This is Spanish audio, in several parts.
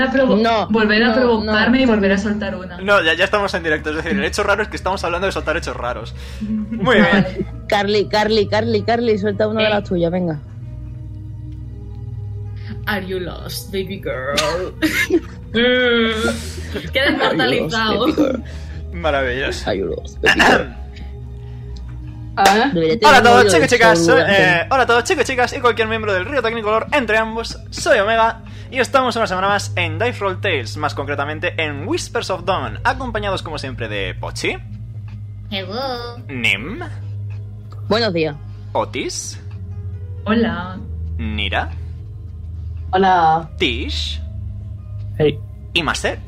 a provo- No, volver a no, provocarme no. y volver a soltar una. No, ya, ya estamos en directo. Es decir, el hecho raro es que estamos hablando de soltar hechos raros. Muy bien. Ah, Vale. Carly, Carly, Carly, Carly, suelta una de Eh. las tuyas, venga. Are you lost, baby girl? Mm, Queda inmortalizado. Maravilloso. Ayudos. Debería tener Hola a un todos, oído chicos y de chicas. sordo, soy- Ángel. eh, hola a todos, chicos y chicas. Y cualquier miembro del Río Tecnicolor, entre ambos, soy Omega. Y estamos una semana más en Dive Roll Tales, más concretamente en Whispers of Dawn, acompañados como siempre de Pochi, Hello. Nim, Buenos días. Otis, Hola. Nira, Hola. Tish Hey. y Maset.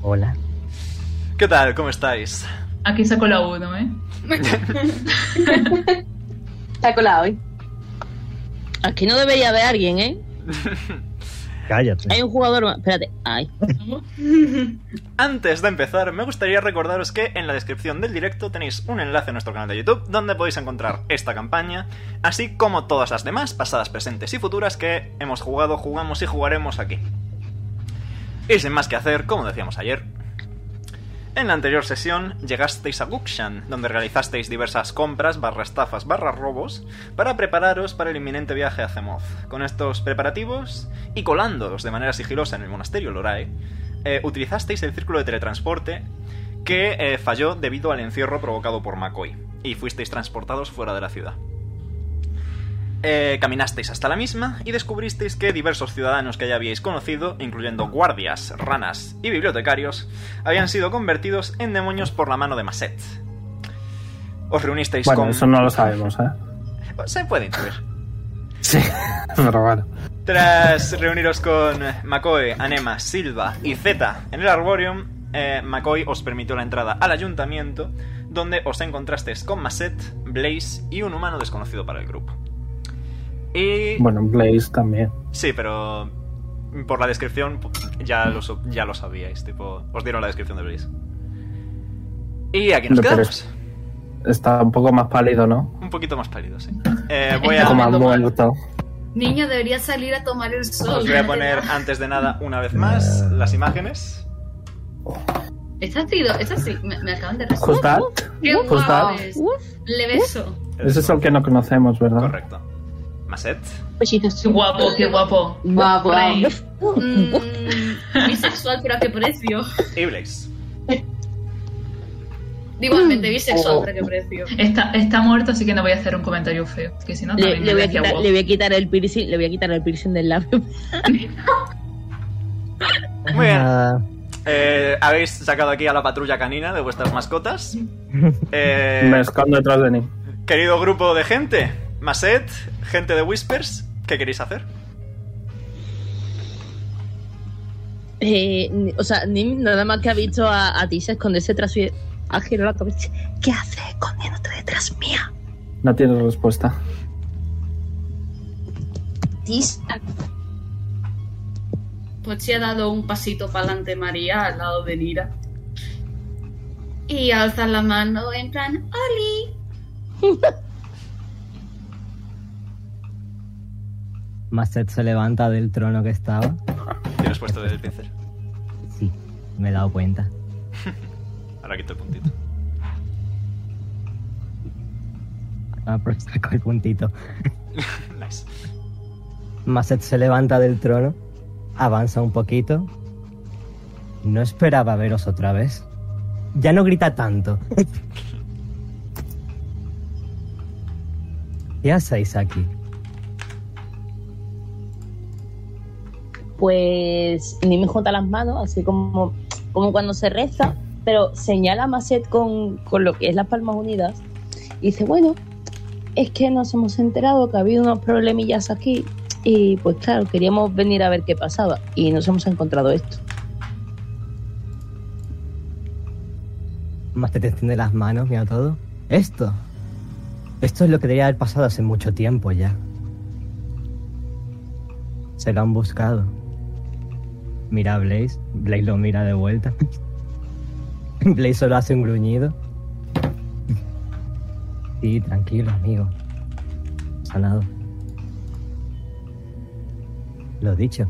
Hola. ¿Qué tal? ¿Cómo estáis? Aquí saco la uno, ¿eh? Está colado ¿eh? hoy. Aquí no debería haber alguien, ¿eh? Cállate. Hay un jugador más. Espérate. Ay. Antes de empezar, me gustaría recordaros que en la descripción del directo tenéis un enlace a nuestro canal de YouTube donde podéis encontrar esta campaña, así como todas las demás, pasadas, presentes y futuras que hemos jugado, jugamos y jugaremos aquí. Y sin más que hacer, como decíamos ayer, en la anterior sesión llegasteis a Gukshan, donde realizasteis diversas compras, barra estafas, barra robos, para prepararos para el inminente viaje a Zemoth. Con estos preparativos y colándoos de manera sigilosa en el monasterio Lorae, eh, utilizasteis el círculo de teletransporte que eh, falló debido al encierro provocado por McCoy y fuisteis transportados fuera de la ciudad. Eh, caminasteis hasta la misma y descubristeis que diversos ciudadanos que ya habíais conocido, incluyendo guardias, ranas y bibliotecarios, habían sido convertidos en demonios por la mano de Masset. Os reunisteis Bueno, con... eso no lo sabemos, ¿eh? Se puede intuir. Sí, pero bueno. Tras reuniros con McCoy, Anema, Silva y Z en el Arborium, eh, McCoy os permitió la entrada al ayuntamiento, donde os encontrasteis con Masset, Blaze y un humano desconocido para el grupo. Y. Bueno, Blaze también. Sí, pero. Por la descripción ya lo, so- ya lo sabíais, tipo. Os dieron la descripción de Blaze. Y aquí nos No, pero quedamos. Está un poco más pálido, ¿no? Un poquito más pálido, sí. Eh, voy Un a. poco más Tomando mal. muerto. Niño, debería salir a tomar el sol. Os voy a poner antes de nada, una vez más, las imágenes. Esta ha sido, esta sí, me, me acaban de Who's resolver. that? ¡Qué Who's guapo that? es! Uf, Le beso. Ese es el que no conocemos, ¿verdad? Correcto. Maset. Besitos. Qué guapo, qué guapo. Guapo. Rey. Mm, bisexual, pero ¿a qué precio? Y Blaze. Igualmente Oh. bisexual, pero ¿a qué precio? Está, está muerto, así que no voy a hacer un comentario feo. Que si no, le, también le voy a decía quitar, guapo. le voy a quitar el piercing, le voy a quitar el piercing del labio. Muy bien. Eh, Habéis sacado aquí a la patrulla canina de vuestras mascotas. Eh, Me escondo detrás de mí. querido grupo de gente, Maset, gente de Whispers, ¿qué queréis hacer? Eh, ni- o sea, Nim nada más que ha visto a, a Tisha esconderse tras su. Ha girado Ah, la cabeza. ¿Qué hace escondiéndote detrás mía? No tienes respuesta. Tisha. Pues se ha dado un pasito para adelante María al lado de Nira. Y alza la mano en plan, ¡Oli! Masset se levanta del trono que estaba. Tienes puesto del pincel. Sí, me he dado cuenta. Ahora quito el puntito. Ah, pero saco el puntito. Nice. Masset se levanta del trono, avanza un poquito. No esperaba veros otra vez. Ya no grita tanto. ¿Qué hacéis aquí? Pues Nim junta las manos, así como, como cuando se reza, pero señala a Maset con, con lo que es las palmas unidas y dice: Bueno, es que nos hemos enterado que ha habido unos problemillas aquí y pues claro, queríamos venir a ver qué pasaba y nos hemos encontrado esto. Masset extiende las manos, mira todo. Esto. Esto es lo que debería haber pasado hace mucho tiempo ya. Se lo han buscado. Mira a Blaze. Blaze lo mira de vuelta. Blaze solo hace un gruñido. Sí, tranquilo, amigo. Sanado. Lo dicho.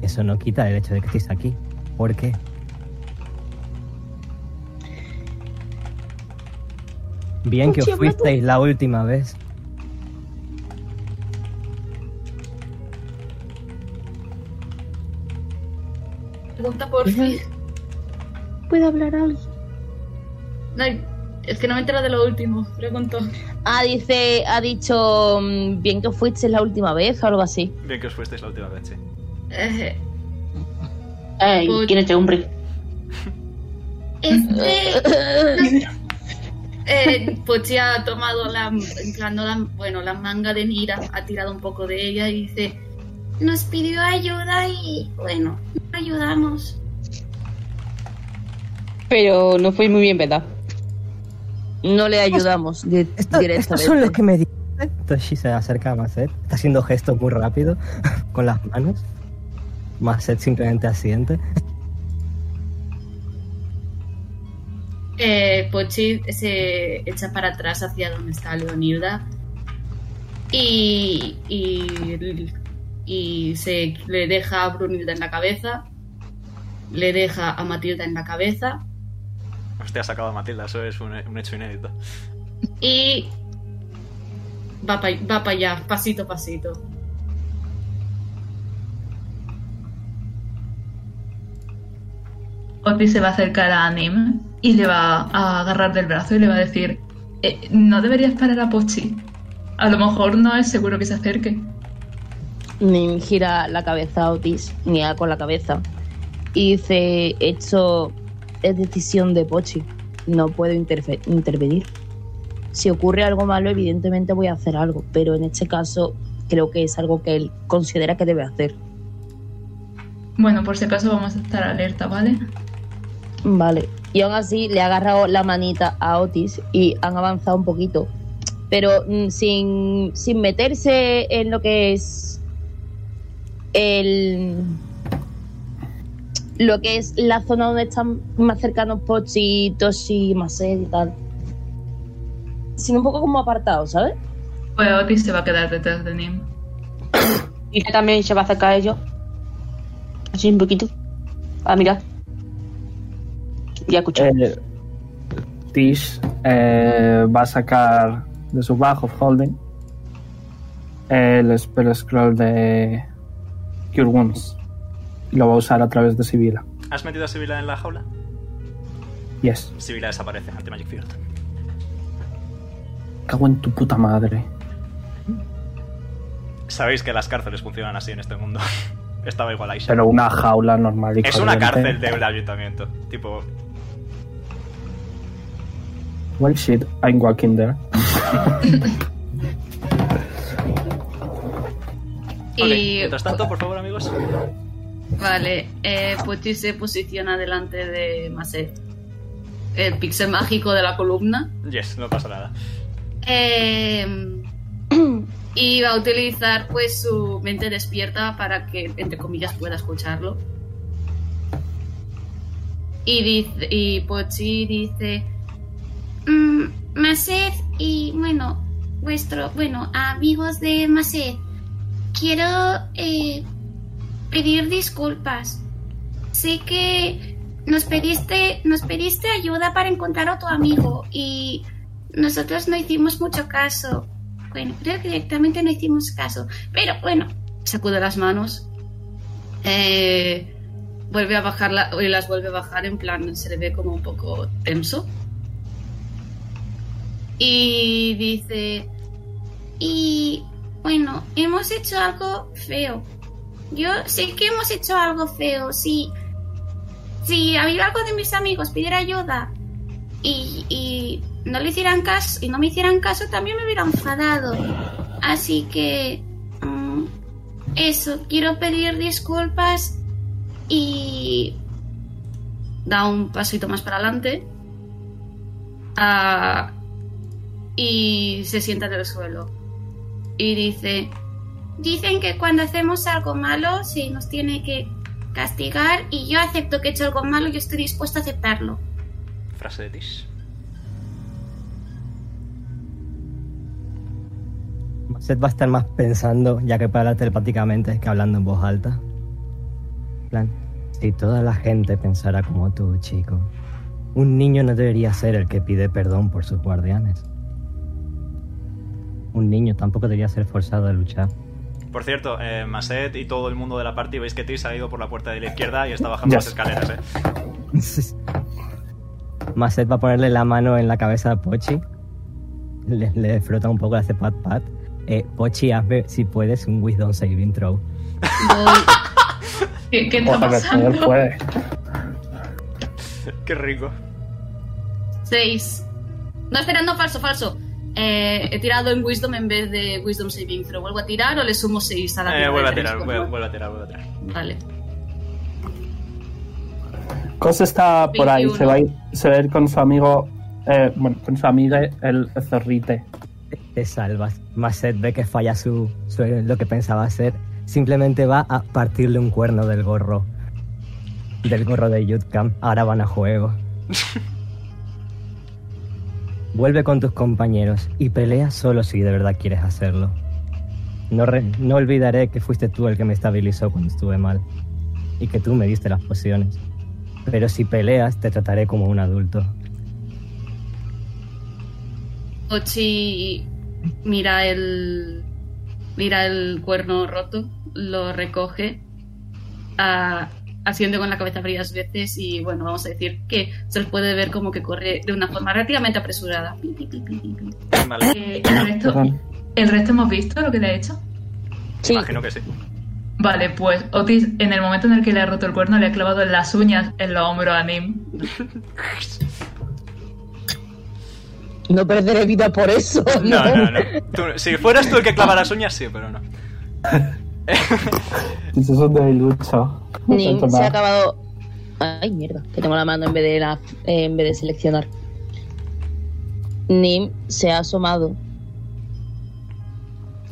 Eso no quita el hecho de que estéis aquí. ¿Por qué? Bien que os fuisteis la última vez. Pregunta por Ujú. fin. ¿Puede hablar alguien? No, es que no me entero de lo último. Pregunto. Ah, dice, ha dicho mm, bien que fuiste la última vez o algo así. Bien que os fuisteis la última vez, sí. Eh, Ay, Pues- Uy. ¿quién es este hombre? este. Eh, Pochi ha tomado la, en plan, no la- bueno, la manga de Nira, ha tirado un poco de ella y dice, nos pidió ayuda y bueno, ayudamos. Pero no fue muy bien, ¿verdad? No le ayudamos di- Esto- estos directamente. son los que me di- Toshi se acerca a Macet. Está haciendo gestos muy rápido con las manos. Macet simplemente asiente. Eh, Pochi se echa para atrás hacia donde está Leonilda y, y, y se le deja a Brunilda en la cabeza, le deja a Matilda en la cabeza Hostia, ha sacado a Matilda, eso es un, un hecho inédito. y va para va pa allá, pasito a pasito. Poppy se va a acercar a Nim y le va a agarrar del brazo y le va a decir, "Eh, no deberías parar a Pochi. A lo mejor no es seguro que se acerque. Ni gira la cabeza a Otis, ni a con la cabeza. Y dice, esto es decisión de Pochi. No puedo interfe- intervenir. Si ocurre algo malo, evidentemente voy a hacer algo. Pero en este caso, creo que es algo que él considera que debe hacer. Bueno, por si acaso vamos a estar alerta, ¿vale? Vale. Y aún así le ha agarrado la manita a Otis y han avanzado un poquito. Pero mm, sin, sin meterse en lo que es el lo que es la zona donde están más cercanos Pochi, Toshi, Maset y tal. Sino un poco como apartado, ¿sabes? Pues Otis se va a quedar detrás de Nim. Y también se va a acercar a ellos. Así un poquito. Ah, mira. Ya escuché. Eh, Tish eh, va a sacar de su bajo of holding el spell scroll de Cure Wounds y lo va a usar a través de Sibila. ¿Has metido a Sibila en la jaula? Yes. Sibila desaparece ante Magic Field. Cago en tu puta madre. Sabéis que las cárceles funcionan así en este mundo. Estaba igual Aisha. Pero una jaula normal y es una corriente. cárcel del ayuntamiento. Tipo, Well shit, I'm walking there. Ok, Y- Mientras tanto, por favor, amigos. Vale, eh, Pochi se posiciona delante de Macet. El pixel mágico de la columna. Yes, no pasa nada. Eh, y va a utilizar pues su mente despierta para que, entre comillas, pueda escucharlo. Y, dice, y Pochi dice... Mm, Mased y bueno, vuestro, bueno, amigos de Mased, quiero eh, pedir disculpas. Sé que nos pediste, nos pediste ayuda para encontrar a tu amigo y nosotros no hicimos mucho caso. Bueno, creo que directamente no hicimos caso, pero bueno, Sacude las manos. eh, vuelve a bajar la- y las vuelve a bajar en plan, se le ve como un poco tenso. Y dice... Y bueno, hemos hecho algo feo. Yo sé que hemos hecho algo feo. Si, si había algo de mis amigos pidiera ayuda y, y no le hicieran caso y no me hicieran caso, también me hubiera enfadado. Así que mm, eso, quiero pedir disculpas y da un pasito más para adelante ah, y se sienta en el suelo y dice Dicen que cuando hacemos algo malo se nos tiene que castigar y yo acepto que he hecho algo malo y estoy dispuesto a aceptarlo. Frase de Tish. Macet va a estar más pensando, ya que para telepáticamente, que hablando en voz alta. plan, si toda la gente pensara como tú, chico, un niño no debería ser el que pide perdón por sus guardianes. Un niño tampoco debería ser forzado a luchar. Por cierto, eh, Maset y todo el mundo de la party veis que Tis ha ido por la puerta de la izquierda y está bajando Ya. las escaleras, ¿eh? Maset va a ponerle la mano en la cabeza a Pochi. Le, le frota un poco, le hace pat pat. Eh, Pochi, hazme, si puedes, un Wisdom Saving Throw. ¿Qué, qué está Ojalá que el señor pasando? puede. Qué rico. Seis. No, espera, no, falso, falso. Eh, he tirado en Wisdom en vez de Wisdom Saving Throw. ¿Vuelvo a tirar o le sumo seis a la Eh, tirada vuelve a de tres? tirar, vuelve vuelve a tirar, vuelve a tirar. Vale. Cosa está por ahí, 21. se va, a ir, se va a ir con su amigo, eh, bueno, con su amiga el zorrite. Te salvas. Maset ve que falla su, su- lo que pensaba hacer. Simplemente va a partirle un cuerno del gorro. Del gorro de Yudcam. Ahora van a juego. Vuelve con tus compañeros y pelea solo si de verdad quieres hacerlo. No, re- no olvidaré que fuiste tú el que me estabilizó cuando estuve mal y que tú me diste las pociones. Pero si peleas, te trataré como un adulto. Ochi mira el. Mira el cuerno roto, lo recoge, ah, haciendo con la cabeza varias veces y bueno, vamos a decir que se los puede ver como que corre de una forma relativamente apresurada. Pi, pi, pi, pi, pi, pi. Vale, Eh, el, resto, Perdón. ¿El resto hemos visto lo que le ha hecho? Sí, imagino que sí. Vale, pues Otis, en el momento en el que le ha roto el cuerno, le ha clavado las uñas en los hombros a Nim. no perderé vida por eso. No, no, no. Tú- si fueras tú el que clava las uñas, sí, pero no. Y si son de lucho. No Nim siento se ha nada. acabado. Ay, mierda, que tengo la mano en vez de la, eh, en vez de seleccionar. Nim se ha asomado.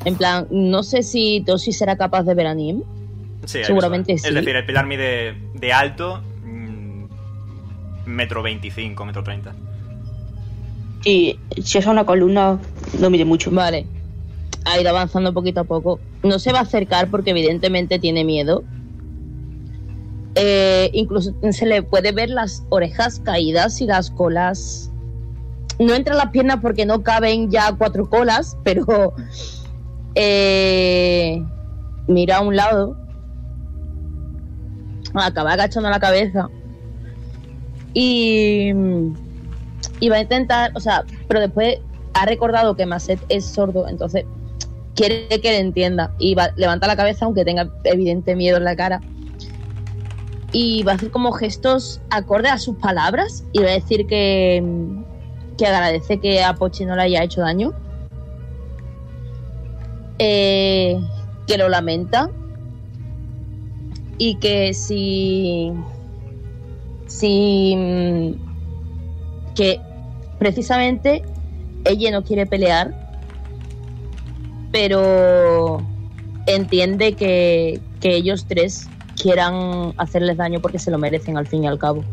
En plan, no sé si Toshi será capaz de ver a Nim. Sí, ahí Seguramente está. sí. Es decir, el pilar mide de alto. mm, metro 25, metro 30. Y si es una columna, no mide mucho. Vale. Ha ido avanzando poquito a poco. No se va a acercar porque evidentemente tiene miedo. Eh, incluso se le puede ver las orejas caídas y las colas. No entra las piernas porque no caben ya cuatro colas, pero eh, mira a un lado. Acaba agachando la cabeza. Y, y va a intentar, o sea, pero después ha recordado que Maset es sordo, entonces quiere que le entienda y va, levanta la cabeza aunque tenga evidente miedo en la cara y va a hacer como gestos acorde a sus palabras y va a decir que, que agradece que a Pochi no le haya hecho daño eh, que lo lamenta y que si si mm, que precisamente ella no quiere pelear, pero entiende que, que ellos tres quieran hacerles daño porque se lo merecen al fin y al cabo.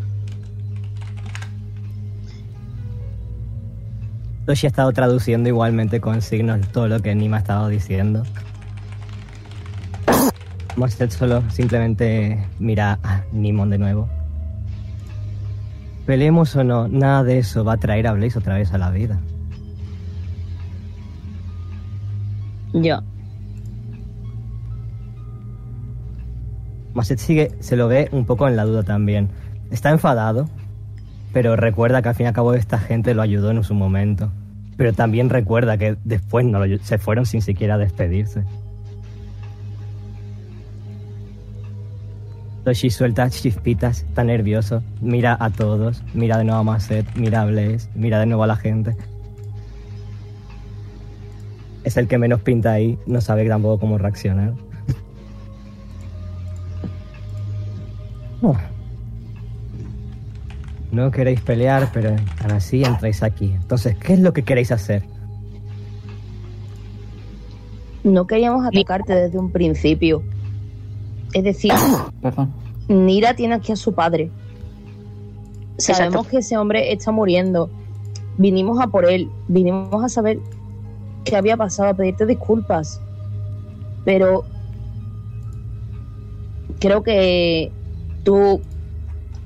Toshi ha estado traduciendo igualmente con signos todo lo que Nima ha estado diciendo. Mostet solo simplemente mira a Nimon de nuevo. Peleemos o no, nada de eso va a traer a Blaze otra vez a la vida. Ya. Maset sigue, se lo ve un poco en la duda también. Está enfadado, pero recuerda que al fin y al cabo esta gente lo ayudó en su momento. Pero también recuerda que después no lo ayu- se fueron sin siquiera despedirse. Toshi suelta chispitas, está nervioso, mira a todos, mira de nuevo a Maset, mira a Blaze, mira de nuevo a la gente. Es el que menos pinta ahí, no sabe tampoco cómo reaccionar. Oh. No queréis pelear, pero aún así entráis aquí. Entonces, ¿qué es lo que queréis hacer? No queríamos atacarte desde un principio. Es decir, Perdón. Nira tiene aquí a su padre. Sabemos Exacto. que ese hombre está muriendo. Vinimos a por él. Vinimos a saber qué había pasado, a pedirte disculpas. Pero creo que Tú,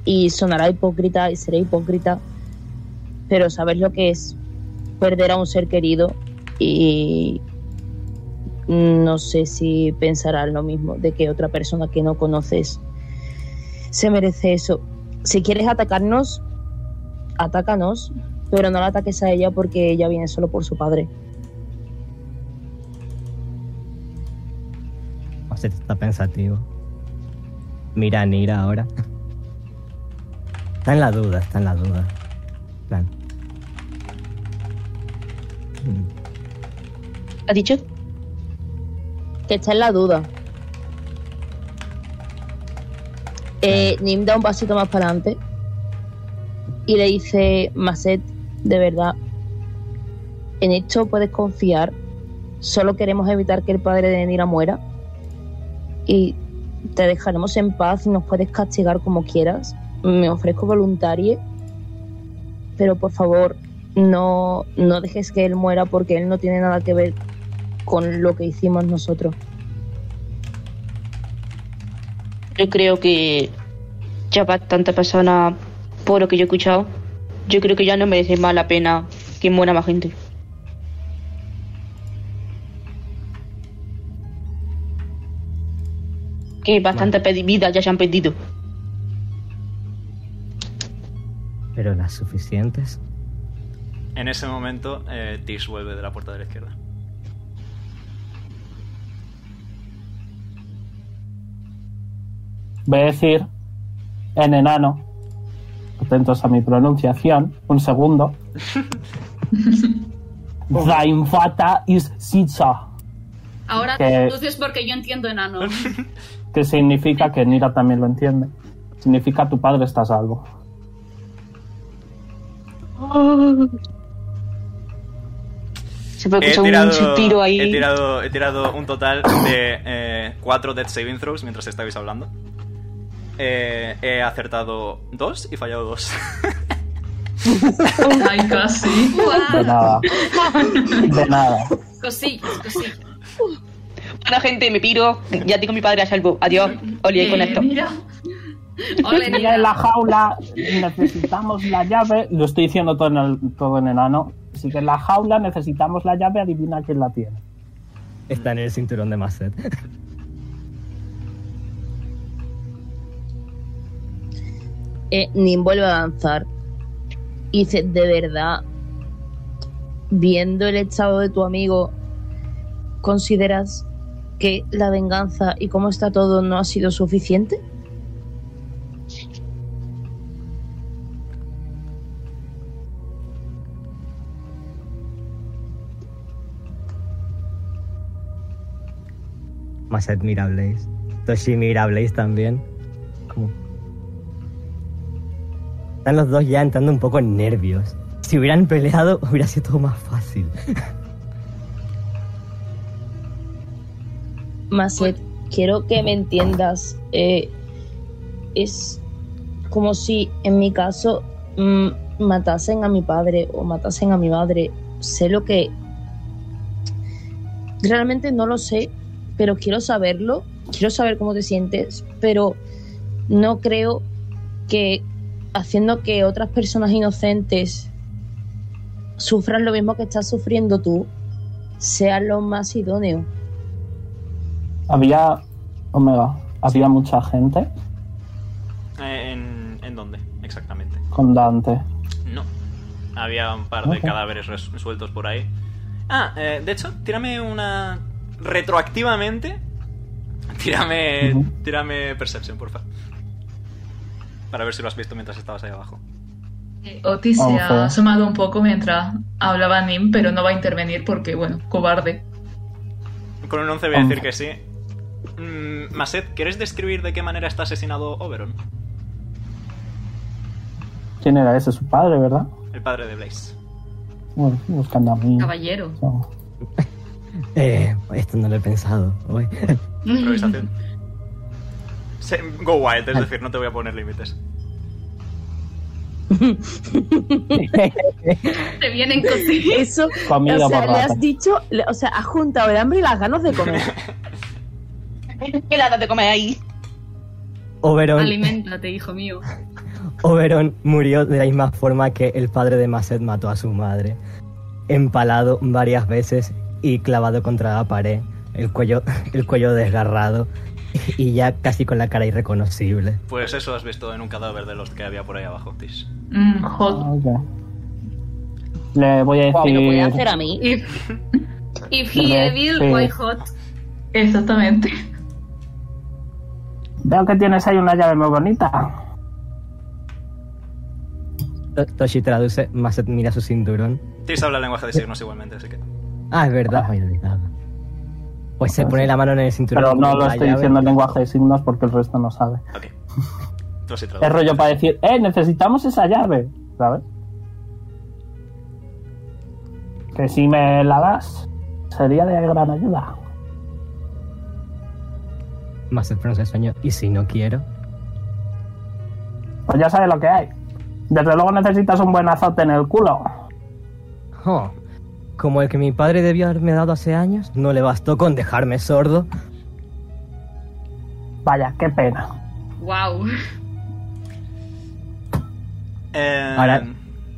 y sonará hipócrita y seré hipócrita, pero sabes lo que es perder a un ser querido y no sé si pensarás lo mismo de que otra persona que no conoces se merece eso. Si quieres atacarnos, atácanos, pero no la ataques a ella porque ella viene solo por su padre. Macet está pensativo. Mira a Nira ahora. Está en la duda, está en la duda. En plan. Mm, ¿Ha dicho? Que está en la duda. Eh, Nim da un pasito más para adelante y le dice, Maset, de verdad, en esto puedes confiar. Solo queremos evitar que el padre de Nira muera. Y te dejaremos en paz y nos puedes castigar como quieras. Me ofrezco voluntaria. Pero por favor, no, no dejes que él muera porque él no tiene nada que ver con lo que hicimos nosotros. Yo creo que ya bastante persona, por lo que yo he escuchado, yo creo que ya no merece más la pena que muera más gente. Que bastante pedi- vidas ya se han perdido. Pero las suficientes. En ese momento, eh, Tish vuelve de la puerta de la izquierda. Voy a decir en enano, atentos a mi pronunciación, un segundo. Zain fata is sitsa, Ahora Que- entonces porque yo entiendo enano. que significa que Nira también lo entiende. Significa tu padre está a salvo. Se puede Ah. He escuchar un tirado, suspiro ahí. he, tirado, he tirado un total de eh, cuatro Death Saving Throws mientras estabais hablando. Eh, he acertado dos y fallado dos. Ay, casi. De nada. De nada. Cosillas, cosillas. Buena gente, me piro. Ya tengo a mi padre a salvo. Adiós. Olía con esto. Eh, mira, Ole, Mira en Nira. la jaula, necesitamos la llave. Lo estoy diciendo todo en, el- todo en enano. Así que en la jaula necesitamos la llave, adivina quién la tiene. Está en el cinturón de Macet. Eh, Nim vuelve a avanzar y dice, de verdad, viendo el estado de tu amigo, ¿consideras que la venganza y cómo está todo no ha sido suficiente? Macet mira a Blaze. Toshi mira a Blaze también. Como- Están los dos ya entrando un poco en nervios. Si hubieran peleado, hubiera sido todo más fácil. Maset, quiero que me entiendas. eh, es como si en mi caso mm, matasen a mi padre o matasen a mi madre. Sé lo que... Realmente no lo sé, pero quiero saberlo. Quiero saber cómo te sientes, pero no creo que haciendo que otras personas inocentes sufran lo mismo que estás sufriendo tú sea lo más idóneo. Había. Omega, había mucha gente Eh, ¿En, en dónde? Exactamente. con Dante. No. Había un par de Ok. cadáveres res- sueltos por ahí. Ah, eh, de hecho, tírame una. Retroactivamente. Tírame. Ujú. Tírame Perception, porfa. Para ver si lo has visto mientras estabas ahí abajo. Eh, Otis se Vamos pues. a ver. ha asomado un poco mientras hablaba Nim, pero no va a intervenir porque, bueno, cobarde. Con un 11 voy a decir que sí. Mm, Maset, ¿quieres describir de qué manera está asesinado Oberon? ¿Quién era ese? Su padre, ¿verdad? El padre de Blaze. Bueno, buscando a mí. Caballero. No. Eh, esto no lo he pensado. Uy. Improvisación. Se- Go wild, es decir, no te voy a poner límites. Te vienen cosillas. Eso, Comida o sea, le barata. has dicho, le- o sea, has juntado el hambre y las ganas de comer. ¿Qué latas de comer ahí? Oberon, Aliméntate, hijo mío. Oberon murió de la misma forma que el padre de Maset mató a su madre. Empalado varias veces y clavado contra la pared, el cuello, el cuello desgarrado y ya casi con la cara irreconocible. Pues eso has visto en un cadáver de los que había por ahí abajo, Tis. Mm, jod. Ok. Le voy a decir. Guau, ¿Me lo puede hacer a mí? If, if he Vale, evil, sí. why hot? Exactamente. Veo que tienes ahí una llave muy bonita. To- Toshi traduce, Maset mira su cinturón. Tis habla lenguaje de signos igualmente, así que. Ah, es verdad, me había olvidado. Pues se pone la mano en el cinturón. Pero no con lo la estoy llave. diciendo en lenguaje de signos porque el resto no sabe. Ok. Tú así Es traduces. rollo para decir, eh, necesitamos esa llave, ¿sabes? Que si me la das, sería de gran ayuda. Maset pronuncia el sueño. ¿Y si no quiero? Pues ya sabes lo que hay. Desde luego necesitas un buen azote en el culo. Oh, como el que mi padre debió haberme dado hace años, no le bastó con dejarme sordo. Vaya, qué pena. Wow. Eh, Ahora-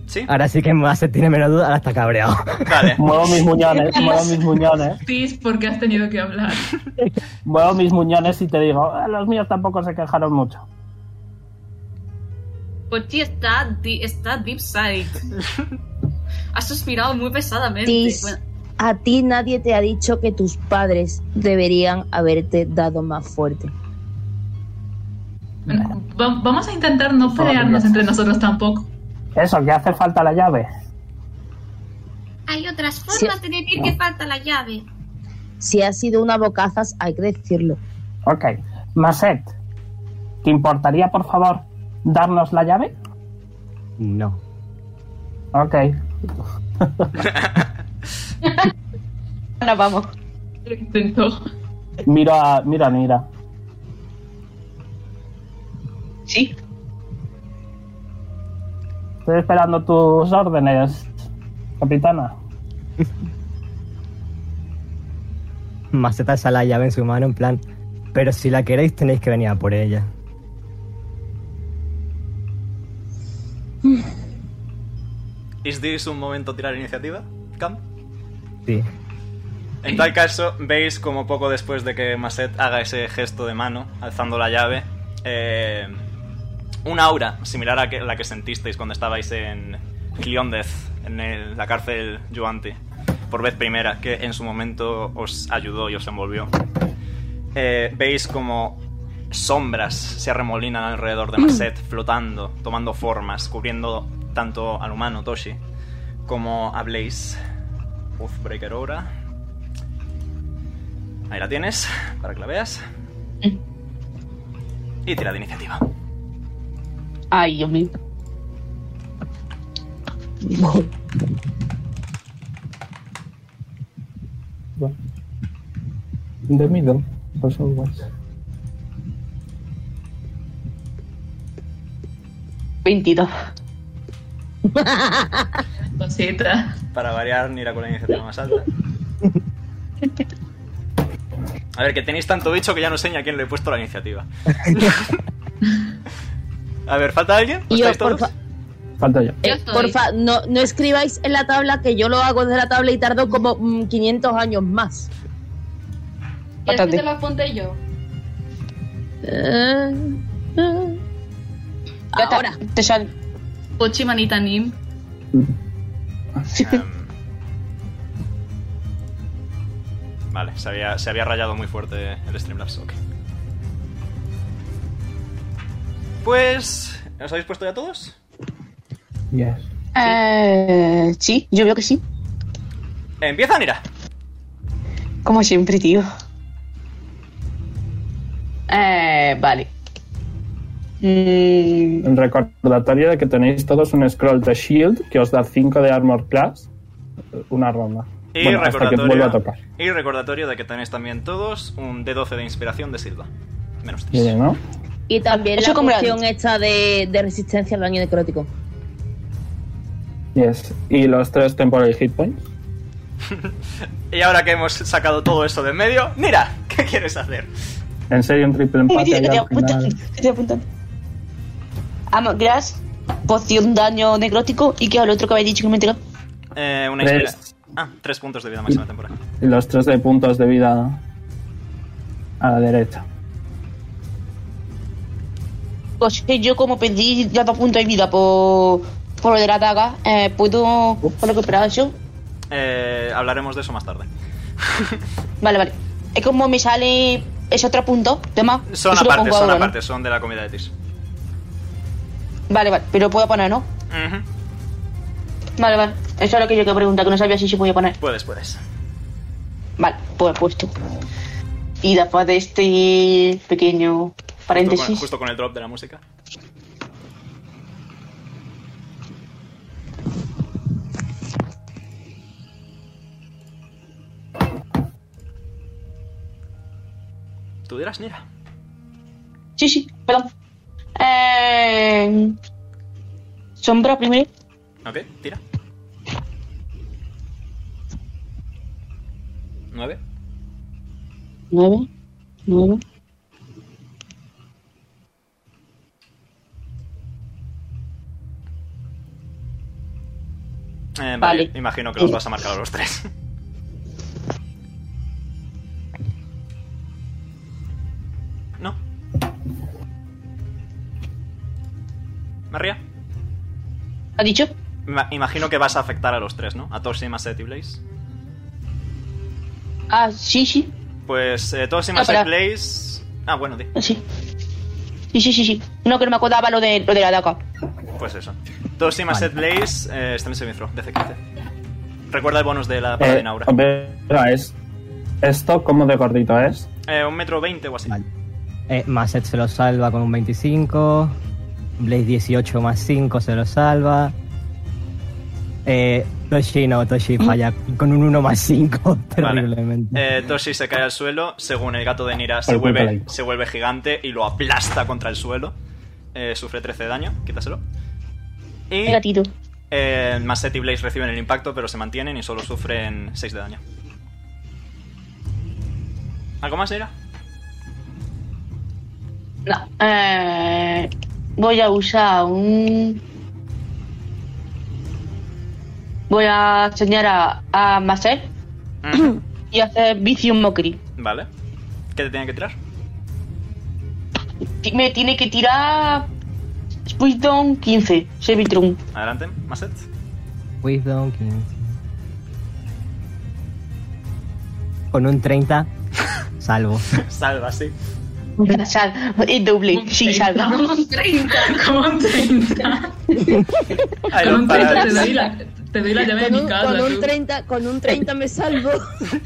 Sí. Ahora sí que Maset tiene menos duda, ahora está cabreado. Vale. Muevo mis muñones, muevo mis muñones, Tis, ¿por qué has tenido que hablar? muevo mis muñones y te digo, "Eh, los míos tampoco se quejaron mucho. Pochi está, di- está deep side. Ha suspirado muy pesadamente. Tis, Bueno, a ti nadie te ha dicho que tus padres deberían haberte dado más fuerte. Bueno, va- vamos a intentar no favor, pelearnos gracias. entre nosotros tampoco. Eso, que hace falta la llave. Hay otras formas de decir que falta la llave. Si ha sido una bocazas, hay que decirlo. Ok. Maset, ¿te importaría, por favor, darnos la llave? No. Ok. Ahora vamos. Lo intento. Miro a, miro a Nira. Sí. Estoy esperando tus órdenes, capitana. Maset alza la llave en su mano en plan, pero si la queréis tenéis que venir a por ella. ¿Is this un momento tirar iniciativa? Cam. Sí. En tal caso, veis como poco después de que Maset haga ese gesto de mano, alzando la llave, eh, una aura similar a que- la que sentisteis cuando estabais en Cliondez, en el- la cárcel Yuanti, por vez primera, que en su momento os ayudó y os envolvió. Eh, veis como sombras se arremolinan alrededor de Maset, flotando, tomando formas, cubriendo tanto al humano Toshi como a Blaze. Oathbreaker ahora. Ahí la tienes, para que la veas. Y tira de iniciativa. Ay, Dios mío. In the middle, as always. 22. Cosita. Para variar, ni la con la iniciativa más alta. A ver, que tenéis tanto bicho que ya no sé ni a quién le he puesto la iniciativa. A ver, ¿falta alguien? Y yo, ¿Estáis todos? porfa, Falta yo. Yo eh, estoy. porfa, no, no escribáis en la tabla que yo lo hago desde la tabla y tardo como mm, 500 años más. ¿Quieres que bastante. te lo apunte yo? Eh, eh. Ya está. Ahora, Te sal- Pochi manita nim. Em, Vale, se había, se había rayado muy fuerte el Streamlabs, ok. Pues... ¿Os habéis puesto ya todos? Yes. Eh, sí, yo veo que sí. Empieza, Nira. Como siempre, tío. Eh, vale. Mm, Un recordatorio de que tenéis todos un scroll de shield que os da 5 de armor class. Una ronda. Y, Bueno, hasta que vuelva recordatorio, a tocar. y recordatorio de que tenéis también todos un D12 de inspiración de Silva. Menos Y 3. yo, ¿no? y también Eso la como poción antes. esta de, de resistencia al daño necrótico. Yes. Y los tres temporary hit points. Y ahora que hemos sacado todo eso de en medio, mira, ¿qué quieres hacer? En serio, un triple Uy, empate tío, que allá te al apuntan, final. que te apuntan. Amo, Grass, poción daño necrótico y que al otro que habéis dicho que me entregó. Eh, una Tres. inspira- Ah, tres puntos de vida máxima temporal. Y los tres de puntos de vida a la derecha. Pues que yo como perdí ya dos puntos de vida por, por lo de la daga, eh, ¿puedo recuperar eso? Eh, hablaremos de eso más tarde. Vale, vale. Es como me sale ese otro punto, demás. Son eso lo aparte, pongo son ahora, ¿no? aparte, son de la comida de Tis. Vale, vale, pero puedo poner, ¿no? Ujú. Vale, vale. Eso es lo que yo quería preguntar, que no sabía si se podía poner. Puedes, puedes. Vale, pues he puesto. Y después de este pequeño Justo con, paréntesis. Pues justo con el drop de la música. Tú dirás, Nira. Sí, sí, perdón. Eh, sombra primero. Ok, tira. ¿Nueve? 9, 9. Eh, vale. Vale. Imagino que los vas a marcar a los tres. ¿No? ¿María? ¿Ha dicho? Ma- imagino que vas a afectar a los tres, ¿no? A Toshi, Maset y Blaze. Ah, sí, sí, Pues eh, Toshi, No, Maset, pero- Blaze... Ah, bueno, di. sí. Sí, sí, sí, sí. No, que no me acordaba lo de, lo de la daga. Pues eso. Toshi, Maset, Blaze... Eh, está en semifro, DC15. Recuerda el bonus de la Eh, paladina ahora. Vera, es esto como de gordito es. Eh, un metro veinte o así. Vale. Eh, Masset se lo salva con un 25. Blaze 18 más 5 se lo salva. Eh, Toshi no, Toshi falla con un 1 más 5 Mm. Vale. terriblemente. Eh, Toshi se cae al suelo, según el gato de Nira se Por culpa de vuelve, él. se vuelve gigante y lo aplasta contra el suelo. Eh, sufre 13 de daño, quítaselo. Y El gatito. eh, Masset y Blaze reciben el impacto, pero se mantienen y solo sufren 6 de daño. ¿Algo más, Nira? No. Eh, voy a usar un. Voy a enseñar a, a Marcel Ujú. y hacer Vision Mockery. vale. ¿Qué te tiene que tirar? Ti- Me tiene que tirar. Wisdom 15, Sevitrum. Adelante, Masset. Wisdom 15. Con un 30, salvo. Salva, sí. Sal- Es doble, sí, salva. Con 30. Como 30. Con Ahí lo un 30 te paras. doy la, te doy la llave de Con mi un, casa. con un tú. 30, con un 30 me salvo.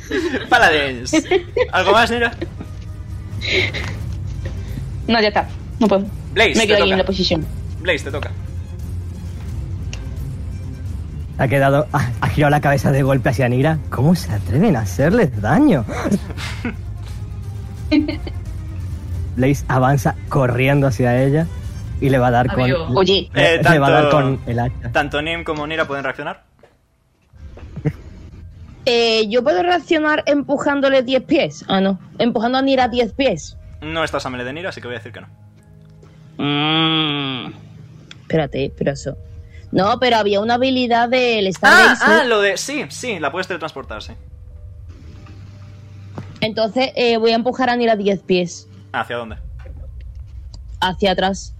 Paladins. ¿Algo más, Nira? No, ya está. No puedo. Blaze, Me te quedo toca. ahí en la posición. Blaze, te toca. Ha quedado. Ha, ha girado la cabeza de golpe hacia Nira. ¿Cómo se atreven a hacerles daño? Blaze avanza corriendo hacia ella y le va a dar con. Amigo. Oye, le- Eh, le va a dar tanto- con el hacha. Tanto Nim como Nira pueden reaccionar. Eh, ¿Yo puedo reaccionar empujándole 10 pies? Ah, no. Empujando a Nira 10 pies. No estás a melee de Nira, así que voy a decir que no. Mm. Espérate, pero eso. No, pero había una habilidad del Ah, Starbase. ah, lo de. Sí, sí, la puedes teletransportar, sí. Entonces eh, voy a empujar a Nira 10 pies ¿Hacia dónde? hacia atrás.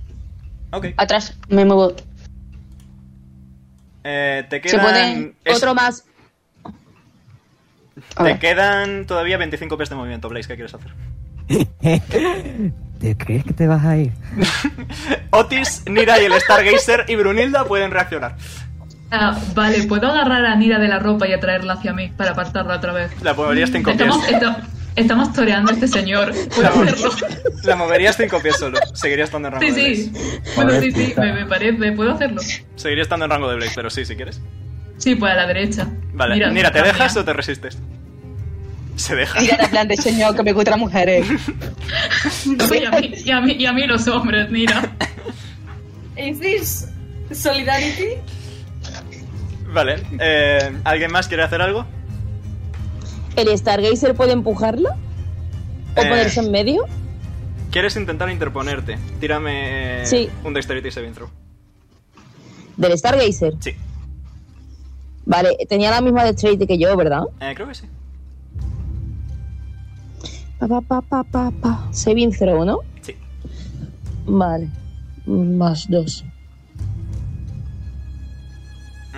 Ok. atrás me muevo. Eh, te ¿Se quedan. puede es- Otro más. A Te ver. quedan todavía 25 pies de movimiento, Blaze. ¿Qué quieres hacer? ¿Te crees que te vas a ir? Otis, Nira y el Stargazer y Brunilda pueden reaccionar. Ah, vale, puedo agarrar a Nira de la ropa y atraerla hacia mí para apartarla otra vez. La moverías 5 pies. Estamos, esta- estamos toreando a este señor. Puedo hacerlo. La moverías 5 pies solo. Seguiría estando en rango Sí, de Blaze. sí. Bueno, Joder, sí, sí, puta. me, me parece, puedo hacerlo. Seguiría estando en rango de Blaze, pero sí, si quieres. Sí, pues a la derecha. Vale, Nira, ¿te cambia. dejas o te resistes? Se deja. Mira la eh. plan de señor que me gustan las mujeres. No, y, a mí, y, a mí, y a mí los hombres, Nira. ¿Es this solidarity? Vale. eh, ¿Alguien más quiere hacer algo? ¿El Stargazer puede empujarla? ¿O Eh, ponerse en medio? ¿Quieres intentar interponerte? Tírame eh, Sí. un Dexterity Saving Throw. Del Stargazer. Sí, Vale, tenía la misma dexterity que yo, ¿verdad? Eh, creo que sí. Pa, pa, pa, pa, pa, pa. Saving throw, ¿no? Sí. Vale. Más dos.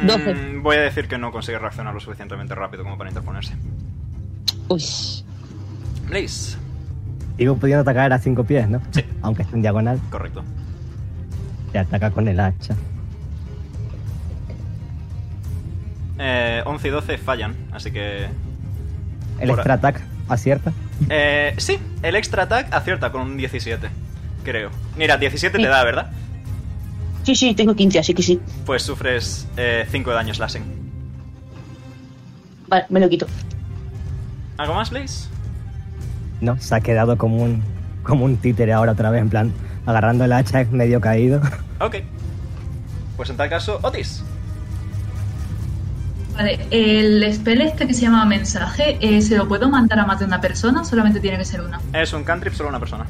Mm, Doce. voy a decir que no consigue reaccionar lo suficientemente rápido como para interponerse. Uy. Blaze, Sigo pudiendo atacar a cinco pies, ¿no? Sí. Aunque esté en diagonal, correcto. te ataca con el hacha. Eh, 11 y 12 fallan, así que... El Por- extra attack acierta. Eh, sí, el extra attack acierta con un 17, creo. Mira, 17 te Sí. da, ¿verdad? Sí, sí, tengo 15, así que sí. Pues sufres 5 de daños slashing. Vale, me lo quito. ¿Algo más, Blaze? No, se ha quedado como un, como un títere ahora otra vez, en plan, agarrando el hacha es medio caído. Ok. Pues en tal caso, Otis. Vale, el spell este que se llama mensaje, eh, ¿se lo puedo mandar a más de una persona o solamente tiene que ser una? Es un cantrip solo una persona.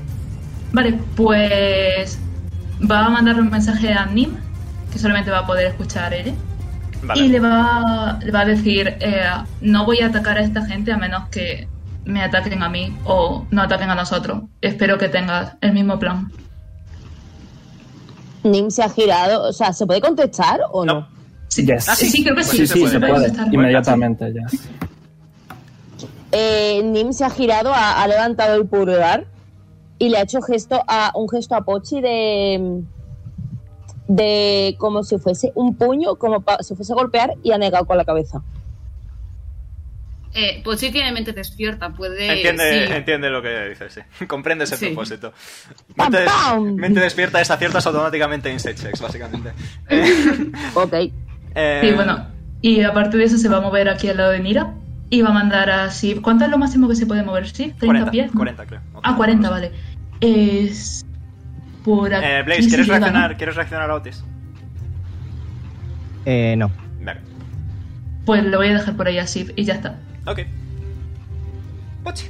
Vale, pues va a mandarle un mensaje a Nim, que solamente va a poder escuchar él, Vale. y le va, le va a decir, eh, no voy a atacar a esta gente a menos que me ataquen a mí o no ataquen a nosotros. Espero que tengas el mismo plan. Nim se ha girado. O sea, ¿se puede contestar o no? No. Sí, Yes. Ah, sí. sí, creo que Pues sí. Sí, se sí, puede. se Puedes puede. estar- Inmediatamente, ya. Eh, Nim se ha girado, ha, ha levantado el pulgar y le ha hecho gesto a, un gesto a Pochi de. de como si fuese un puño, como pa- si fuese a golpear y ha negado con la cabeza. Eh, pues sí tiene mente despierta, puede... Entiende, sí. entiende lo que dices, sí. Comprende ese Sí. propósito. ¡Pam, Mente, pam! mente despierta es aciertas automáticamente en set checks, básicamente. Eh, Ok. eh, Sí, bueno, y aparte de eso se va a mover aquí al lado de Nira y va a mandar a Sif. ¿Cuánto es lo máximo que se puede mover Sif? ¿30 40, pies? 40, creo. Ah, 40, vale. Es... Por aquí. Eh, Blaze, se ¿quieres lleva, ¿no? reaccionar, ¿quieres reaccionar a Otis? Eh, no. Vale. Pues lo voy a dejar por ahí a Sif y ya está. Ok. Pochi.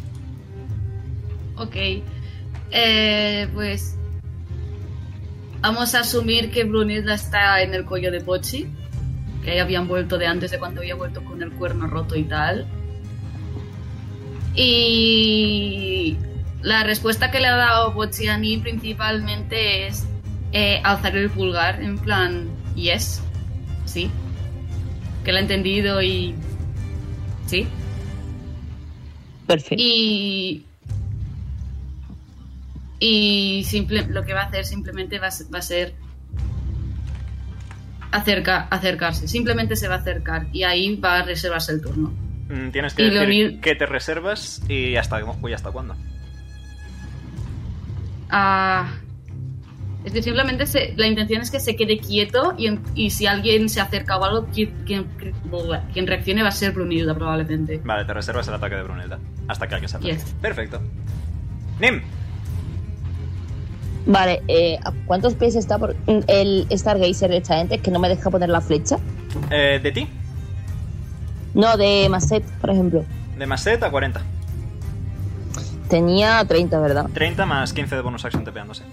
Ok. Eh, pues. Vamos a asumir que Brunilda está en el cuello de Pochi. Que ahí habían vuelto de antes de cuando había vuelto con el cuerno roto y tal. Y. La respuesta que le ha dado Pochi a mí principalmente es eh, alzar el pulgar, en plan, yes, sí. Que la ha entendido y. Sí. Perfecto. Y. Y simple, lo que va a hacer simplemente va a, ser- va a ser. Acerca, acercarse. Simplemente se va a acercar. Y ahí va a reservarse el turno. Mm, Tienes que Y decir Leonil- qué te reservas y hasta, uy, hasta cuándo. Ah, es que simplemente se- la intención es que se quede quieto. Y, en- y si alguien se acerca o algo, quien, quien- quien reaccione va a ser Brunilda probablemente. Vale, te reservas el ataque de Brunilda. Hasta que alguien se ataque. Yes. Perfecto. Nim. Vale, eh, ¿a cuántos pies está por el Stargazer de esta gente? Es que no me deja poner la flecha. eh, de ti. No, de Maset, por ejemplo. De más set a 40. Tenía 30, ¿verdad? 30 más 15 de bonus action tepeándose.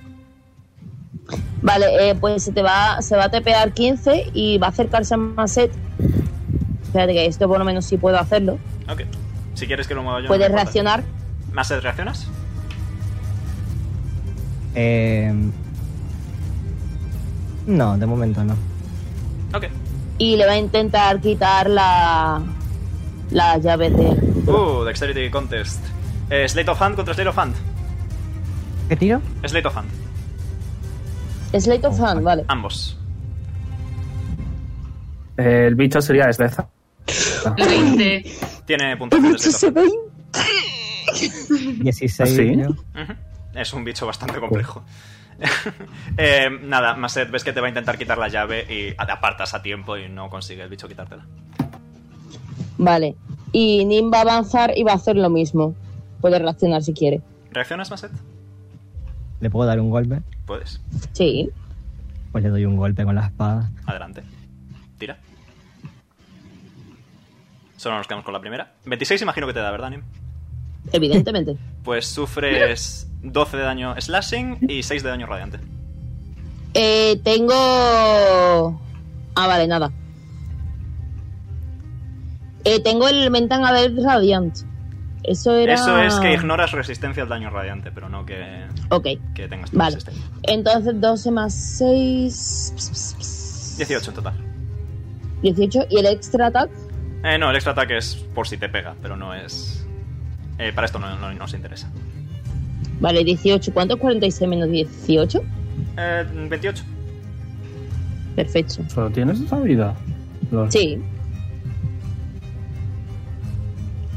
Vale, eh, pues se te va, se va a tepear 15 y va a acercarse a Maset. Espérate que esto por lo menos sí puedo hacerlo. Ok. Si quieres que lo mueva yo. no me Puedes importa. reaccionar. ¿Más set reaccionas? Eh, no, de momento no. Ok. y le va a intentar quitar la la llave de Uh, Dexterity Contest. Eh, Slate of Hand contra Slate of Hand. ¿Qué tiro? Slate of Hand. Slate of Hand, vale. Ambos. El bicho sería este. destreza. El 20. Tiene puntuación de Slate of 16. ¿Ah, sí? creo. Hand. Ujú. Es un bicho bastante complejo. eh, nada, Maset, ves que te va a intentar quitar la llave y te apartas a tiempo y no consigue el bicho quitártela. Vale. Y Nim va a avanzar y va a hacer lo mismo. Puede reaccionar si quiere. ¿Reaccionas, Maset? ¿Le puedo dar un golpe? Puedes. Sí. Pues le doy un golpe con la espada. Adelante. Tira. Solo nos quedamos con la primera. 26 imagino que te da, ¿verdad, Nim? Evidentemente. Pues sufres 12 de daño slashing y 6 de daño radiante. Eh, tengo. Ah, vale, nada. Eh, tengo el Mentan ver Radiant. Eso era. Eso es que ignoras resistencia al daño radiante, pero no que, Ok, que tengas tu vale. resistencia. Entonces 12 más 6. 18 en total. 18. ¿Y el extra attack? Eh, no, el extra ataque es por si te pega, pero no es... eh, para esto no, no- no nos interesa. Vale, 18. ¿Cuánto es 46 menos 18? Eh, 28. Perfecto. ¿Solo tienes esa vida? Lol. Sí,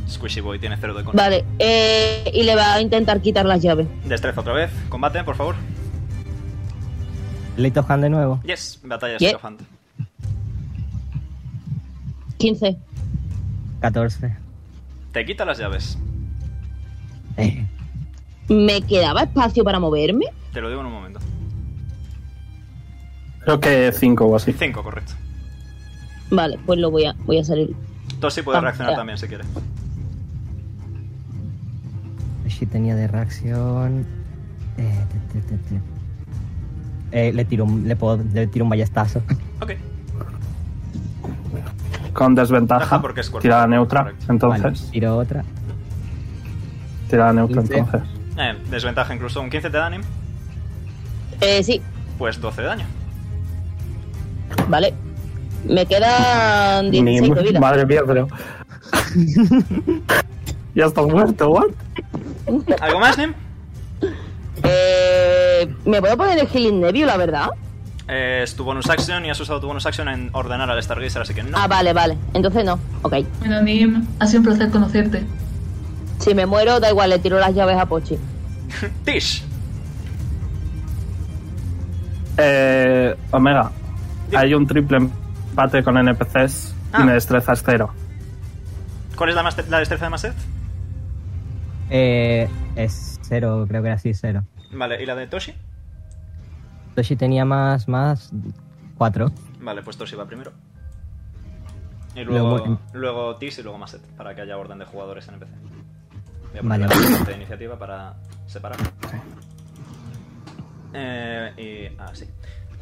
Squishy Boy tiene 0 de con. vale. Eh, y le va a intentar quitar las llaves. Destreza otra vez. Combate, por favor. Lito Han de nuevo. Yes, batalla Yeah. escafante. 15. 14. Te quita las llaves. Eh, ¿Me quedaba espacio para moverme? Te lo digo en un momento. Creo que 5 o así. 5, correcto. Vale, pues lo voy a, voy a salir. Tosi puede Ah, reaccionar ya. también si quiere. Rishi tenía de reacción. Eh, te, te, te, te. Eh, le, tiro un, le, puedo- le tiro un ballestazo. Ok. Con Ajá, desventaja. porque es cuerpo. Tirada neutra. Correcto. Vale, Entonces. tiro otra. Tirada neutra, Quince. entonces. Eh, desventaja incluso. Un 15 te da, Nim. Eh, sí, Pues 12 de daño. vale. Me quedan Ni- 16 de vida. Madre mía, pero. ya estás muerto, ¿what? ¿Algo más, Nim? Eh, ¿Me puedo poner el Healing Nebio, la verdad? Eh, es tu bonus action y has usado tu bonus action en ordenar al Stargazer, así que no. Ah, vale, vale. Entonces no. Ok. Bueno, Nim, ha sido un placer conocerte. Si me muero, da igual, le tiro las llaves a Pochi. Tish. Eh, Omega, Dime. hay un triple empate con NPCs Ah. y me destrezas cero. ¿Cuál es la, más la destreza de Maset? Eh, es cero, creo que era así, cero. Vale, ¿y la de Toshi? Toshi tenía más, más. Cuatro. Vale, pues Toshi va primero. Y Luego- luego, luego Tis y luego Maset, para que haya orden de jugadores en NPC. Voy a poner Vale. la parte de iniciativa para separar. Eh, y así.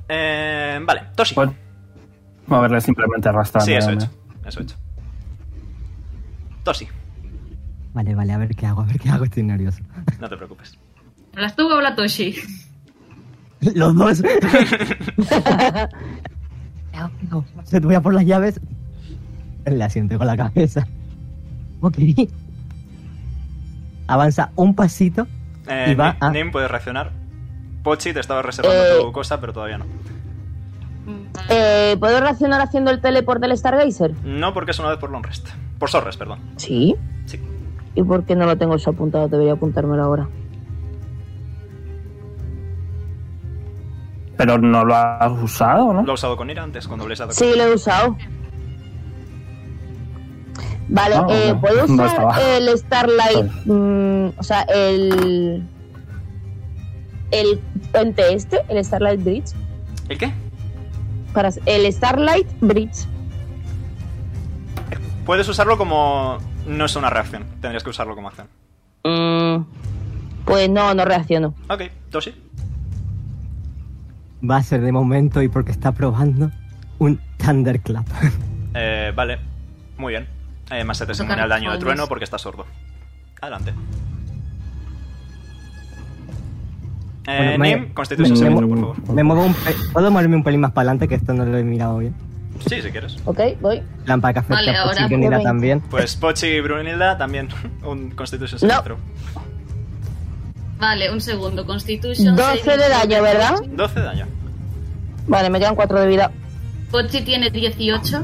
Eh, vale, Toshi. Bueno, moverle simplemente arrastrando. sí, eso he ¿no? hecho. Eso he hecho. Toshi, Vale, vale, a ver qué hago, a ver qué hago, estoy nervioso. no te preocupes. ¿Hablas tú o habla Toshi? Los dos. Se te voy a por las llaves. Le asiento con la cabeza. Ok. Avanza un pasito. Eh, Y va Nim- a- Nim, puedes reaccionar. Pochi, te estaba reservando Eh. tu cosa, pero todavía no. Eh, ¿Puedo reaccionar haciendo el teleport del Stargazer? No, porque es una vez por long rest. Por short rest, perdón. Sí. Sí. ¿Y por qué no lo tengo eso apuntado? Debería apuntármelo ahora. Pero no lo has usado, ¿no? Lo he usado con ira antes, cuando Blaze ha Sí, lo he usado. Vale, Ah, eh, ok. ¿puedo No usar estaba. el Starlight? mm, o sea, el. El puente este, el Starlight Bridge. ¿El qué? Para, el Starlight Bridge. Puedes usarlo como. No es una reacción. Tendrías que usarlo como acción. Mm, pues no, no reacciono. Ok, Toshi. Va a ser de momento y porque está probando un Thunderclap. Eh, vale. Muy bien. Eh, más se te Tocar inmune al daño de cojones. trueno porque está sordo. Adelante. Eh, Bueno, me- Nim, Constitution me- Saving me- throw, por favor. Me muevo un pe- ¿Puedo moverme un pelín más para adelante? Que esto no lo he mirado bien. Sí, si quieres. Ok, voy. Lampa café, Vale, café, ahora chicken, por irá 20. también. Pues Pochi y Brunilda también. Un Constitution Saving No. throw. Vale, un segundo. Constitution. 12 saving de daño, throw. ¿verdad? 12 de daño. Vale, me quedan 4 de vida. Pochi tiene 18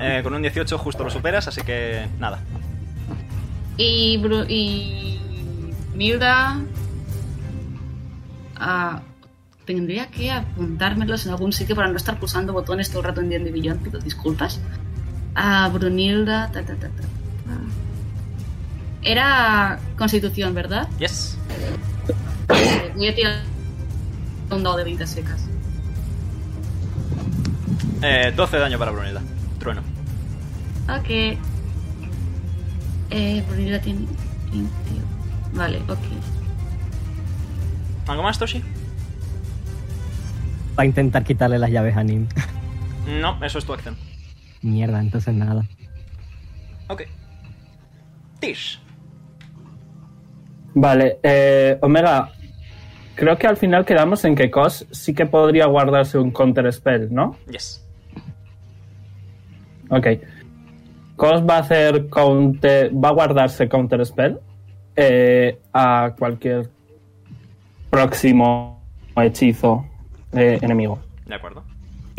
Eh, con un 18 justo lo superas, así que nada. y. Bru- y. Milda. ah, tendría que apuntármelos en algún sitio para no estar pulsando botones todo el rato en D&D Beyond, pido disculpas. A Brunilda. ta, ta, ta, ta, ta. Era Constitución, ¿verdad? Yes. Eh, Voy a tirar un dado de 20 secas. Eh, 12 de daño para Brunilda. Trueno. Ok. Eh, Brunilda tiene. limpio. Vale, ok. ¿Algo más, Toshi? Va a intentar quitarle las llaves a Nim. No, eso es tu acción. Mierda, entonces nada. Ok. Tish. Vale, eh, Omega, creo que al final quedamos en que Cos sí que podría guardarse un counter spell, ¿no? Yes. Ok. Cos va a hacer counter, va a guardarse counter spell eh, a cualquier próximo hechizo eh, enemigo. De acuerdo.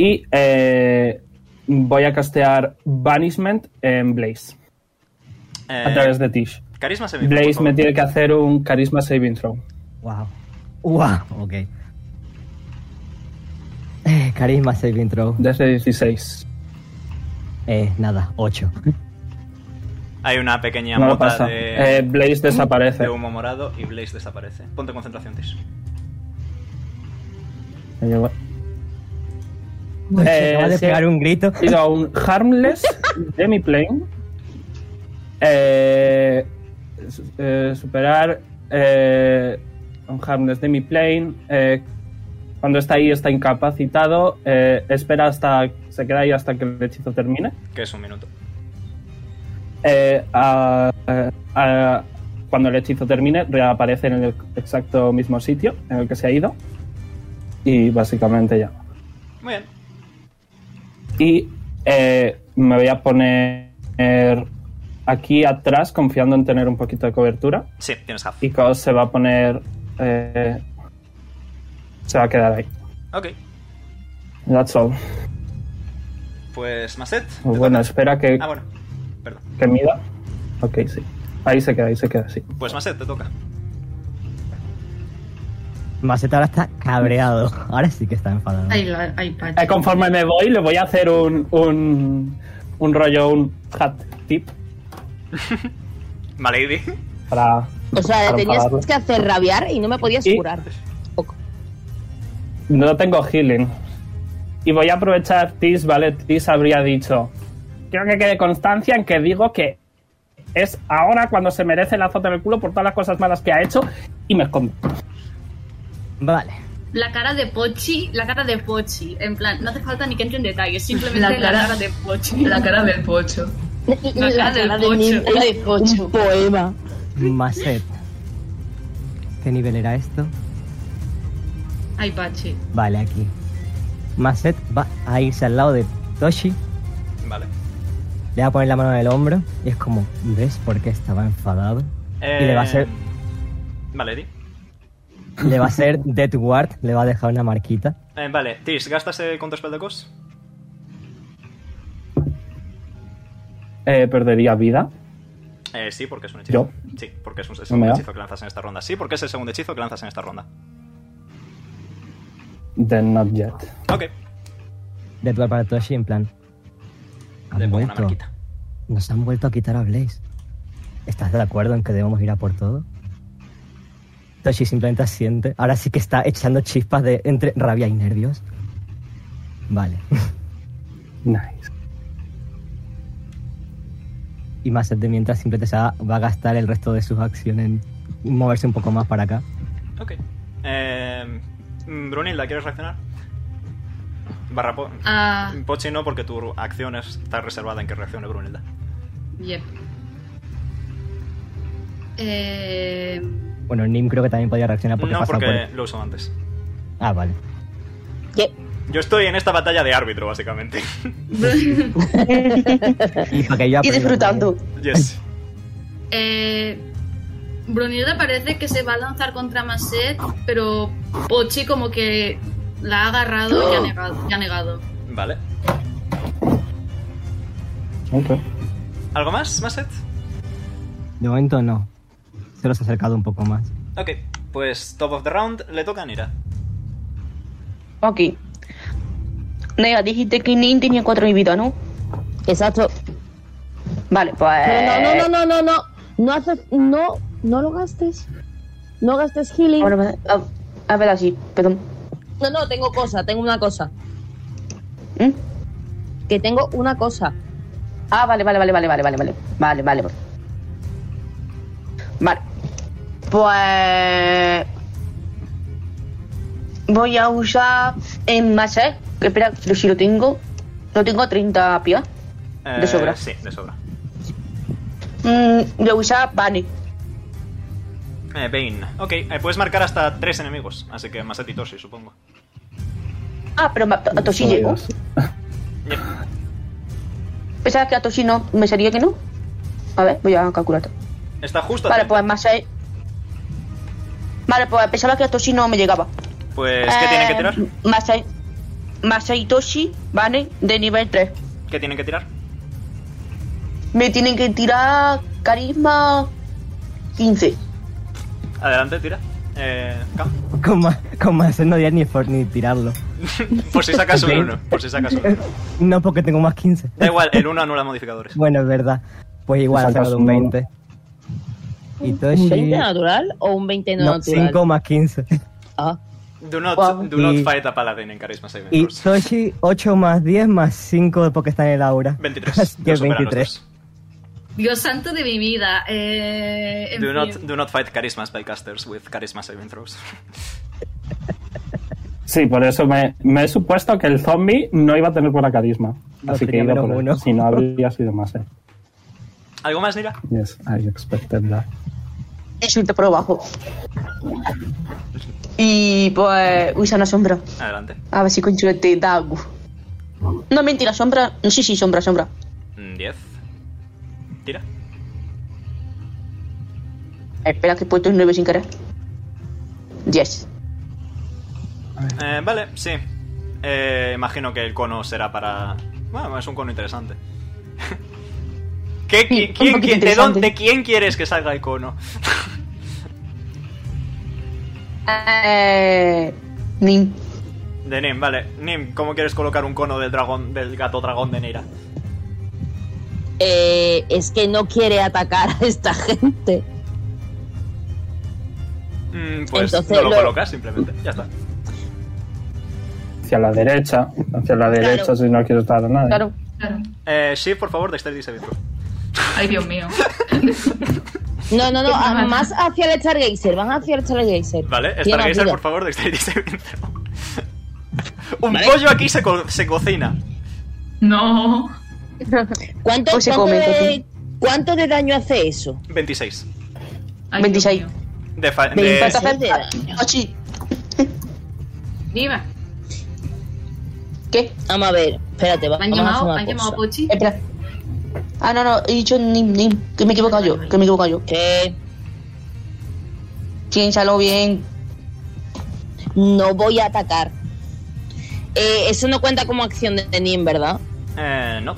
Y eh, voy a castear Banishment en Blaze Eh, a través de Tish. Carisma se Blaze me tiene que hacer un Carisma Saving Throw. Wow. Wow, ok. Eh, Carisma saving throw. Desde 16. Eh, nada, 8. Hay una pequeña No lo mota pasa. de, Eh, Blaze desaparece. de humo morado y Blaze desaparece. Ponte concentración, Tish. Me llegó- Eh, acaba de sí. pegar un grito. He sido un Harmless Demiplane. Eh, su- eh, superar eh, un Harmless Demiplane. Eh, cuando está ahí está incapacitado. Eh, espera hasta. Se queda ahí hasta que el hechizo termine. Que es un minuto. Eh, a- a- a- cuando el hechizo termine, reaparece en el exacto mismo sitio en el que se ha ido. Y básicamente ya. Muy bien. Y eh, me voy a poner aquí atrás, confiando en tener un poquito de cobertura. Sí, tienes half. Y Kaos se va a poner. eh, se va a quedar ahí. Ok. That's all. Pues Maset. te Bueno, toca. espera que, Ah, bueno. Perdón. que mida. Ok, sí. Ahí se queda, ahí se queda, sí. Pues Maset, te toca. Maceta ahora está cabreado. Ahora sí que está enfadado. Ay, la, ay, Pachi. Eh, conforme me voy, le voy a hacer un. un, un rollo, un hat tip Malady. para. O sea, para tenías enfadarlo. que hacer rabiar y no me podías Y- curar. No tengo healing. Y voy a aprovechar Tis, ¿vale? Tis habría dicho. Quiero que quede constancia en que digo que es ahora cuando se merece el azote en el culo por todas las cosas malas que ha hecho y me escondo. Vale. La cara de Pochi, la cara de Pochi. En plan, no hace falta ni que entre en detalles, simplemente la La cara, cara- de Pochi. La cara del pocho. la cara del pocho. Nim La es un poema. Macet. ¿Qué nivel era esto? Ay, Pachi. Vale, aquí. Macet va a irse al lado de Toshi. Vale. Le va a poner la mano en el hombro. Y es como, ¿ves por qué estaba enfadado? Y Eh, le va a hacer, Malady. le va a hacer Death Ward. Le va a dejar una marquita. Eh, vale, Tish, ¿gastas el Counterspell de Cos? Eh, perdería vida. Eh, sí, porque es un hechizo. Sí, porque es un segundo Omega. hechizo que lanzas en esta ronda. Sí, porque es el segundo hechizo que lanzas en esta ronda. Then not yet. Ok. Death Ward para Toshi en plan. Le Han pongo una vuelto. marquita. Nos han vuelto a quitar a Blaze. ¿Estás de acuerdo en que debemos ir a por todo? Toshi simplemente asiente. Ahora sí que está echando chispas de entre rabia y nervios. Vale. Nice. Y más de mientras simplemente se va va a gastar el resto de sus acciones en moverse un poco más para acá. Ok. Eh, mm, Brunilda, ¿quieres reaccionar? Barra po Ah, Pochi no, porque tu acción está reservada en que reaccione Brunilda. yep. Eh, Bueno, Nim creo que también podía reaccionar porque no, pasó porque por. lo uso antes. Ah, vale. ¿Qué? Yo estoy en esta batalla de árbitro, básicamente. Y, para que yo Y aprenda disfrutando. yes. eh, Brunilda parece que se va a lanzar contra Maset, pero Pochi como que la ha agarrado y ha negado. y ha negado. Vale. Ok. ¿Algo más, Maset? también. De momento no. Se los ha acercado un poco más. Ok. Pues top of the round, le toca a Nira. Ok. Nea, dijiste que Nin tenía cuatro de vida, ¿no? Exacto. Vale, pues. Pero no, no, no, no, no, no. No haces. No, no lo gastes. No gastes healing. Bueno, pues, a, a ver, así, perdón. No, no, tengo cosa, tengo una cosa. ¿Mm? Que tengo una cosa. Ah, vale, vale, vale, vale, vale, vale, vale. Vale, vale. Vale. Pues. Voy a usar en masa, ¿eh? Espera, si lo tengo. No tengo 30 pies. Eh, De sobra. Sí, de sobra. Mm, voy a usar Bane. Eh, Bane. Ok, eh, puedes marcar hasta tres enemigos, así que Masati Toshi, supongo. Ah, pero ma- a Toshi llego. Sólidos. Ya. Pensaba que a Toshi no. Me sería que no. A ver, voy a calcular. Está justo a Vale, 30. pues más 6. Vale, pues pensaba que a Toshi no me llegaba. Pues, ¿qué tienen que tirar? Más 6. Más 6 Toshi, ¿vale? De nivel 3. ¿Qué tienen que tirar? Me tienen que tirar carisma 15. Adelante, tira. Eh, Cam. Con más, con más, no diría ni, for- ni tirarlo. por si sacas un Bane. 1. Por si sacas un uno. No, porque tengo más 15. Da igual, el 1 anula modificadores. Bueno, es verdad. Pues igual, ha Sacas sacado un uno. 20. Y ¿Un Toshi... 20 natural o un 20 no, No, natural? 5 más 15. Ah, Do not, Wow. do not Y- fight a paladin en carisma saving Y throws. Toshi 8 más 10 más 5 porque está en el aura. 23. Así que Lo superan los 23. Dios santo de mi vida. Eh, dos. en Do not, fin. do not fight charisma spellcasters with charisma saving throws. Sí, por eso me, me he supuesto que el zombie no iba a tener buena carisma. No, así que tenía iba menos por él. uno. Si no, habría sido más. Eh. ¿Algo más, Nira? Yes, I expected that. Insulto por abajo. Y pues usa una sombra. Adelante. A ver si con suerte da algo. No, mentira, sombra. Sí, sí, sombra, sombra. Mm, 10. Tira. Espera que he puesto un 9 sin querer. 10. Eh, vale, sí. Eh, imagino que el cono será para. Bueno, es un cono interesante. ¿Qué, qui- un quién- poquito quién- de, interesante. dónde, de quién quieres que salga el cono? Eh, nin. De Nim, vale. Nim, ¿cómo quieres colocar un cono del dragón, del gato dragón de Nira? eh, es que no quiere atacar a esta gente. Mm, pues Entonces no lo, lo- colocas simplemente. Ya está. Hacia la derecha. Hacia la derecha si no quieres dar a nadie. Claro. Claro. Eh, Shift, por favor, Dexterity Saving Throw. Ay, Dios mío. No, no, no, Es una a- mala. más hacia el Stargazer, van hacia el Stargazer. Vale, Tiene Stargazer, ayuda. por favor, Dexterity Saving Throw. Un pollo aquí se, co- se cocina. No. ¿Cuánto, Pues se cuánto come, de, cuánto de daño hace eso? 26. Ay, 26. Dios mío. De fa- Me de- impacta siete hacer- ah, daño. Ochi, Viva. ¿Qué? Vamos a ver, espérate, va- ¿Me han vamos a hacer llamado, una ¿han llamado a cosa. Pochi? Espera. Ah, no, no, he dicho nim, nim. Que me he equivocado yo. Que me he equivocado yo. Que Piénsalo bien. no voy a atacar. Eh, eso no cuenta como acción de de Nim, ¿verdad? Eh, no.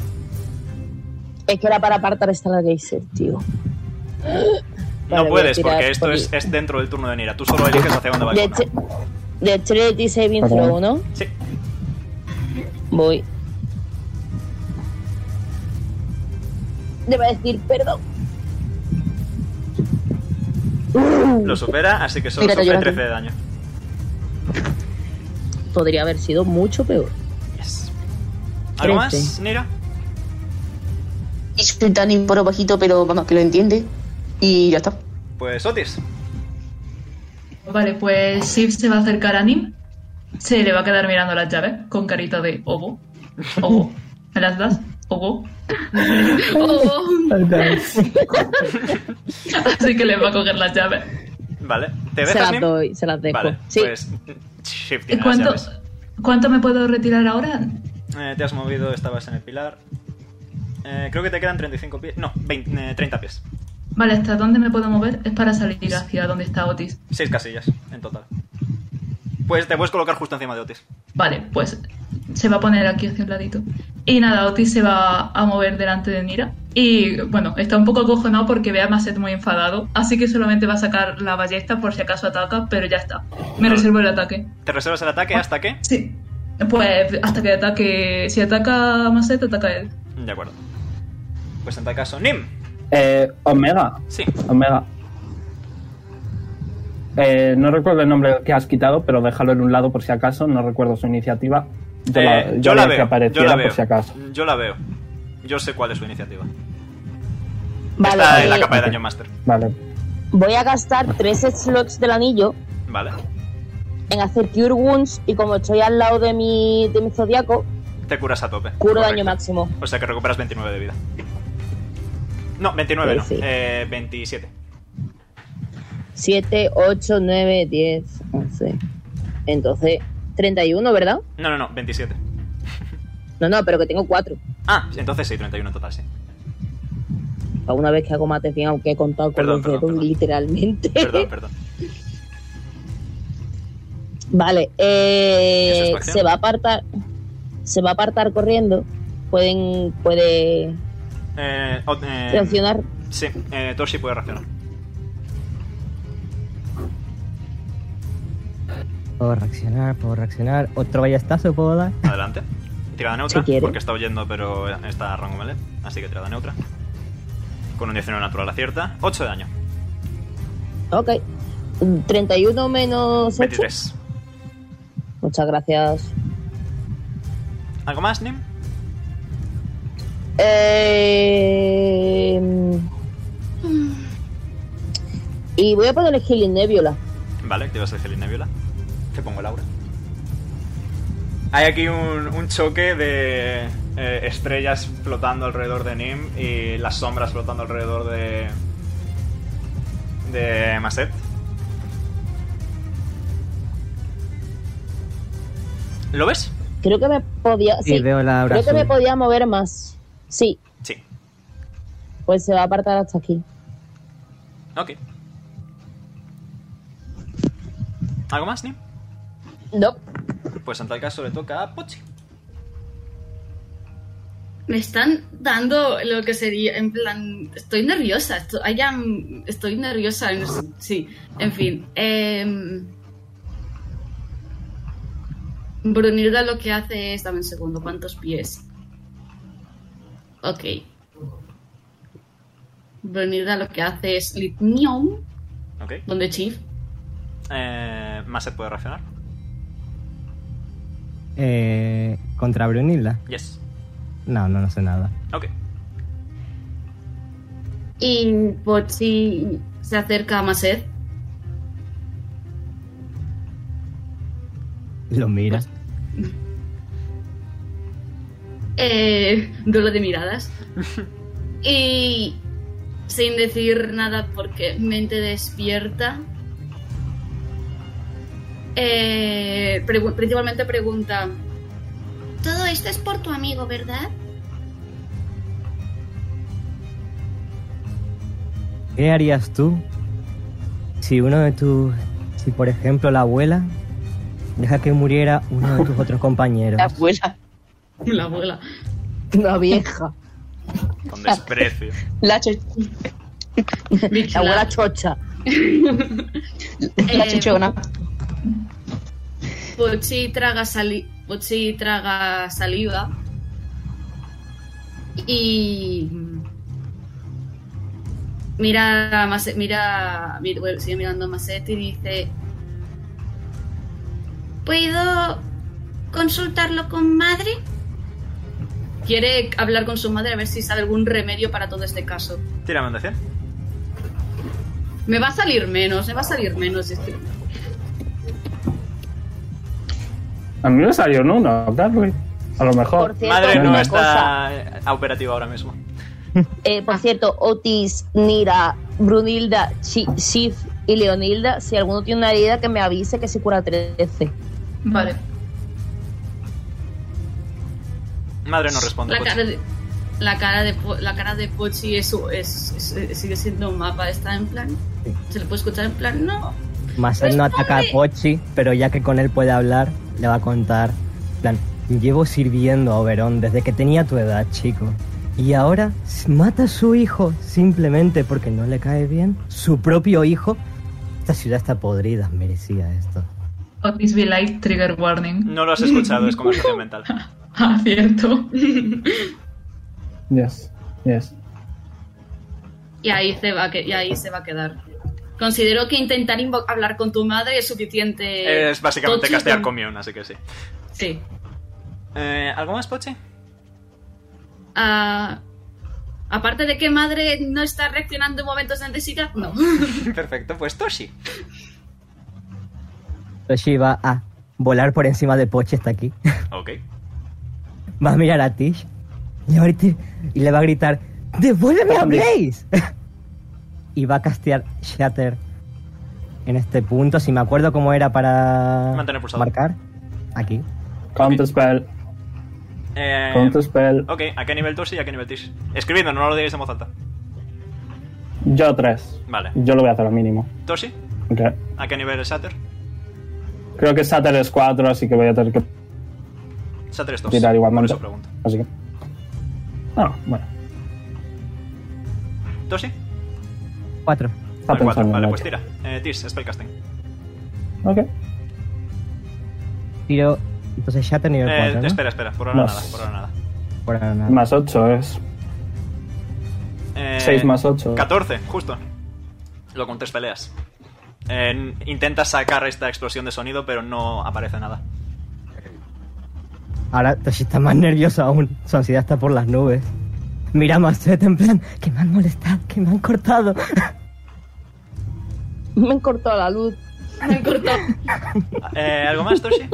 Es que era para apartar Stargazer, tío. Vale, no voy a puedes, tirar porque esto por- es, es dentro del turno de Nira. Tú solo eliges hacia dónde va De el cono. este- De Dexterity Saving Perdón. Throw, ¿no? Sí. Voy. Debe decir perdón. Lo supera, así que solo Mira, te sufre lloras, 13 de daño. Podría haber sido mucho peor. Yes. ¿Algo más, Trece. Nira? Insulta a nim por bajito, pero vamos, que lo entiende. Y ya está. Pues Otis. Vale, pues Shiv se va a acercar a Nim. Se le va a quedar mirando las llaves con carita de obo. Obo. ¿Me las das? Obo. Así que le va a coger las llaves. Vale. ¿Te Se dejas, las Nim? doy, se las dejo. Vale, sí, pues Shift ¿Y tiene las cuánto, llaves. cuánto me puedo retirar ahora? Eh, te has movido, estabas en el pilar. Eh, creo que te quedan 35 pies. No, 20, eh, 30 pies. Vale, ¿hasta dónde me puedo mover? Es para salir hacia donde está Otis. 6 casillas en total. Pues te puedes colocar justo encima de Otis. Vale, pues se va a poner aquí hacia un ladito. Y nada, Otis se va a mover delante de Nira. Y bueno, está un poco acojonado porque ve a Maset muy enfadado. Así que solamente va a sacar la ballesta por si acaso ataca, pero ya está. Me Vale. reservo el ataque. Te reservas el ataque hasta que. Ah, Sí. Pues hasta que ataque. Si ataca Maset, ataca él. De acuerdo. Pues en tal caso, Nim. Eh, Omega. Sí. Omega. Eh, no recuerdo el nombre que has quitado, pero déjalo en un lado por si acaso. No recuerdo su iniciativa. Yo la, Eh, yo yo la que la veo. Yo apareciera la veo. por si acaso. Yo la veo. Yo sé cuál es su iniciativa. vale. Está en la eh, capa de Ok. daño master. Vale. Voy a gastar tres slots del anillo Vale. en hacer Cure Wounds y como estoy al lado de mi, de mi zodiaco, Te curas a tope. curo Correcto. daño máximo. O sea que recuperas 29 de vida. No, 29 no. Sí, sí. Eh, 27. 7, 8, 9, 10, 11. Entonces, 31, ¿verdad? No, no, no, 27. No, no, pero que tengo 4. Ah, entonces sí, 31 en total, sí. Eh, Para una vez que hago mates bien, aunque he contado con Perdón, los perdón, dedos, perdón. literalmente. Perdón, perdón. Vale, eh, ¿Eso es tu acción? se va a apartar. Se va a apartar corriendo. Pueden. Puede Eh, o- eh, reaccionar. Sí, eh, Toshi puede reaccionar. Puedo reaccionar, puedo reaccionar. ¿Otro ballestazo puedo dar? Adelante. Tirada neutra, Si quiere. porque está huyendo, pero está a rango melee. Así que tirada neutra. Con un 19 natural acierta. 8 de daño. Ok. 31 menos 8. 23. Muchas gracias. ¿Algo más, Nim? Eh, y voy a poner el Healing Nebula. Vale, activas el Healing Nebula. Te pongo el aura. Hay aquí un, un choque de eh, estrellas flotando alrededor de Nim y las sombras flotando alrededor de. de Maset. ¿Lo ves? Creo que me podía. Sí, Y veo la aura creo que me azul. podía mover más. Sí, Sí. pues se va a apartar hasta aquí. Ok. ¿Algo más, Nim? No, Pues en tal caso le toca a Pochi. Me están dando lo que sería, en plan, estoy nerviosa, esto- I am- estoy nerviosa, en- sí, en fin. em, Brunilda lo que hace es, dame un segundo, ¿cuántos pies? Ok. Brunilda lo que hace es Litnium, Ok. donde Chief. Eh, Maset puede reaccionar. Eh, ¿Contra Brunilda? Yes. No, no, no sé nada. Ok. Y Pochi se acerca a Maset. Lo mira. Eh, duelo de miradas. y sin decir nada porque mente despierta. eh, pregu- principalmente pregunta. Todo esto es por tu amigo, ¿verdad? ¿Qué harías tú si uno de tus... Si por ejemplo la abuela deja que muriera uno de tus otros compañeros? La abuela. La abuela. una vieja. Con desprecio. La, cho- La abuela chocha. la Eh, chichona. Pochi Pues traga, sali- Pochi traga saliva. Y. Mira, a Maset- mira, mira bueno, sigue mirando a Maset y dice: ¿Puedo consultarlo con madre? Quiere hablar con su madre a ver si sabe algún remedio para todo este caso. Tírame un de 100. Me va a salir menos, me va a salir menos. es que- A mí me salió un uno, Darwin. A lo mejor. Por cierto, Madre no una cosa. está eh, operativa ahora mismo. Eh, por cierto, Otis, Nira, Brunilda, Chi- Chief y Leonilda, si alguno tiene una herida, que me avise que se cura 13. Vale. Madre no responde. La pues. Pochi. cara de, la cara de, Po- la cara de Pochi es, es- es- es- sigue siendo un mapa. Está en plan. Sí. Se le puede escuchar en plan, no. Más él no ataca a Pochi, pero ya que con él puede hablar, le va a contar. en plan, llevo sirviendo a Oberón desde que tenía tu edad, chico. Y ahora s- mata a su hijo simplemente porque no le cae bien. Su propio hijo. Esta ciudad está podrida, merecía esto. Otis be light, trigger warning. No lo has escuchado, es conversación mental. Ah, cierto. Yes, yes. Y ahí se va, a que- y ahí se va a quedar. Considero que intentar invo- hablar con tu madre es suficiente. Es básicamente Pochi castear Eh, con- commune, así que sí. Sí. Eh, ¿Algo más, Pochi? Ah, Aparte de que madre no está reaccionando en momentos de necesidad, no. Perfecto, pues Toshi. Toshi va a volar por encima de Pochi hasta aquí. Ok. Va a mirar a Tish. Y, ahorita, y le va a gritar, ¡Devuélveme a Blaze! y va a castear Shatter en este punto. Si me acuerdo cómo era para Mantener pulsado. marcar. Aquí. Counter spell. Eh, Counter spell. ok, ¿a qué nivel Toshi y a qué nivel Tish? Escribiendo, no lo digáis en voz alta. Yo tres. Vale. Yo lo voy a hacer al mínimo. Toshi, Ok. ¿a qué nivel es Shatter? Creo que Shatter es 4, así que voy a tener que Shatter es 2. tirar Por igualmente. eso pregunto. Así que. Ah, bueno. ¿Toshi? Cuatro. Está Vale, cuatro. pensando Vale, en pues ello. tira. Eh, Tish, spellcasting. Ok. Tiro. Entonces Shatter nivel Eh, 4. ¿no? Espera, espera, por ahora Más. nada, por ahora nada. Por ahora nada. Más 8 es. Eh, 6 más 8. 14, justo. Lo contesteleas. Eh, intentas sacar esta explosión de sonido, pero no aparece nada. Ahora Toshi está más nervioso aún. Su ansiedad está por las nubes. Mira a Macete en plan, que me han molestado, que me han cortado. Me han cortado la luz. Eh, ¿Algo más, Toshi?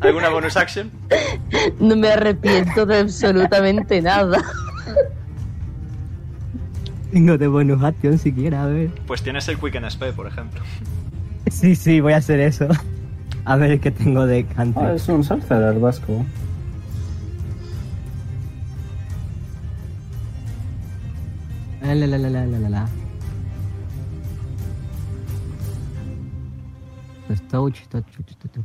¿Alguna bonus action? No me arrepiento de absolutamente nada. Tengo de bonus action siquiera, a ver. Pues tienes el Quicken SP, por ejemplo. Sí, sí, voy a hacer eso. A ver qué tengo de canto. Ah, es un sorcerer vasco. La, la, la, la, la, la, la, la. Los touch, touch, touch, touch, touch.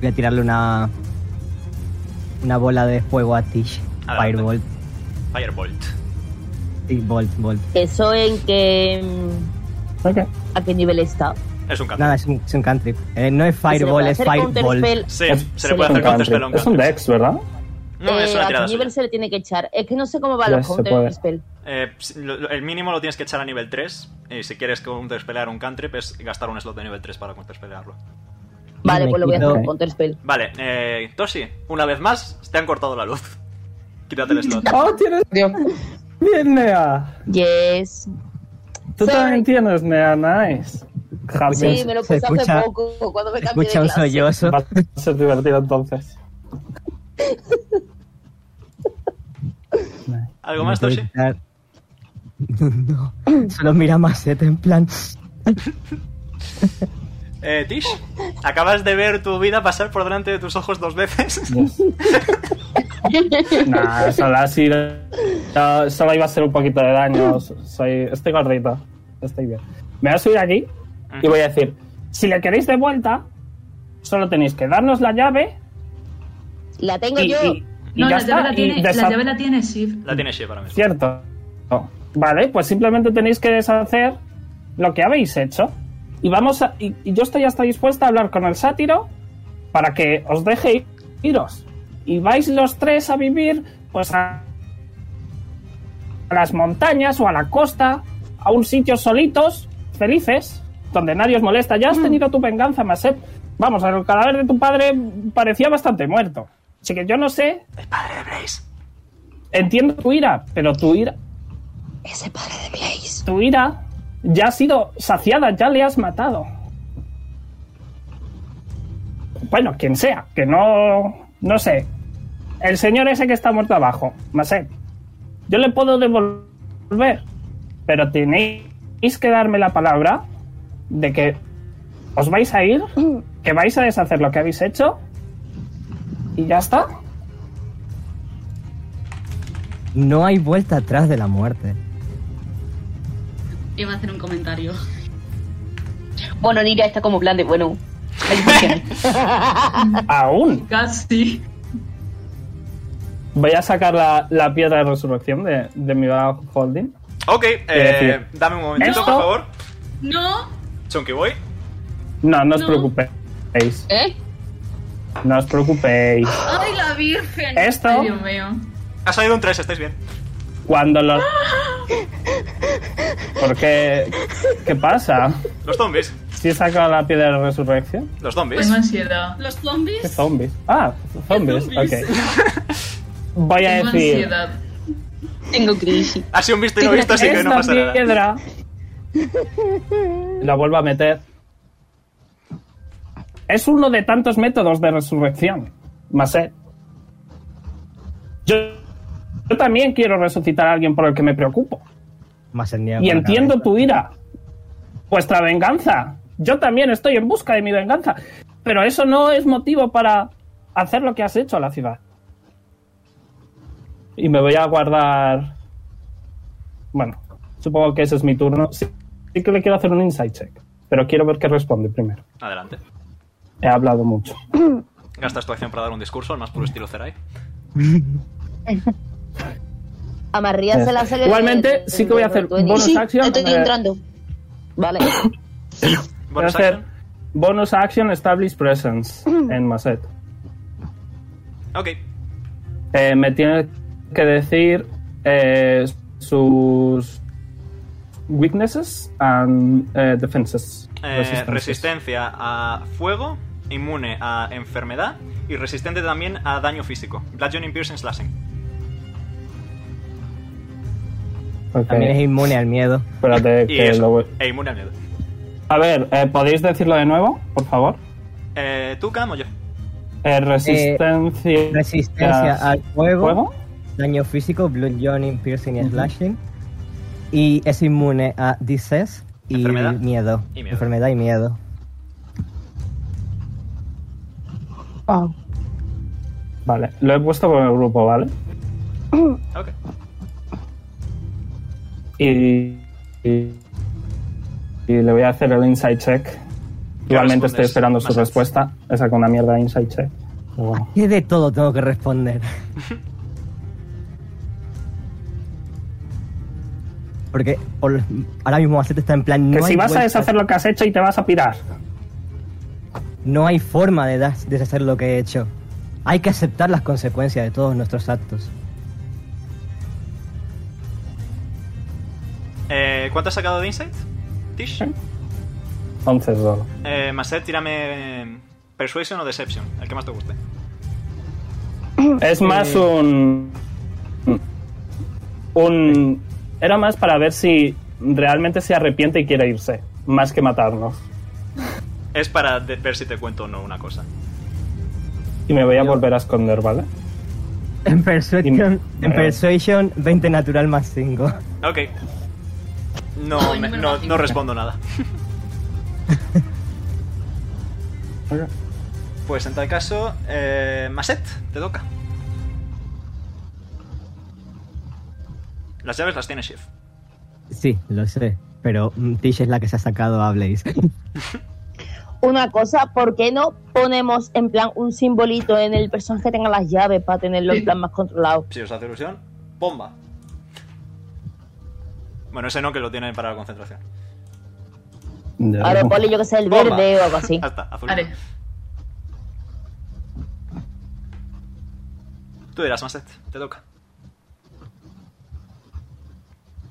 Voy a tirarle una una bola de fuego a Tish. Adelante. Firebolt. Firebolt. Sí, bolt, bolt. ¿Eso en qué. mm, Ok. a qué nivel está? Es un cantrip. Nada, es un, es un cantrip. Eh, no es ¿Se le fireball, puede es hacer fireball. counterspell? Sí, Es- se le puede es hacer un counterspell a cantrip. un Es un cantrip. dex, ¿verdad? No, es Eh, una ¿A tirada qué nivel suya. se le tiene que echar? Es que no sé cómo va Ya los se counter puede. spell. Eh, ps- lo- el mínimo lo tienes que echar a nivel 3. Y si quieres counterspellear un cantrip, es gastar un slot de nivel 3 para counterspellearlo. Vale, Me pues lo voy a hacer quito- con counter spell. Vale, eh, Toshi, una vez más, te han cortado la luz. Quítate el slot. ¡Oh, tienes! Dios. ¡Bien, Nea! Yes. Tú Sorry. también tienes, Nea, nice. Javi, Sí, me lo se puse hace escucha- poco cuando me cambié Escucha de un clase. sollozo. va a ser divertido entonces. ¿Algo más, Me Toshi? voy a quitar- No, solo mira a Macete en plan. Mm. Eh, Tish, acabas de ver tu vida pasar por delante de tus ojos dos veces. Nah, solo así. no, solo iba a hacer un poquito de daño. Soy, estoy gordito. Estoy bien. Me voy a subir aquí y voy a decir: si le queréis de vuelta, solo tenéis que darnos la llave La tengo y. yo. y- y No, ya la llave, está. la, y tiene, la desa- llave la tiene Shiv. La tiene Shea para mí. Cierto. Vale, pues simplemente tenéis que deshacer lo que habéis hecho. Y vamos a, y, y yo estoy hasta dispuesta a hablar con el sátiro para que os deje iros. Y vais los tres a vivir, pues a, a las montañas o a la costa, a un sitio solitos, felices, donde nadie os molesta. Ya has tenido tu venganza, Maset. Vamos, el cadáver de tu padre parecía bastante muerto. Así que yo no sé El padre de Blaze. Entiendo tu ira, pero tu ira. Ese padre de Blaze. Tu ira ya ha sido saciada, ya le has matado. Bueno, quien sea, que no. No sé. El señor ese que está muerto abajo, Maset. Yo le puedo devolver, pero tenéis que darme la palabra de que os vais a ir, Mm. que vais a deshacer lo que habéis hecho y ya está. No hay vuelta atrás de la muerte. Iba a hacer un comentario. Bueno, Nira está como plan de, bueno, hay opciones. Aún. Casi. Voy a sacar la, la piedra de resurrección de, de mi bag holding. Ok, eh, decir, dame un momentito, ¿esto? por favor. No, Chunky Boy. No, no os No. preocupéis. ¿Eh? No os preocupéis. ay la Virgen. Esto Ay, Dios mío. Ha salido un 3, estáis bien. Cuando los... ¿Por qué? ¿Qué pasa? Los zombies. ¿Si he sacado la piedra de la resurrección? Los zombies. Tengo ansiedad. Los ¿Qué zombies. zombies? Ah, zombies, zombies. ok. Voy a Tengo decir... ansiedad. Tengo crisis. Ha sido un visto y no Este visto, así que no pasa Esta nada. piedra... La vuelvo a meter. Es uno de tantos métodos de resurrección, Maset. Yo, yo también quiero resucitar a alguien por el que me preocupo. Más el niego con Y la entiendo cabeza. tu ira. Vuestra venganza. Yo también estoy en busca de mi venganza. Pero eso no es motivo para hacer lo que has hecho a la ciudad. Y me voy a guardar. Bueno, supongo que ese es mi turno. Sí, sí que le quiero hacer un insight check. Pero quiero ver qué responde primero. Adelante. He hablado mucho. Gastas tu acción para dar un discurso, al más puro estilo Zerai. A María se la salió. Igualmente, sí que voy a hacer bonus Sí, action, estoy eh, entrando. Vale. Voy a Bonus hacer action. bonus action establish presence en Maset. Ok. Eh, me tiene que decir eh, sus weaknesses and eh, defenses. Eh, Resistencias. resistencia a fuego, inmune a enfermedad y resistente también a daño físico. Bludgeoning, piercing, slashing. Ok, También es inmune al miedo. Espérate Y Eh, que eso, lo voy- e inmune al miedo. A ver, eh, ¿podéis decirlo de nuevo, por favor? Eh, ¿Tú, Cam o yo? Eh, resistencia. Eh, Resistencia al fuego, fuego. daño físico, blood joining, piercing y slashing. Y es inmune a disease y Enfermedad. miedo. Y miedo. Enfermedad y miedo. Vale, lo he puesto por el grupo, ¿vale? Ok. Y, y- y le voy a hacer el insight check. Igualmente estoy respondes, esperando su Maset? respuesta. He sacado una mierda de insight check. Pero bueno. ¿Qué de todo tengo que responder? Porque por- ahora mismo Macete está en plan. Que no si hay vas a vuelta- deshacer lo que has hecho y te vas a pirar. No hay forma de das- deshacer lo que he hecho. Hay que aceptar las consecuencias de todos nuestros actos. Eh, ¿Cuánto has sacado de Insight? Tish. ¿Eh? Entonces, solo. Eh, Maset, tírame eh, Persuasion o Deception, el que más te guste. Es Eh. más un. Un. Era más para ver si realmente se arrepiente y quiere irse. Más que matarnos. Es para de- ver si te cuento o no una cosa. Y me voy a volver a esconder, ¿vale? En Persuasion, en Bueno. persuasion 20 natural más 5. Ok. No, Ay, me- número no, mágico. no respondo nada. Pues en tal caso, eh, Maset, te toca. Las llaves las tiene Shiv. Sí, lo sé. Pero mm, Tish es la que se ha sacado a Blaze. Una cosa, ¿por qué no ponemos en plan un simbolito en el personaje que tenga las llaves para tenerlo en plan más controlado? Si os hace ilusión, bomba. Bueno, ese no que lo tiene para la concentración. Ahora ponle yo que sé el Bomba. verde o algo así. Ya está, azul. Vale. Tú dirás, Maset, te toca.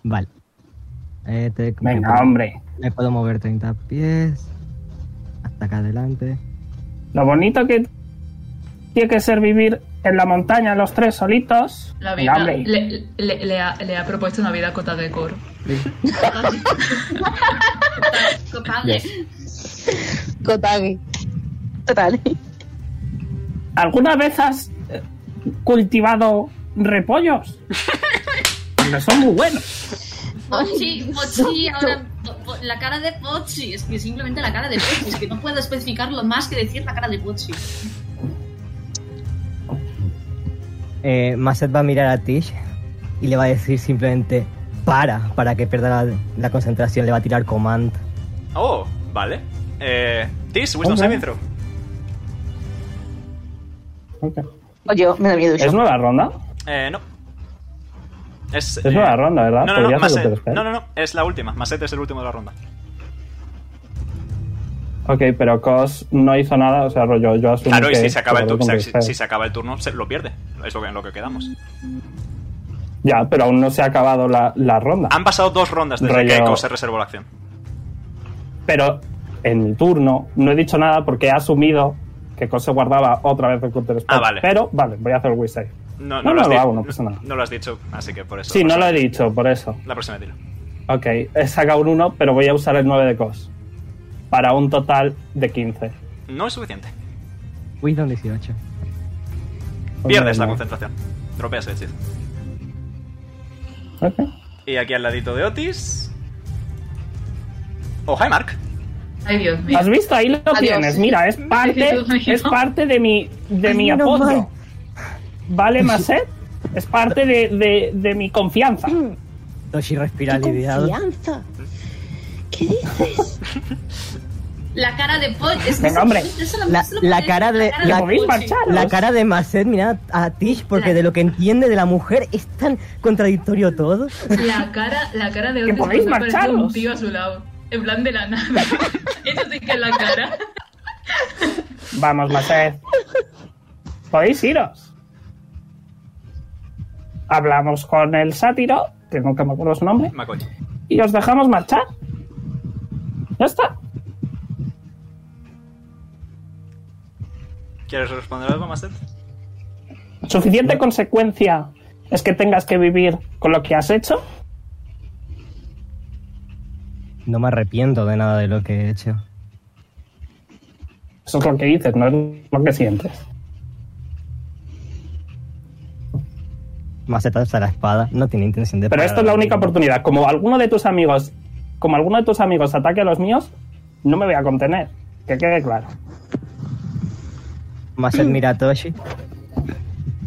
Vale. Eh, te- Venga, hombre. Me puedo mover 30 pies. Hasta acá adelante. Lo bonito que tiene que ser vivir en la montaña los tres solitos. La Venga, vida. hombre. Le, le- le ha, le ha propuesto una vida cota de coro. Copague. Kotagi. Total. ¿Alguna vez has eh, cultivado repollos? Porque son muy buenos. Pochi, Pochi, ahora. po- po- La cara de Pochi. Es que simplemente la cara de Pochi. Es que no puedo especificarlo más que decir la cara de Pochi. Eh, Masset va a mirar a Tish y le va a decir simplemente para, para que pierda la, la concentración. Le va a tirar command. Oh, vale. Eh, Tis, Wisdom Ok. Saving Throw. Oye, Oh, me da miedo eso. ¿Es nueva ronda? Eh, no. Es, eh, Es nueva ronda, ¿verdad? No, no, no, Podría ser Maset. otra vez, ¿eh? no, no, no, es la última. Maset es el último de la ronda. Ok, pero Cos no hizo nada, o sea, rollo, yo asumo Claro, y que si se acaba el, todo turno, si, contesté. si se acaba el turno, se lo pierde. Es lo que, en lo que quedamos. Ya, pero aún no se ha acabado la, la ronda. Han pasado dos rondas desde Rollo- que Echo se reservó la acción. Pero en mi turno no he dicho nada porque he asumido que Cos se guardaba otra vez el counter spell. Ah, vale. Pero, vale, voy a hacer el Will save. No, No, lo, has no lo di- hago, no pasa nada. no lo has dicho, así que por eso. Sí, no lo he dicho, por eso. La próxima tiro. Ok, he sacado un 1, pero voy a usar el 9 de Cos. Para un total de 15. No es suficiente. Wisdom 18. Pierdes la Bueno, concentración. Dropeas el hechizo. ok. Y aquí al ladito de Otis. Oh, hi, Mark. Ay, Dios mío. ¿Has visto? Ahí lo tienes. Mira, es parte, Dios mío. es parte de mi, de Ay, mi menos apoyo. mal. ¿Vale, Maset? Es parte de, de- de mi confianza. Toshi respira ¡Qué aliviado. confianza! ¿Qué dices? La cara de Paul es Venga, hombre. eso lo- La, eso lo la puedes- cara de ¿Que la, podéis marchar? la cara de Maset mirando a Tish porque de lo que entiende de la mujer es tan contradictorio todo. La cara, la cara de Que Otis podéis cuando apareció marcharos. un tío a su lado. En plan de la nada. Eso sí que es la cara. Vamos, Maset. Podéis iros. Hablamos con el sátiro, que nunca me acuerdo su nombre, Macoy. y os dejamos marchar. Ya está. ¿Quieres responder algo, Master? ¿Suficiente consecuencia es que tengas que vivir con lo que has hecho? No me arrepiento de nada de lo que he hecho. Eso es lo que dices, no es lo que sientes. Maset alza la espada, no tiene intención de. Pero parar esta es a la nadie. única oportunidad. Como alguno de tus amigos, como alguno de tus amigos ataque a los míos, no me voy a contener. Que quede claro. Maset mira a Toshi.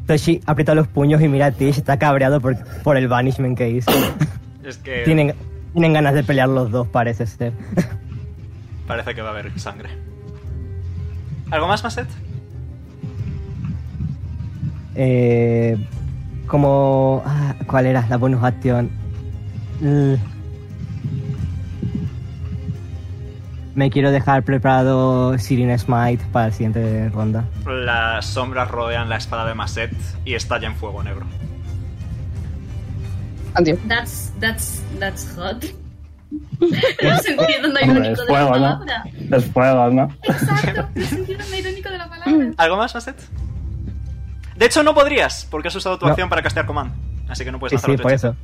Toshi aprieta los puños y mira a Tish, está cabreado por, por el banishment que hizo. Es que tienen, tienen ganas de pelear los dos, parece ser. parece que va a haber sangre. ¿Algo más, Maset? Eh, como. ah, ¿Cuál era la bonus acción? L- Me quiero dejar preparado Siren Smite para la siguiente ronda. Las sombras rodean la espada de Maset y estalla en fuego negro. Adiós. That's, that's, that's hot. no sé por qué no hay Hombre, único es de la fuego, ¿no? palabra. Es fuego, ¿no? Exacto, el sentido más irónico de la palabra. ¿Algo más, Maset? De hecho, no podrías, porque has usado tu No. acción para castear command. Así que no puedes Sí, lanzar sí, otro por hechizo. eso.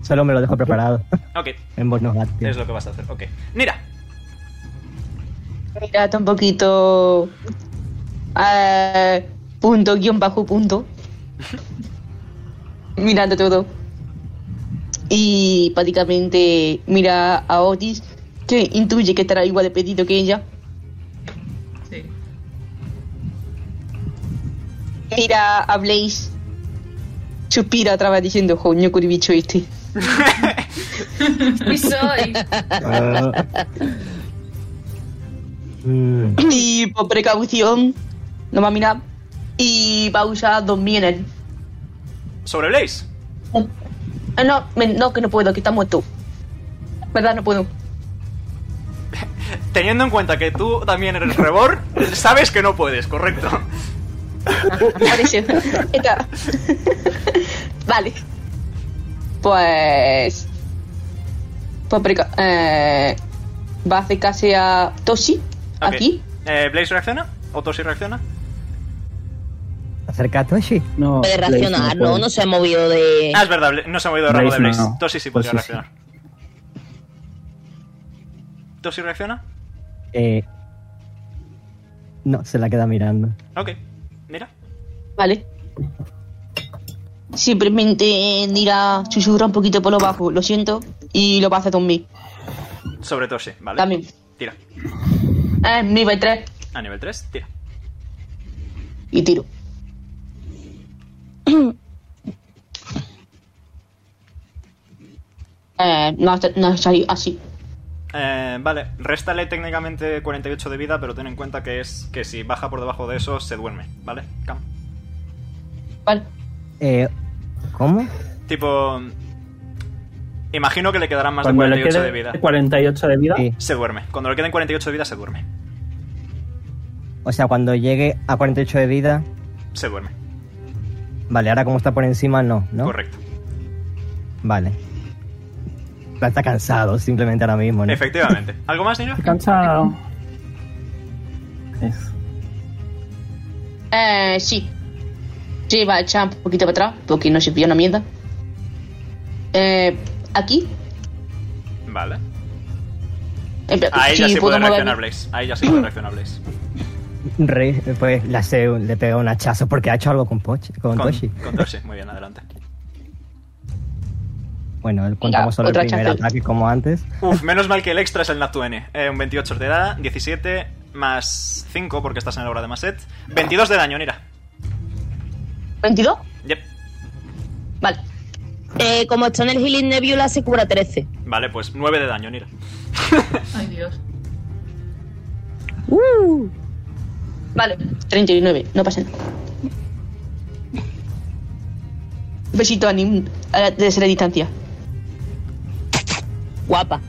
Solo me lo dejo preparado Ok, en bonus es acción. lo que vas a hacer. Ok. Mira, Mira, está un poquito. eh, punto, guión bajo, punto. Mirando todo. Y prácticamente mira a Otis, que intuye que estará igual de pedido que ella. Sí. Mira a Blaze. Suspira otra vez diciendo, joño, con el bicho este. Y soy. Ah. Mm, Y por precaución, no va a mirar. Y va a usar dos mienes. sobre Blaze. Ah, no, me- no, que no puedo, que está muerto. ¿Verdad? No puedo. Teniendo en cuenta que tú también eres rebor, sabes que no puedes, correcto. Parece. Está. vale. Pues. Pues preca- eh, va a acercarse a Toshi. Ok. Aquí. Eh, ¿Blaze reacciona? ¿O Toshi reacciona? Acerca a Toshi. No. Puede reaccionar, ¿no? No se ha movido de. Ah, es verdad, Bla- no se ha movido el rango de Blaze Blaze. no. Toshi sí podría Toshi sí. reaccionar. ¿Toshi reacciona? Eh, no, se la queda mirando. Ok. Mira. Vale. Simplemente dirá, susurra un poquito por lo bajo, lo siento, y lo va a hacer conmigo. Sobre Toshi, ¿vale? También. Tira. Eh, nivel 3, A nivel 3, tira. y tiro. eh, no, no salí así. Eh, vale, réstale técnicamente 48 de vida, pero ten en cuenta que es que si baja por debajo de eso, se duerme, ¿vale? Cam. Vale. Eh, ¿Cómo? Tipo. Imagino que le quedarán más Cuando de le 48 quede de vida. 48 de vida, Sí. Se duerme. Cuando le queden 48 de vida, se duerme. O sea, cuando llegue a 48 de vida. Se duerme. Vale, ahora como está por encima, no, ¿no? Correcto. Vale. La Está cansado simplemente ahora mismo, ¿no? Efectivamente. ¿Algo más, niño? estoy cansado. Es- Eh, sí. Sí, va a echar un poquito para atrás porque no se pilla una mierda. Eh, aquí. Vale. En plan, A ella sí, puede moverme. reaccionar Blaze. A ella sí puede reaccionar Blaze. Rey, pues le, hace un- le pega un hachazo porque ha hecho algo con, Pochi, con, Con Toshi. Con Toshi. Muy bien, adelante. Bueno, contamos solo el otro primer hachazo. ataque como antes. Uf, menos mal que el extra es el Nat 20. Eh, un 28 te da, 17 más 5 porque estás en la obra de Maset. 22 de daño, Nira. ¿22? Yep. Vale. Eh, como está en el Healing Nebula, se cubra 13. Vale, pues 9 de daño, Nira. Ay, Dios. Vale. 39, no pasa nada. Besito a Nim a la- desde la distancia. Guapa.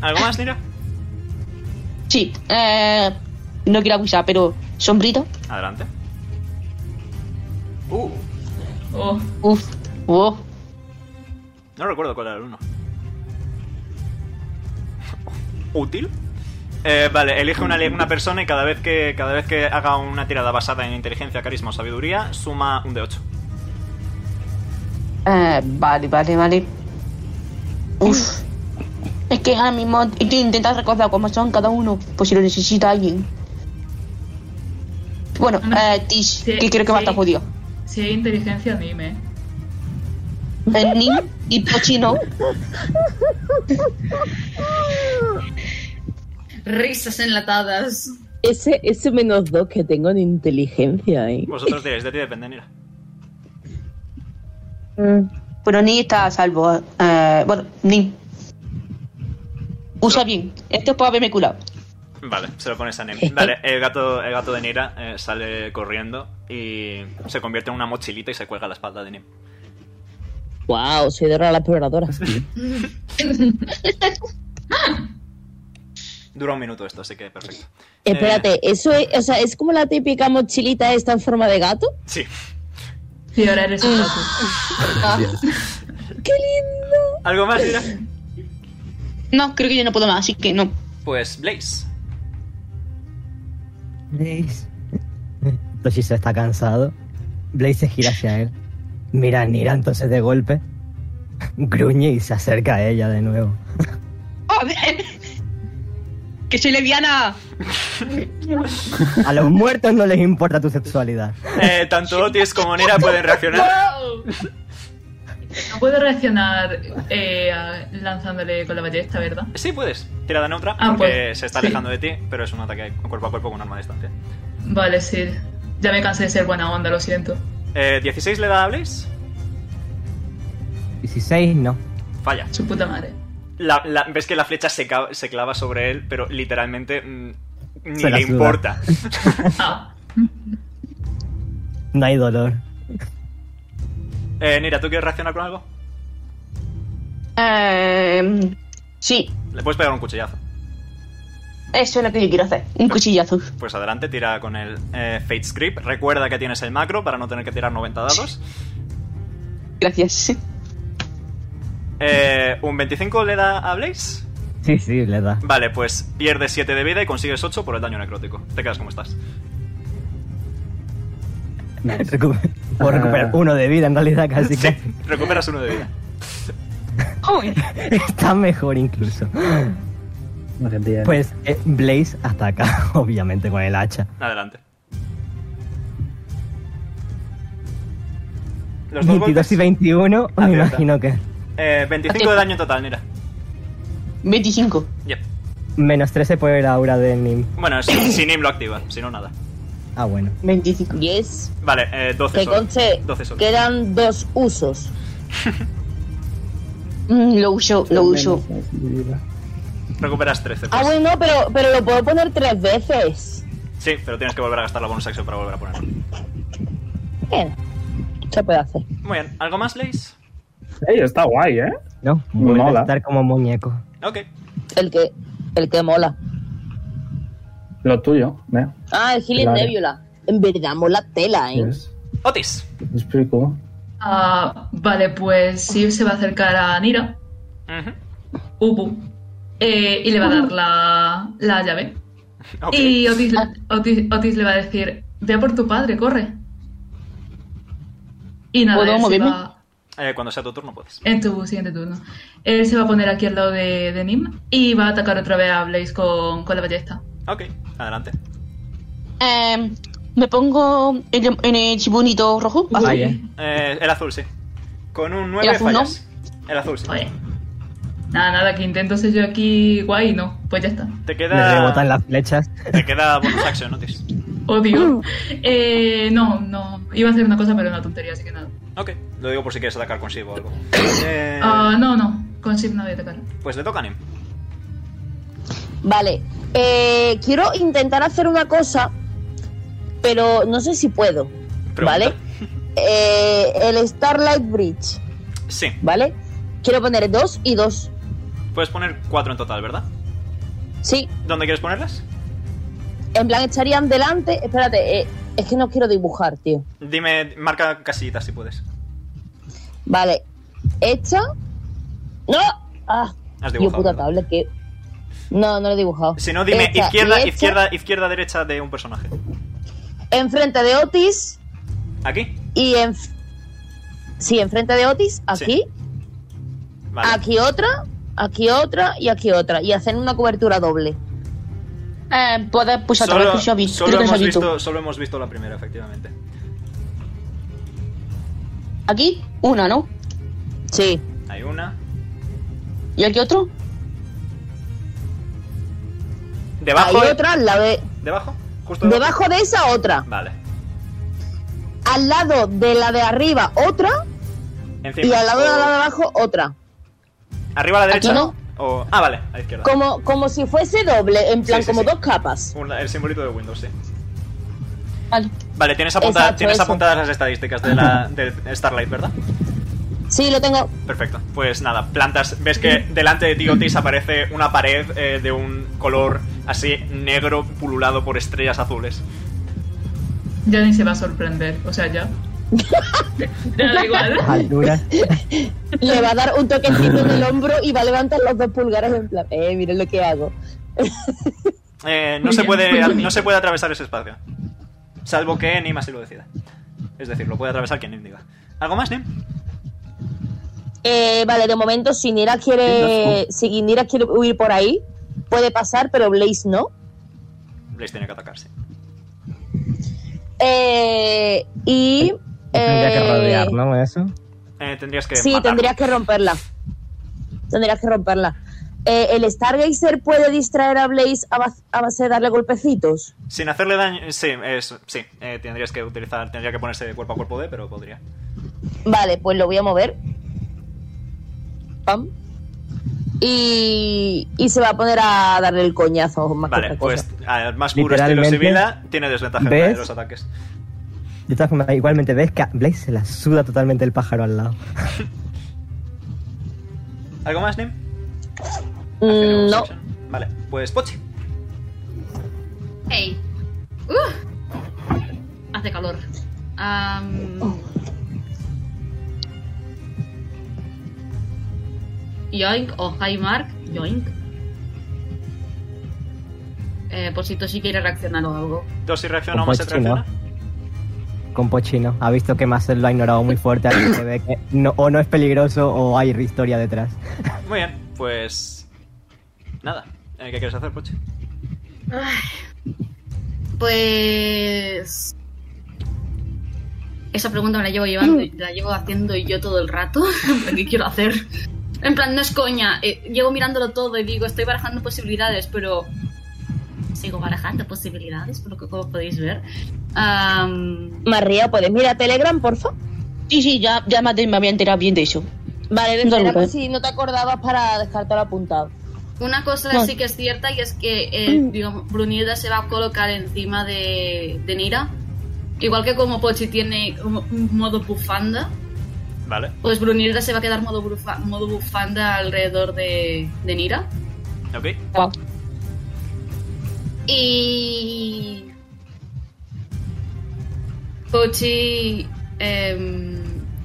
¿Algo más, Nira? Sí, eh, no quiero abusar, pero sombrito. Adelante. Uh, Oh, Uf, wow. no recuerdo cuál era el 1. ¿Útil? Eh, vale, elige una, una persona y cada vez, que, cada vez que haga una tirada basada en inteligencia, carisma o sabiduría, suma un de 8. Eh, vale, vale, vale. Uf. Es que ahora mismo estoy intentando recordar cómo son cada uno, por si lo necesita alguien. Bueno, Ana, eh, Tish, sí, que creo que va a estar sí. jodido. si hay inteligencia, anime. ¿eh? Eh, Nim y Pochino. Risas enlatadas. Ese, ese menos 2 que tengo en inteligencia, ¿eh? Vosotros diréis, de ti depende, Nira. Pero Nim está a salvo. eh, bueno, Nim. Usa bien. Esto es para haberme curado. Vale, se lo pones a Nemi. Vale, el gato, el gato de Nira eh, sale corriendo y se convierte en una mochilita y se cuelga a la espalda de Nim. Wow, soy Dora la exploradora. Dura un minuto esto, así que perfecto. Espérate, eso es, o sea, es como la típica mochilita esta en forma de gato. Sí. Y ahora eres un Ah, gato. Ah. ¡Qué lindo! ¿Algo más, Nira? No, creo que yo no puedo más, así que no. Pues Blaze. Blaze. Toshi se está cansado. Blaze se gira hacia él. Mira a Nira entonces de golpe. Gruñe y se acerca a ella de nuevo. ¡Joder! Oh, ¡Que soy lesbiana! A los muertos no les importa tu sexualidad. Eh, tanto Otis como Nira pueden reaccionar. No puedo reaccionar eh, a- lanzándole con la ballesta, ¿verdad? Sí, puedes. Tirada neutra, Ah, porque pues, se está sí. alejando de ti, pero es un ataque cuerpo a cuerpo con arma a distancia. Vale, sí. Ya me cansé de ser buena onda, lo siento. Eh, 16 le da a Blaze. 16 no. Falla. Su puta madre. La- la- ves que la flecha se, ca- se clava sobre él, pero literalmente mm, ni Se la le suda. importa. Ah, No hay dolor. Eh, Nira, ¿tú quieres reaccionar con algo? Eh, sí, Le puedes pegar un cuchillazo. eso es lo que yo quiero hacer. Un cuchillazo. Pues adelante, tira con el eh, Fate Script. Recuerda que tienes el macro para no tener que tirar 90 dados. Gracias. Eh, ¿Un 25 le da a Blaze? Sí, sí, le da. Vale, pues pierdes 7 de vida y consigues 8 por el daño necrótico. Te quedas como estás. Recu- Puedo recuperar Ah. uno de vida en realidad Ah, casi que Sí, recuperas 1 de vida. ¡Joder! está mejor incluso. lo que tiene. Pues eh, Blaze ataca, obviamente, con el hacha. Adelante. Los 22 dos golpes. Ah, y 21, me Acierta. imagino que. Eh, 25 de daño en total, Nira. 25. Yep. Menos 13 por el aura de Nim. Bueno, si, si Nim lo activa, si no, nada. Ah, bueno. 25. Yes. Vale, eh, 12 Que solo. conste, 12 solo. quedan dos usos. Mm, lo uso, lo uso. Recuperas 13. Ah, pues. bueno, pero, pero lo puedo poner tres veces. Sí, pero tienes que volver a gastar la bonus acción para volver a ponerlo. Bien. Se puede hacer. Muy bien, ¿algo más, Blaze? Ey, está guay, ¿eh? No, vuelve Mola. a estar como muñeco. Ok. El que, el que mola. Lo tuyo, ¿eh? Ah, el Healing Claro. Nebula. En verdad mola tela, ¿eh? Yes. Otis. It's pretty cool. Ah, vale, pues Sif se va a acercar a Nira, Ujú. Ubu, eh, y le va a dar la, la llave. Ok. Y Otis, Otis- Otis le va a decir, ve a por tu padre, corre. Y nada, ¿Puedo él se moverme? va- Eh, cuando sea tu turno puedes. en tu siguiente turno. Él se va a poner aquí al lado de, de Nim y va a atacar otra vez a Blaze con, con la ballesta. Ok, adelante. Em, me pongo en el, en el chibonito rojo. azul. Ahí, eh. Eh, el azul, sí. Con un 9 ¿El azul no? fallas. El azul, sí. Oye, nada, nada, que intento ser yo aquí guay, no, pues ya está. Te Le rebotan queda. las flechas. Te queda bonus action, Otis. Odio. Eh, no, no, iba a hacer una cosa, pero una tontería, así que nada. Ok, lo digo por si quieres atacar consigo o algo. Eh, Ah, no, no, con Sif no voy a atacar. pues le toca a Nim. Vale. Eh, quiero intentar hacer una cosa, pero no sé si puedo. Pregunta. ¿Vale? Eh, el Starlight Bridge, Sí, ¿vale? Quiero poner dos y dos. puedes poner 4 en total, ¿verdad? Sí, ¿Dónde quieres ponerlas? en plan echarían delante. Espérate, eh, es que no quiero dibujar, tío. Dime, marca casillitas si puedes. Vale. Esta. ¡No! ¡Ah! Has Yo dibujado, puta ¿verdad? tablet que. No, no lo he dibujado. Si no, dime Esta y izquierda, esta, izquierda, izquierda, derecha de un personaje. Enfrente de Otis ¿Aquí? y en. Sí, enfrente de Otis, aquí. Vale. Aquí otra, aquí otra y aquí otra. Y hacen una cobertura doble. Em, puedes pulsar otra vez Solo, que yo vi- solo creo que hemos yo vi tú. visto, solo hemos visto la primera, efectivamente. Aquí, una, ¿no? Sí. Hay una. ¿Y aquí otro? ¿Debajo? Hay de- otra, al lado de- ¿Debajo? Justo debajo. debajo de esa otra. Vale. Al lado de la de arriba otra Encima. y al lado de la de O- abajo otra. ¿Arriba a la derecha? Aquí no. O- Ah, vale, a la izquierda. Como, como si fuese doble, en plan Sí, sí, como sí. dos capas. Una- el simbolito de Windows, sí. Vale. Vale, tienes, apuntada- Exacto, tienes eso. apuntadas las estadísticas de, la, de Starlight, ¿verdad? Sí, lo tengo. Perfecto. Pues nada, plantas. Ves que delante de ti, Otis, aparece una pared eh, de un color así negro pululado por estrellas azules. Ya ni se va a sorprender, o sea, ya. ya da igual. Altura. Le va a dar un toquecito en el hombro y va a levantar los dos pulgares en plan, eh, miren lo que hago. Eh, no, Muy se bien, puede, muy no bonito. se puede atravesar ese espacio. Salvo que Nim así lo decida. Es decir, lo puede atravesar quien Nim diga. ¿Algo más, Nim? Eh, vale, de momento si Nira quiere, si Nira quiere huir por ahí, puede pasar, pero Blaze no. Blaze tiene que atacarse. Eh, y Tendría que eh, rodear, ¿no? Eso. Eh, tendrías que. Sí, matarlo. tendrías que romperla. Tendrías que romperla. Eh, ¿El Stargazer puede distraer a Blaze a, bas- a base de darle golpecitos? Sin hacerle daño. Sí, es, sí eh, tendrías que utilizar. Tendría que ponerse cuerpo a cuerpo de, pero podría. Vale, pues lo voy a mover. Pam. Y, y se va a poner a darle el coñazo más que Vale, Ah, otra cosa. pues al más puro estilo Literalmente, Sibila tiene desventaja en la de ¿ves? los ataques. De todas formas, igualmente ves que a Blaze se la suda totalmente el pájaro al lado. ¿Algo más, Nim? Mm, no. Vale, pues Pochi. Hey. Uh. Hace calor. Am. Yoink o Hi Mark. Yoink. Eh, por si tú sí quieres reaccionar o algo. Dos si reacciona o Con más se Pochi, ¿no? reacciona. Con Pochino. Ha visto que Marcel lo ha ignorado muy fuerte. así que se ve que no- o no es peligroso o hay historia detrás. Muy bien, pues. Nada. Eh, ¿Qué quieres hacer, Pochi? Pues. Esa pregunta me la llevo llevando, la llevo haciendo yo todo el rato. ¿Qué quiero hacer? En plan, no es coña. eh, llevo mirándolo todo y digo, estoy barajando posibilidades, pero. Sigo barajando posibilidades, por lo que como podéis ver. Ah, Am, María, ¿puedes mirar Telegram, porfa? Sí, sí, ya, ya me me había enterado bien de eso. Vale, No, espera no, por no. si no te acordabas para descartar apuntado. una cosa No. sí que es cierta y es que eh, digamos, Brunilda se va a colocar encima de, de Nira. Igual que como Pochi tiene un un modo bufanda. Vale, Pues Brunilda se va a quedar modo, brufa- modo bufanda alrededor de, de Nira. ok. Y. Kochi, em,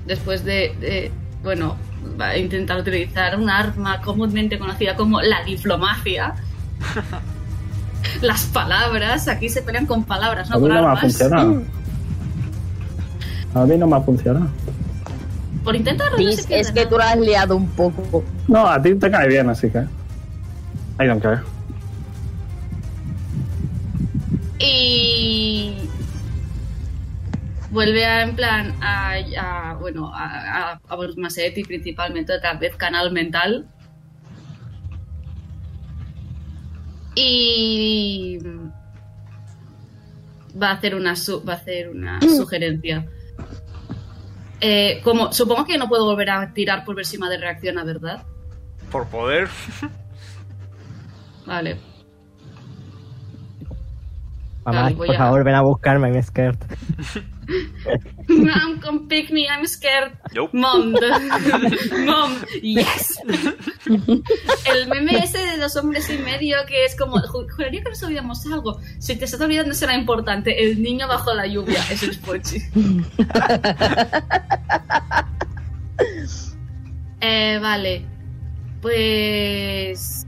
después de, de- Bueno, va a intentar utilizar un arma comúnmente conocida como la diplomacia. Las palabras, aquí se pelean con palabras, a no mí con no me ha armas. funcionado. A mí no me ha funcionado. Por intentarlo, no Tis, se pierde es que nada. tú la has liado un poco. No, a ti te cae bien, así que. I don't care. Y vuelve a, en plan, a, a- bueno, a, a, a Bruce Massetti principalmente, tal vez Canal Mental. Y va a hacer una, su- va a hacer una sugerencia. Eh, como, supongo que no puedo volver a tirar por ver si madre reacciona, ¿verdad? Por poder. Vale. Mamá, Vale, voy por a- favor, ven a buscarme, I'm scared. Mom, come pick me, I'm scared. Yo. Mom, the- mom, yes. El meme ese de los hombres y medio que es como, "Ju- juraría que nos olvidamos algo. Si te estás olvidando será importante. El niño bajo la lluvia, eso es Pues Pochi. Eh, vale, pues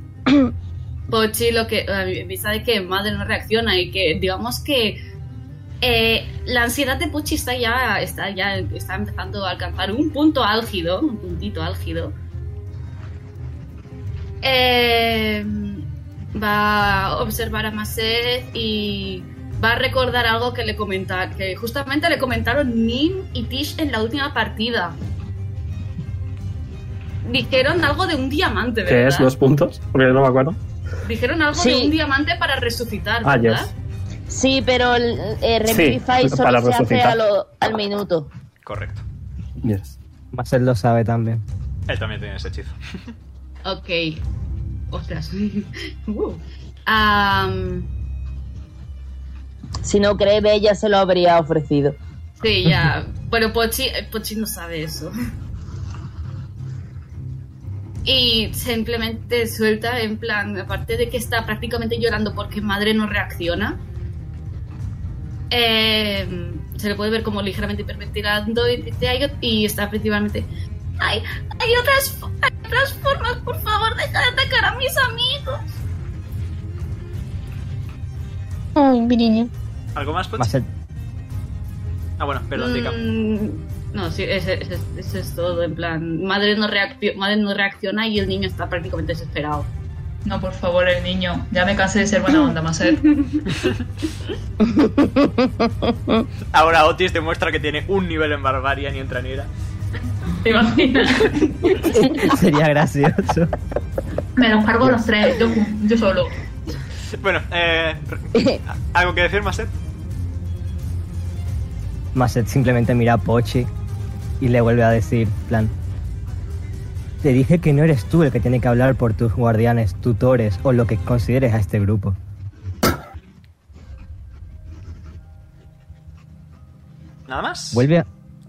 Pochi lo que a vista de que madre no reacciona y que digamos que eh, la ansiedad de Pochi está ya, está ya está empezando a alcanzar un punto álgido, un puntito álgido. Eh, va a observar a Maset y va a recordar algo que le comentaron, que justamente le comentaron Nim y Tish en la última partida. Dijeron algo de un diamante, ¿verdad? ¿Qué es los puntos? Porque yo no me acuerdo. Dijeron algo de Sí. un diamante para resucitar, Ah, ¿verdad? yes. Sí, pero el eh, Sí, Revivify solo para se hace resucitar. a lo- al minuto. Correcto. Yes. Más él lo sabe también. Él también tiene ese hechizo. Ok. Ostras. Uh. Am, Si no cree, Bella se lo habría ofrecido. sí, ya. Pero Pochi, eh, Pochi no sabe eso. Y simplemente suelta en plan, aparte de que está prácticamente llorando porque madre no reacciona, eh, se le puede ver como ligeramente hiperventilando y, dice, "Ay, y está principalmente... Hay, hay, otras, fo- hay otras formas, por favor, deja de atacar a mis amigos. Ay, mi niño. ¿Algo más, Pochi? Más él- Ah, bueno, perdón, Tika. Mm, No, sí, eso es todo. En plan, madre no, reaccio- madre no reacciona y el niño está prácticamente desesperado. No, por favor, el niño. Ya me cansé de ser buena onda, Maser. Ahora Otis demuestra que tiene un nivel en barbarie ni en tranera. ¿Te imaginas? Sería gracioso. Me los cargo los tres, yo, yo solo. Bueno, eh, ¿algo que decir, Maset? Maset simplemente mira a Pochi y le vuelve a decir, plan, te dije que no eres tú el que tiene que hablar por tus guardianes, tutores o lo que consideres a este grupo. ¿Nada más? Vuelve a,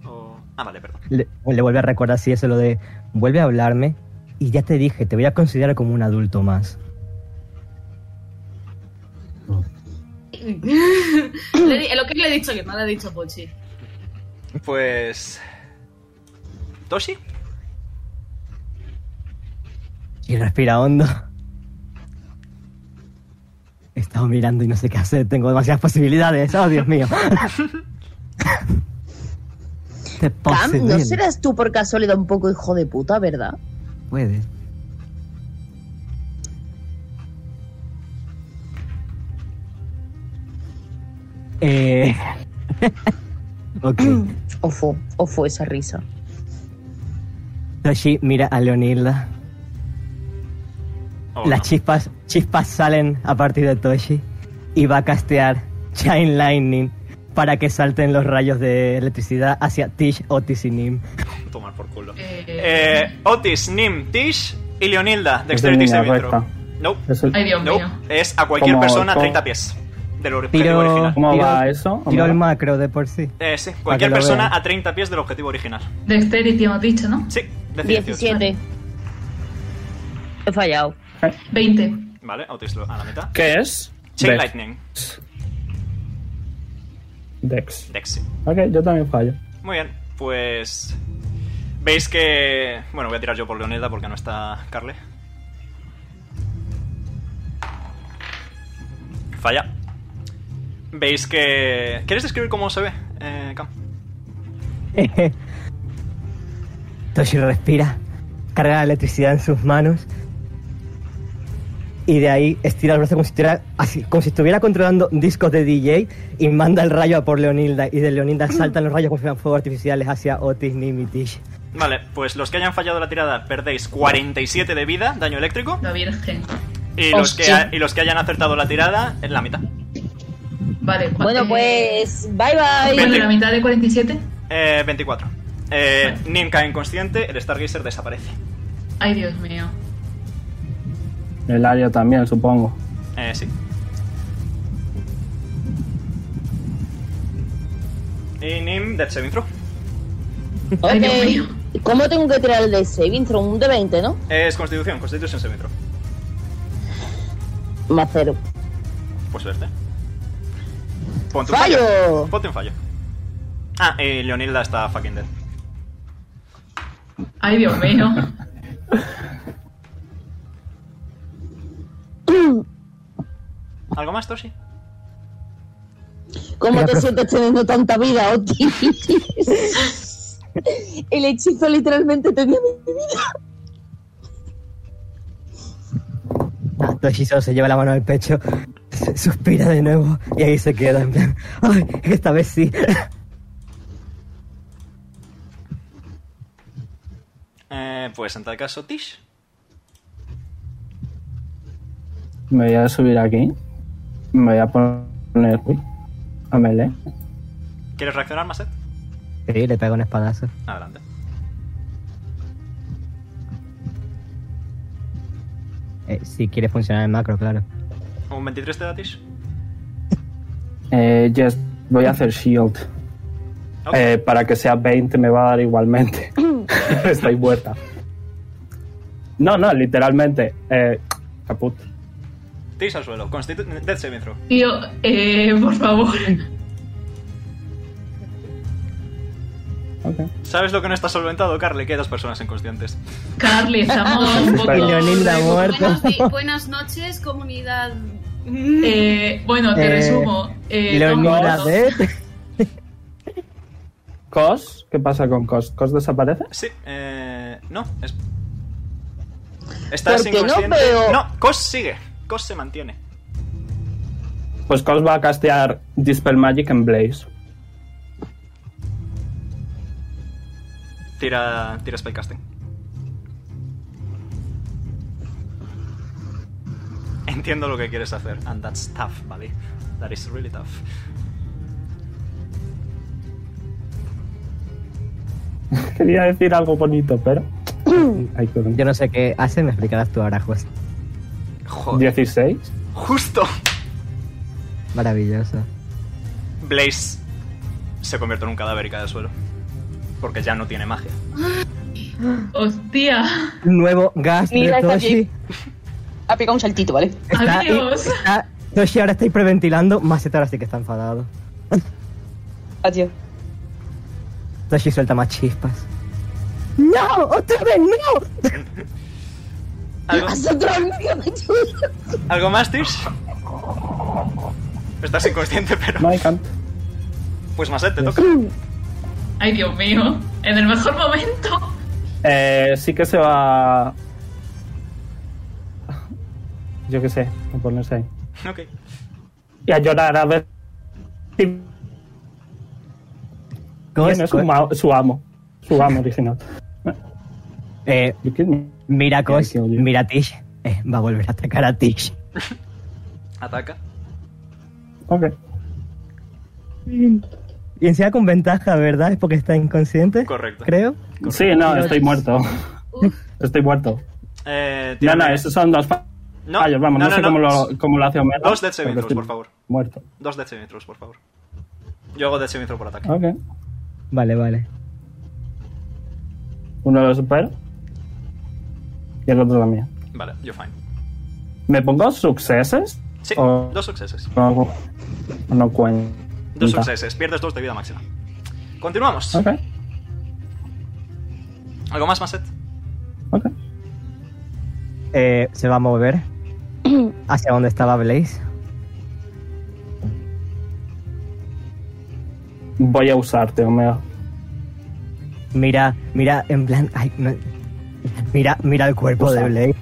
O- Ah, vale, perdón. le, le vuelve a recordar si eso lo de, vuelve a hablarme y ya te dije, te voy a considerar como un adulto más. Le di- lo que le he dicho yo, no le he dicho a Pochi. Pues... ¿Toshi? Y respira hondo. He estado mirando y no sé qué hacer, tengo demasiadas posibilidades. Oh, Dios mío. The Cam, ¿no possibilities. serás tú por casualidad un poco hijo de puta, verdad? Puede. Eh... ok. Ofo, ofo esa risa. Toshi mira a Leonilda. Oh, Las no. chispas, chispas salen a partir de Toshi y va a castear Chain Lightning para que salten los rayos de electricidad hacia Tish, Otis y Nim. Tomar por culo. Eh, Eh, Otis, Nim, Tish y Es Leonilda. de Dexterity línea Saving Throw. recta. No, Es el- Ay, Dios no. mío. Es a cualquier Como- persona a como- 30 pies. del objetivo Tiro, original. ¿Cómo tiro- va eso? tiro el Omega? macro de por sí. Eh, sí, que cualquier lo persona vea. a 30 pies del objetivo original. Dexterity hemos dicho, ¿no? Sí, de 18. 17. He fallado. 20. Vale, Otis lo- a la mitad. ¿Qué es? Chain Dex. Lightning, Dex. Dex. sí. Ok, yo también fallo. Muy bien, pues. Veis que. Bueno, voy a tirar yo por Leonelda porque no está Carle. Falla. Veis que. ¿Quieres describir cómo se ve, eh, Cam? Toshi respira, carga la electricidad en sus manos y de ahí estira el brazo como si, estuviera, así, como si estuviera controlando discos de DJ y manda el rayo a por Leonilda y de Leonilda saltan los rayos como si fueran fuegos artificiales hacia Otis, Nim y Tish. Vale, pues los que hayan fallado la tirada perdéis 47 de vida, daño eléctrico. La Virgen. Y los, que Hostia. y los que hayan acertado la tirada, en la mitad. Vale. cua- Bueno, eh, pues. Bye bye. Bueno, la mitad de 47. Eh, 24. Eh, Nim cae inconsciente, el Stargazer desaparece. Ay, Dios mío. El área también, supongo. Eh, sí. Y Nim, Death Saving Throw. Ay, Dios mío. Ok. ¿Cómo tengo que tirar el de saving throw? Un de 20, ¿no? Es Constitución, Constitution Saving Throw. Más cero. Pues suerte. Ponte un fallo. ¡Fallo! Ponte un fallo. Ah, y Leonilda está fucking dead. Ay, Dios mío. ¿Algo más, Toshi? ¿Cómo Mira, te pero- sientes teniendo tanta vida, Otis? El hechizo literalmente tenía mi vida. Ah, Toshi solo se lleva la mano al pecho, se- suspira de nuevo y ahí se queda en plan, ¡ay, esta vez sí! Eh, pues en tal caso, Tish. Me voy a subir aquí. Me voy a poner. Uy. A melee. ¿Quieres reaccionar, Maset? Sí, le pega un espadazo. Adelante. Eh, si quiere funcionar el macro, claro. ¿Un 23 te da Tish? Eh, yes, voy a hacer shield. Ok. Eh, para que sea 20 me va a dar igualmente. Estoy muerta. No, no, literalmente. Eh, caput. Tish al suelo. Constitu Death Saving Throw. Tío, eh, por favor. Ok. ¿Sabes lo que no está solventado, Carly? Que hay dos personas inconscientes. Carly, estamos un poco... Y Leonilda muerta. Buenos di- buenas noches, comunidad. Eh, bueno, te Eh, resumo. Eh, Leonilda no, no. Dead. Cos, ¿qué pasa con Cos? ¿Cos desaparece? Sí, eh. No, es. Estás Porque no inconsciente. veo- No, Cos sigue. Cos se mantiene. Pues Cos va a castear Dispel Magic en Blaze. Tira, tira spellcasting. Entiendo lo que quieres hacer, and that's tough, buddy. That is really tough. Quería decir algo bonito, pero. Ay, perdón. Yo no sé qué hace, me explicarás tú ahora, juez. Joder. 16. Justo. Maravilloso. Blaze se convierte en un cadáver y cae al suelo. Porque ya no tiene magia. Hostia. Nuevo gas Mira, de está Toshi. aquí. Ha pegado un saltito, ¿vale? Está- Adiós. está- Toshi ahora está hiperventilando, Maceta ahora sí que está enfadado. Adiós. Toshi suelta más chispas. ¡No! ¡Otra vez no! ¿Algo, Nosotros amigos. ¿algo más, Tish? Estás inconsciente, pero. No, I can't. Pues Maset, te toca. Ay, Dios mío. En el mejor momento. Eh, sí que se va. Yo qué sé, a ponerse ahí. Ok. Y a llorar a ver si Cos- viene su, Cos- ma- su amo. Su amo original. eh, You kidding me? mira, Cos, Yeah, I killed you. mira a Tish. Eh, va a volver a atacar a Tish. Ataca. Ok. Y encima con ventaja, ¿verdad? Es porque está inconsciente. Correcto. Creo. Sí, no, estoy muerto. estoy muerto. Eh, No, tírame- no, esos son dos fa- No, Fallos, vamos, no, sé Cómo, lo, cómo lo hace Homero. Dos Death Saving porque Throws, estoy por favor. Muerto. Dos Death Saving Throws, por favor. Yo hago Death Saving Throw por ataque. Ok. Vale, vale. Uno lo supera. Y el otro también. Vale, yo fine. ¿Me pongo suceses? Sí, O- dos sucesos. No, no cuento. Dos sucesos. Pierdes dos de vida máxima. Continuamos. Ok, ¿Algo más, Maset? ok. Eh, se va a mover hacia donde estaba Blaze. Voy a usarte, Homero. Mira, mira, en plan. ay, no. mira, mira el cuerpo Usa. de Blaze.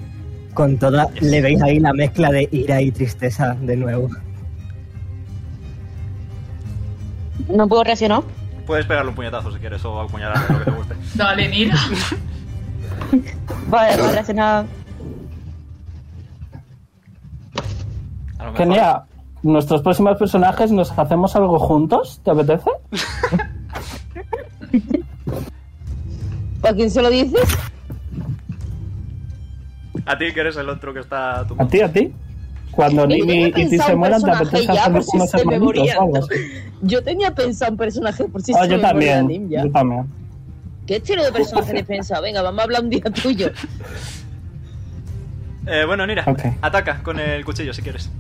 Con toda. Le veis ahí la mezcla de ira y tristeza de nuevo. No puedo reaccionar. Puedes pegarle un puñetazo si quieres o apuñalarle lo que te guste. Dale, Nira. Vale, voy a reaccionar. A lo mejor- Genial. ¿Nuestros próximos personajes nos hacemos algo juntos? ¿Te apetece? ¿A quién se lo dices? A ti que eres el otro que está ¿A tumbado. ti, a ti? Cuando Mira, Nini yo tenía y ti pensado se un mueran, ¿te personaje apetece ya, hacer por si unos se me hermanitos o algo morían. así? Yo tenía pensado un personaje por si Ah, se yo me moría la también, ninja. yo también. ¿Qué estilo de personaje te pensado? Venga, vamos a hablar un día tuyo. Eh, bueno, Nira, Ok. ataca con el cuchillo si quieres.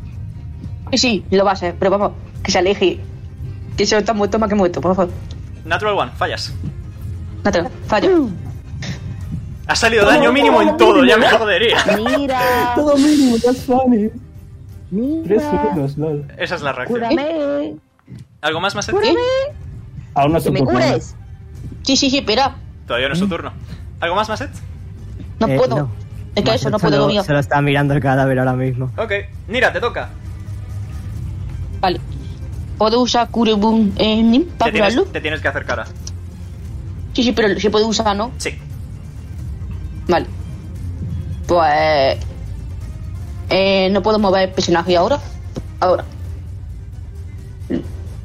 Sí, sí, lo va a hacer, pero vamos, que se aleje. Que se está muerto más que muerto, por favor. Natural One, fallas. No te fallo. Ha salido daño mínimo en todo, ya me jodería. Mira, Todo mínimo, that's funny. Tres mira, segundos, lol. Esa es la reacción. cúrame, ¿Algo más, Maset? ¿Qué? Aún no es que tu me turno. cures. Sí, sí, sí, espera. Todavía no es su turno. ¿Algo más, Maset? No Eh, puedo. no. Es que eso no puedo, solo, mío. solo está mirando el cadáver ahora mismo. Ok. Nira, te toca. Vale. ¿Puedo usar Cureboom en mí Te para curarlo? tienes, te tienes que hacer cara. Sí, sí, pero se puede usar, ¿no? Sí. Vale. Pues. eh, no puedo mover el personaje ahora. Ahora.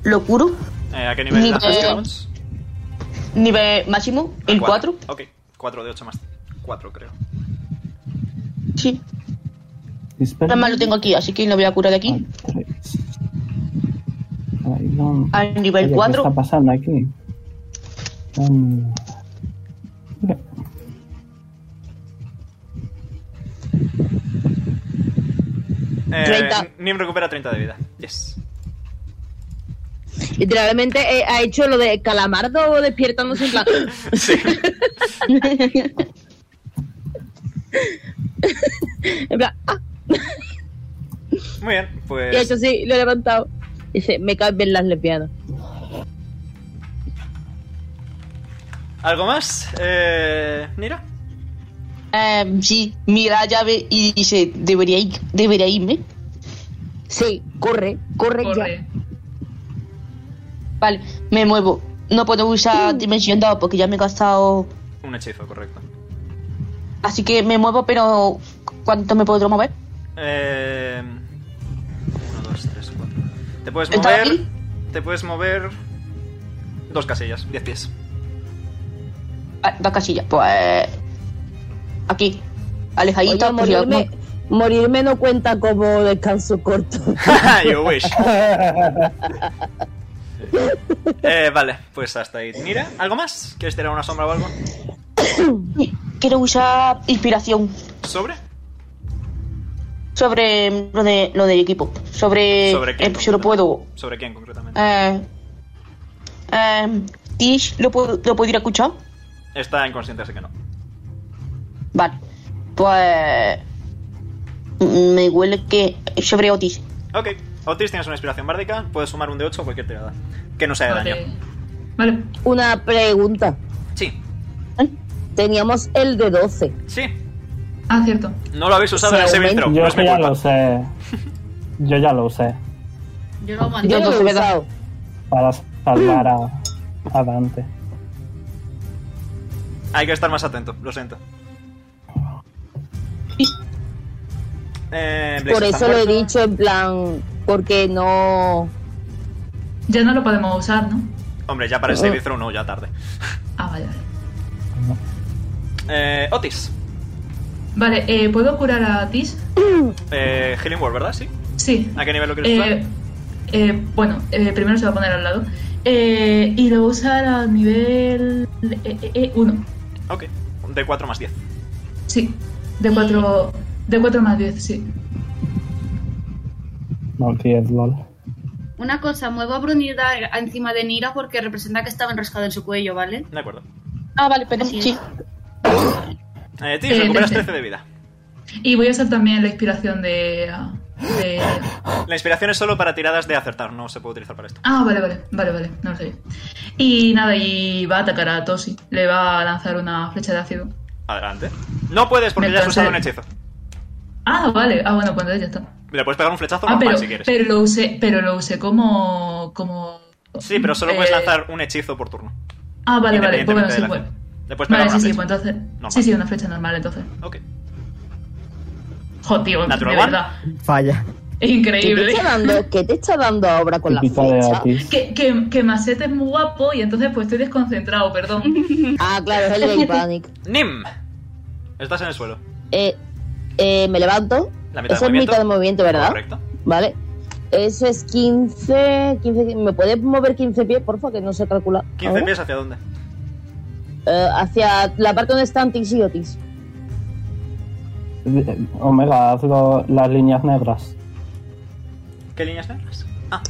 Lo curo. Eh, ¿A qué nivel Ni- lanzas eh, Cure-Wounds? Nivel máximo, el A 4. Ok. 4 de 8 más. 4, creo. Sí. Espera. Nada más lo tengo aquí, así que lo voy a curar de aquí. Tres. Ahí vamos. Al Oye, nivel ¿Qué 4. está pasando aquí? Um, mira. Eh, 30. Nim recupera 30 de vida. Yes. Literalmente eh, ha hecho lo de calamardo despiertándose en plan. Sí. En plan ah, Muy bien, y ha pues. hecho así, lo he levantado. Dice, me caen bien las lesbianas. ¿Algo más? Eh, Nira. eh, sí, mira la llave y dice: debería, ir- debería irme. Sí, corre, corre, Corre. Vale, me muevo. No puedo usar Dimension 2 porque ya me he gastado. Un hechizo, correcto. Así que me muevo, pero ¿cuánto me puedo mover? Eh, 1, 2, 3, 4. Te puedes ¿Está mover. aquí? Te puedes mover. Dos casillas, 10 pies. Ah, Dos casillas, pues. Aquí. pues, ya. pues. Oye, Alejadita, por si morirme, acaso. morirme no cuenta como descanso corto. you wish. Eh, vale, pues hasta ahí. Nira, ¿algo más? ¿Quieres tirar una sombra o algo? Quiero usar inspiración ¿Sobre? sobre lo, de, lo del equipo. Sobre. ¿Sobre quién? eh, si lo puedo. ¿Sobre quién concretamente? Eh, eh, Tish, ¿lo puedo, ¿lo puedo ir a escuchar? Está inconsciente, así que no. Vale. Pues. mm, Me huele que. Sobre Otis. Ok, Otis, tienes una inspiración bárdica. Puedes sumar un de 8 o cualquier tirada. Que no sea de Vale. daño. Vale. Una pregunta. ¿Eh? Sí, Teníamos el de 12. sí. Ah, cierto. No lo habéis usado en el Se saving throw. aumenta. Yo No es es mi que ya culpa. lo sé. Yo ya lo usé. Yo lo aguanté. Yo no lo he Entonces, ¿verdad? usado. Para salvar a, a Dante. Hay que estar más atento, lo siento. Eh, Blaze Por está eso lo he muerto. dicho en plan, porque no... Ya no lo podemos usar, ¿no? Hombre, ya para el saving throw no, ya tarde. Ah, vale, vale. Eh, Otis, Vale, eh, ¿puedo curar a Tis? Eh, Healing Word, ¿verdad? Sí. Sí. ¿A qué nivel lo quieres usar? Eh, eh, bueno, eh, primero se va a poner al lado. Eh, y lo va a usar a nivel eh, 1. Ok. De 4 más 10. sí. De 4 de cuatro más 10, sí. No, 10, lol. Una cosa, muevo a Brunilda encima de Nira porque representa que estaba enroscado en su cuello, ¿vale? De acuerdo. Ah, vale, pero Así es. sí. Eh, Tis, Eh, recuperas trece. 13 de vida. Y voy a usar también la inspiración de. ah, de- La inspiración es solo para tiradas de acertar, no se puede utilizar para esto. Ah, vale, vale, vale, vale, no lo sé. Y nada, y va a atacar a Tosi. Le va a lanzar una flecha de ácido. Adelante. No puedes porque ya has Entonces- usado un hechizo. Ah, vale, ah, bueno, pues entonces ya está. Le puedes pegar un flechazo Ah, normal pero, si quieres. pero lo usé, pero lo usé como. como sí, pero solo puedes eh, lanzar un hechizo por turno. Ah, vale, vale, pues bueno, independientemente sí, de pues. la acción. Le puedes pegar Vale, una sí, sí, flecha. pues entonces. Normal. Sí, sí, una flecha normal, entonces. Ok. Joder, tío, Natural de one. verdad. Falla. Es ¿Qué te increíble. está dando, qué te está dando ahora con la Típica de flecha? Atis. Que, que, que Macete es muy guapo y entonces pues estoy desconcentrado, perdón. Ah, claro, es el Game Panic. Nim. Estás en el suelo. Eh, eh, me levanto. La mitad Eso de es movimiento. mitad de movimiento, ¿verdad? Correcto. Vale. Eso es 15, 15. ¿Me puedes mover 15 pies, porfa? Que no sé calcular. 15 ahora? pies hacia dónde. Eh, hacia la parte donde están Tix y Otis. Eh, Omega, haz lo- las líneas negras, ¿Qué líneas negras? Ah,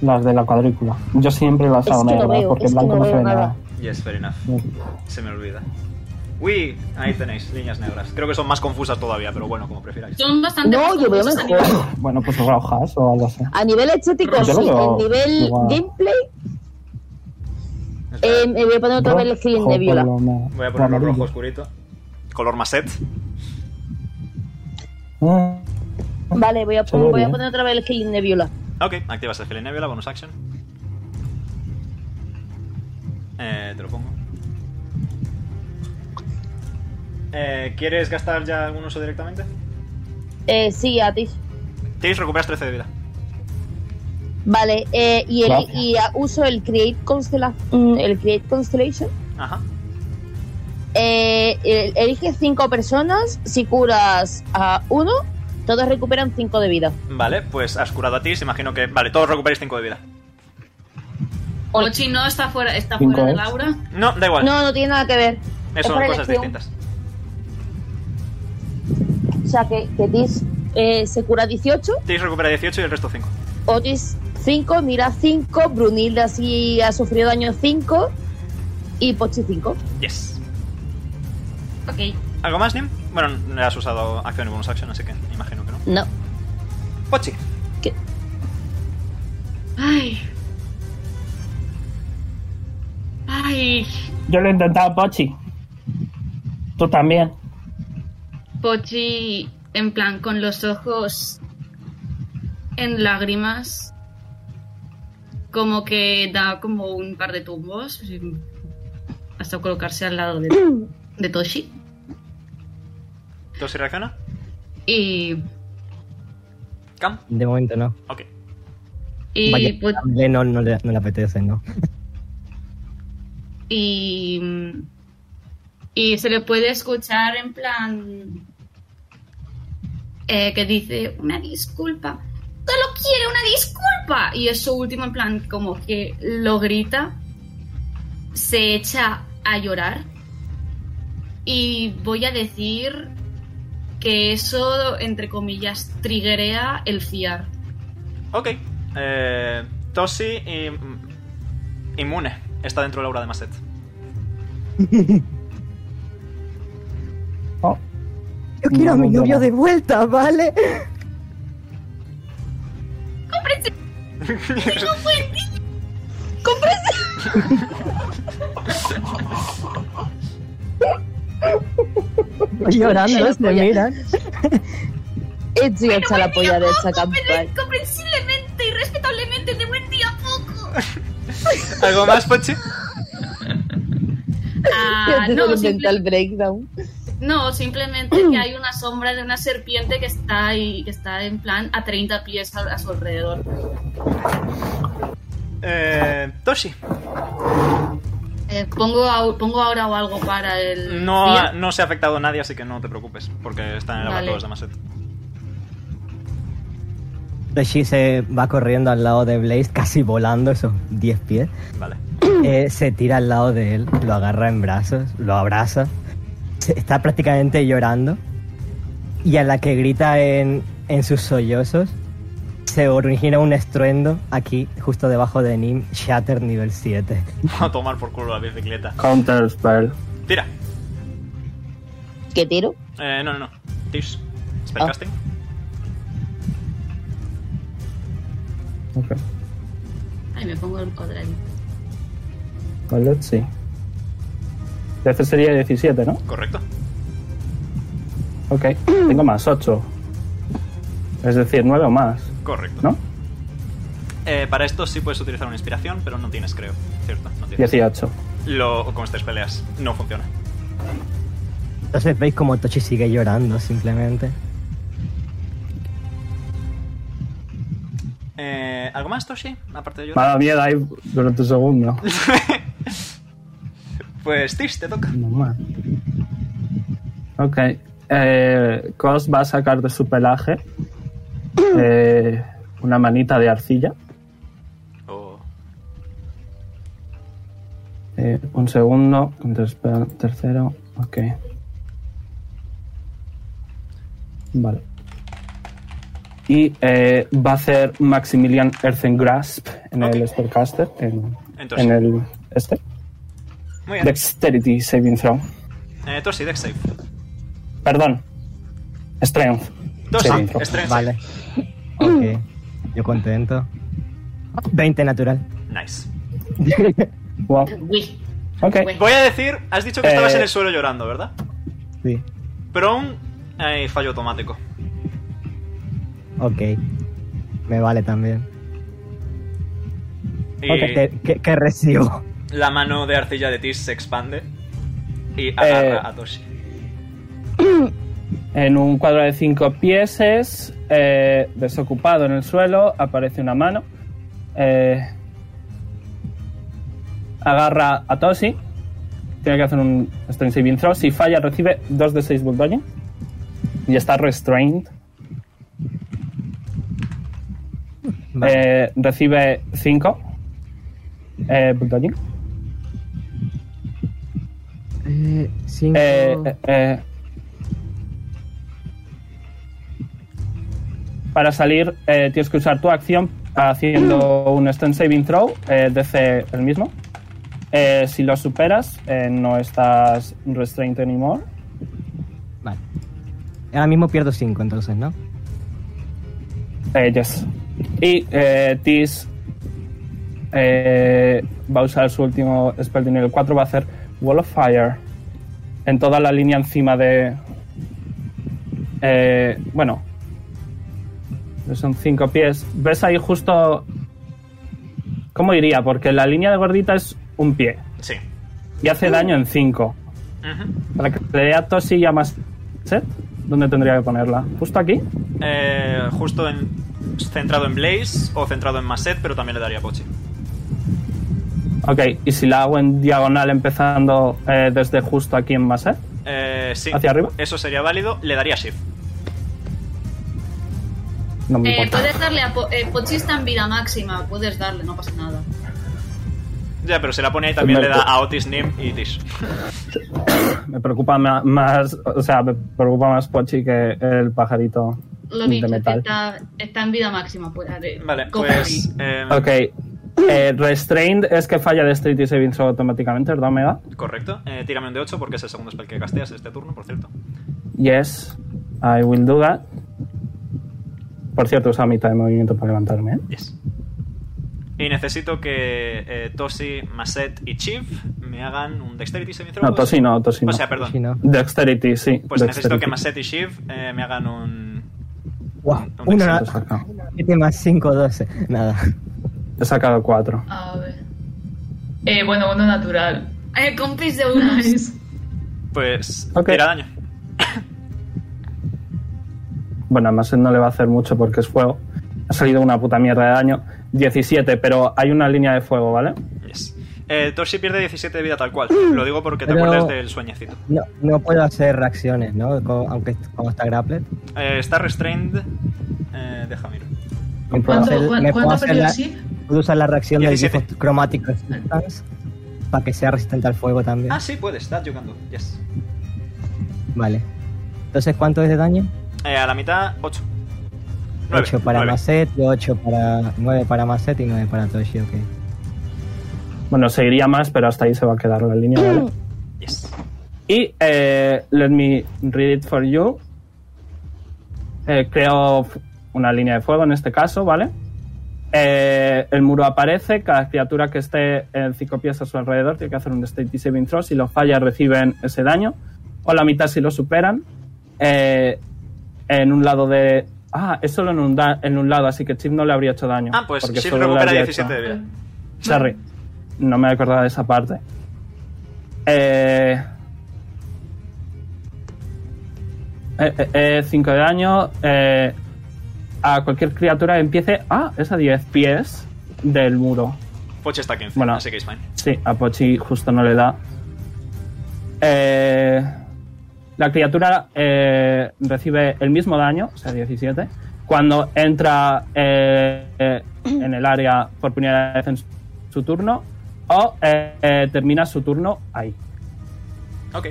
las de la cuadrícula. Yo siempre las Es hago que no negras veo, porque es el que blanco no no se veo ve nada. nada. yes, fair enough. Se me olvida. Uy, ahí tenéis, líneas negras. Creo que son más confusas todavía, pero bueno, como prefiráis. Son bastante. No, yo Pues veo mejor. Bueno, pues rojas o algo así. A nivel estético, Yo sí. lo A veo nivel igual. gameplay, Espera, eh, me voy a poner otra vez el healing Rojo, de viola. por lo menos. Voy a ponerlo Amarillo. rojo oscurito. Color maset. Ah, Vale, voy a, Se ve pon- voy a bien. poner otra vez el healing de viola. Ok, activas el Healing Nebula, bonus action. Eh, te lo pongo. Eh, ¿Quieres gastar ya algún uso directamente? Eh, sí, Atis. Tis, recuperas 13 de vida. Vale, eh, y, el, Gracias. y ah, uso el Create, Constella- mm, el create Constellation. Ajá. Eh, el- elige cinco personas. Si curas a uno, todos recuperan cinco de vida. Vale, pues has curado a Tis, imagino que... Vale, todos recuperáis 5 de vida. Ochi no está fuera, está Cinco fuera de es. Laura. No, da igual. No, no tiene nada que ver. es Eso por son cosas elección. distintas. O sea, que, que Tis eh, se cura 18, Tis recupera 18 y el resto 5. Otis 5, Mira 5, Brunilda sí ha sufrido daño 5 y Pochi 5. Yes. Ok. ¿Algo más, Nim? Bueno, no has usado acción y bonus action, así que imagino que no. No. Pochi. Ay. Ay. Yo lo he intentado, Pochi. Tú también. Pochi, en plan, con los ojos en lágrimas, como que da como un par de tumbos así, hasta colocarse al lado de, de Toshi. ¿Tú si reacciona? Y, Cam. De momento no. Ok. y, Vaya, pues- Po- a Belén no, no le, no le apetece, ¿no? y, y se le puede escuchar en plan eh, que dice una disculpa. Solo quiere una disculpa. Y eso último en plan como que lo grita, se echa a llorar. Y voy a decir que eso, entre comillas, triguea el fiar. Ok. Eh, Tosi y... Inmune. Está dentro de la aura de Maset. Oh, Yo quiero a mi Vamos, novio vamos. de vuelta, ¿vale? Estoy Llorando, Pero, se oye. miran. Estoy hecha la polla de esta campaña. Comprensiblemente y respetablemente, de buen día poco. ¿Algo más, Pochi? Ah, Yo no, tengo simple- mental breakdown. No, simplemente que hay una sombra de una serpiente que está ahí, que está en plan a 30 pies a, a su alrededor. Eh, Toshi. Eh, pongo, au- pongo ahora o algo para el. No, ah, ha- día. no se ha afectado a nadie, así que no te preocupes, porque está en el Vale. laboratorio de Maset. Toshi Pues se va corriendo al lado de Blaze, casi volando esos 10 pies. Vale. Eh, se tira al lado de él, lo agarra en brazos, lo abraza. Se- Está prácticamente llorando. Y a la que grita en, en sus sollozos, se origina un estruendo aquí, justo debajo de Nim, Shatter nivel 7. A tomar por culo la bicicleta. Counter spell. Tira. ¿Qué tiro? Eh, no, no, no. Tish. Spellcasting. Ok. Ay, me pongo el cuadradito. Well, let's see. Este sería 17, ¿no? Correcto. Ok. Tengo más 8. Es decir, 9 o más, Correcto. ¿no? Eh, para esto sí puedes utilizar una inspiración, pero no tienes, creo. Cierto, no tienes. 18. Lo, con estas peleas no funciona. Entonces veis como Tochi sigue llorando simplemente. Eh, ¿Algo más, Toshi? Aparte de Me ha llorar. dado miedo ahí durante un segundo. Pues Tish, te toca. No más. Ok. Eh, Cos va a sacar de su pelaje eh, una manita de arcilla. Oh. Eh, un segundo, counterspell, tercero, ok. Vale. Y eh, va a hacer Maximilian Earthen Grasp en el Spellcaster, en, Entonces. en el este. Muy bien. Dexterity Saving Throw. Eh, Toshi, Dex Save. Perdón. Strength. Toshi, Saving throw. Strength Vale. Ok. Mm. Yo contento. 20 natural. save. Nice. Wow. Uy, Ok. Voy a decir, has dicho que Eh. estabas en el suelo llorando, ¿verdad? Sí. Pero un eh, fallo automático. Ok. Me vale también. Y Ok, ¿qué- qué- qué recibo? la mano de arcilla de Tish se expande y agarra Eh. a Toshi. En un cuadro de cinco pieses, eh, desocupado en el suelo, aparece una mano. eh, agarra a Toshi. Tiene que hacer un strength saving throw. Si falla, recibe 2 de 6 bulldogging. Y está restrained. Vale. Eh, recibe 5 eh, bulldogging. Eh, cinco. Eh, eh, eh. Para salir eh, tienes que usar tu acción haciendo un stone saving throw, eh, DC el mismo. Eh, si lo superas, eh, no estás restrained anymore. Vale. Ahora mismo pierdo 5 entonces, ¿no? Eh, yes. Y eh, Tis eh, va a usar su último spell de nivel 4, va a hacer Wall of Fire en toda la línea encima de... eh, bueno, son 5 pies. ¿Ves ahí justo... ¿Cómo iría? Porque la línea de gordita es un pie Sí. y hace daño en 5. Ujú. Para que le dé a Tosi y a más... ¿Set? ¿Dónde tendría que ponerla? ¿Justo aquí? Eh, justo en, centrado en Blaze o centrado en Maset, pero también le daría a Pochi. Ok, y si la hago en diagonal empezando eh, desde justo aquí en Maset. Eh, sí. ¿Hacia arriba? Eso sería válido. Le daría Shift. No me Eh, importa. puedes darle a po eh, Pochi está en vida máxima, puedes darle, no pasa nada. Ya, pero se la pone ahí también le Humberto. da a Otis, Nim y Tish. Me preocupa ma- más, o sea, me preocupa más Pochi que el pajarito Lo de dicho, metal. está, está en vida máxima, puede haré- Vale, coge pues. ahí. eh, Ok. Eh, restrained es que falla de Street y Saving Throw automáticamente, ¿verdad, Omega? Correcto. Eh, tírame un de 8 porque es el segundo spell que casteas este turno, por cierto. Yes, I will do that. Por cierto, usa mitad de movimiento para levantarme. ¿eh? Yes. Y necesito que eh, Tosi, Maset y Chief me hagan un Dexterity Saving throw. No, Tosi no, Tosi Ah, no. O sea, perdón. Si no. Dexterity, sí. Pues necesito dexterity. que Maset y Shiv eh, me hagan un. ¡Wow! Un Uno, Lo he nada. sacado. 7 más 5, 12. Nada. He sacado cuatro. A ver. Eh, bueno, uno natural. Eh, compis de uno. Nice. Pues. Ok. Tira daño. Bueno, a Maset no le va a hacer mucho porque es fuego. Ha salido una puta mierda de daño. 17, pero hay una línea de fuego, ¿vale? Yes. Eh, Toshi pierde 17 de vida tal cual. Mm. Lo digo porque te Pero- acuerdas del sueñecito. No, no puedo hacer reacciones, ¿no? Co- aunque est- como está Grapplet. Eh, está restrained. Eh, deja miro. Me puedo ¿Cuánto- hacer- cuán- me puedo cuánto ha hacer perdido la- Sif? Puedo usar la reacción del 17. grifo cromático para que sea resistente al fuego también. Ah, sí, puedes, estás jugando. Yes. Vale. Entonces, ¿cuánto es de daño? Eh, a la mitad, 8. 9. 8 para Maset, 8 para 9 para Maset y 9 para Toshi, ok. Bueno, seguiría más, pero hasta ahí se va a quedar la línea, ¿vale? Y eh, let me read it for you. Eh, creo f- una línea de fuego en este caso, ¿vale? Eh, el muro aparece, cada criatura que esté en 5 pies a su alrededor tiene que hacer un State Saving Throw. Si lo falla, reciben ese daño. O la mitad si lo superan. Eh, en un lado de. Ah, es solo en un, da- en un lado, así que Chip no le habría hecho daño. Ah, pues porque Shift solo le recupera habría 17 hecho- de vida. Sorry, no me acordaba de esa parte. Eh, 5 eh, de daño eh, a cualquier criatura que empiece. Ah, es a 10 pies del muro. Poche está a 15, Bueno. así que es fine. Sí, a Pochi justo no le da. Eh, la criatura eh, recibe el mismo daño, o sea, 17, cuando entra eh, eh, en el área por primera vez en su- su turno o eh, eh, termina su turno ahí. Ok.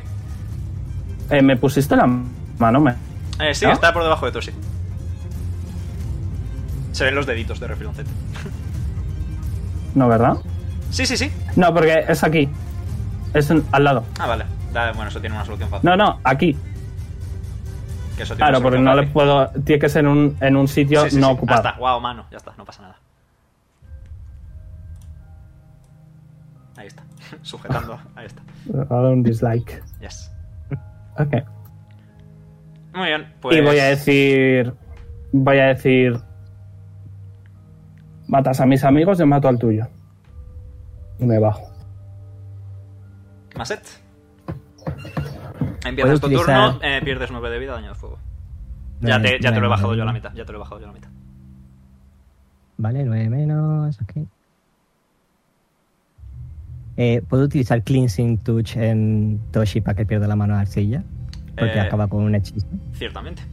Eh, ¿Me pusiste la mano? Me- Eh, sí, ¿No? está por debajo de Toshi. Se ven los deditos de Refilon Z. No, ¿verdad? Sí, sí, sí. No, porque es aquí. Es en- al lado. Ah, vale. Da- bueno, eso tiene una solución fácil. No, no, aquí. Que eso tiene Claro, una porque solución no le fácil. puedo. Tiene que ser en un, en un sitio Sí, sí, no sí. ocupado. Ya está, wow, mano. Ya está, no pasa nada. Ahí está. Sujetando. Ahí está. Le voy a dar un dislike. Yes. Ok. Muy bien, pues. Y voy a decir. Voy a decir. Matas a mis amigos, yo mato al tuyo. Y me bajo. Maset. Empiezas tu Puedo utilizar- turno, eh, pierdes 9 de vida, daño de fuego. Ya Nueve- te, ya te lo he nueve bajado yo a la menos. mitad. Ya te lo he bajado yo a la mitad. Vale, 9 menos, ok. Eh, ¿Puedo utilizar Cleansing Touch en Toshi para que pierda la mano de arcilla? Porque Eh, acaba con un hechizo. Ciertamente.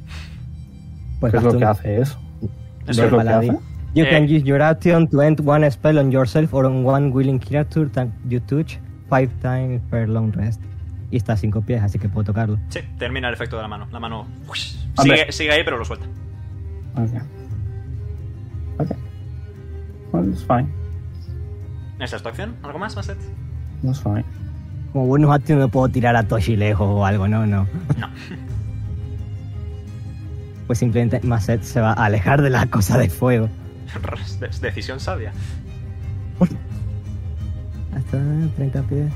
Pues ¿Qué es gasto lo que un- hace eso? del Eso es lo que paladín. hace. You Eh. can use your action to end one spell on yourself or on one willing creature that you touch five times per long rest. Y está a cinco pies, así que puedo tocarlo. Sí, termina el efecto de la mano. La mano. uish, Hombre. sigue, sigue ahí, pero lo suelta. Ok. Ok. Well, it's fine. ¿Esa es tu acción? ¿Algo más, Maset? It's fine. Como bonus action no puedo tirar a Toshi lejos o algo, no, no. No. Pues simplemente Maset se va a alejar de la cosa de fuego. De- Decisión sabia. Hasta 30 pies.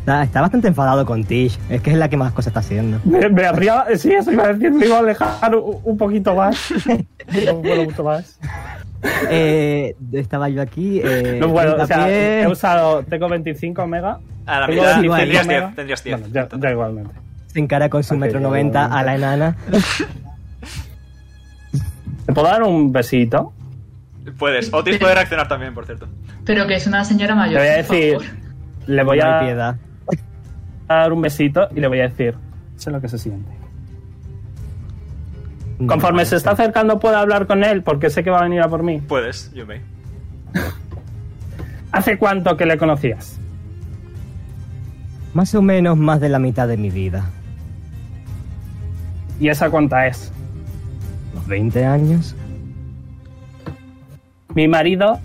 Está, está bastante enfadado con Tish. Es que es la que más cosas está haciendo. Me, me arriba. Sí, eso iba a decir. Me iba a alejar un, un poquito más. un poquito más. Eh, estaba yo aquí. Eh, No puedo. 30 O sea, pies. he usado. Tengo 25 mega. A la Tengo mitad, 25 tendrías mega. 10. Tendrías 10. Bueno, ya, ya igualmente. se encara con su Ok, metro yo- 90 a la enana. ¿Te puedo dar un besito? Puedes. Otis puede reaccionar también, por cierto. Pero que es una señora Le mayor. voy a Ah, por decir. favor. Le voy No hay a. piedad. a dar un besito y le voy a decir, sé lo que se siente. Conforme se está acercando puedo hablar con él porque sé que va a venir a por mí. Puedes, you may. ¿Hace cuánto que le conocías? Más o menos más de la mitad de mi vida. ¿Y esa cuánta es? Los 20 años. Mi marido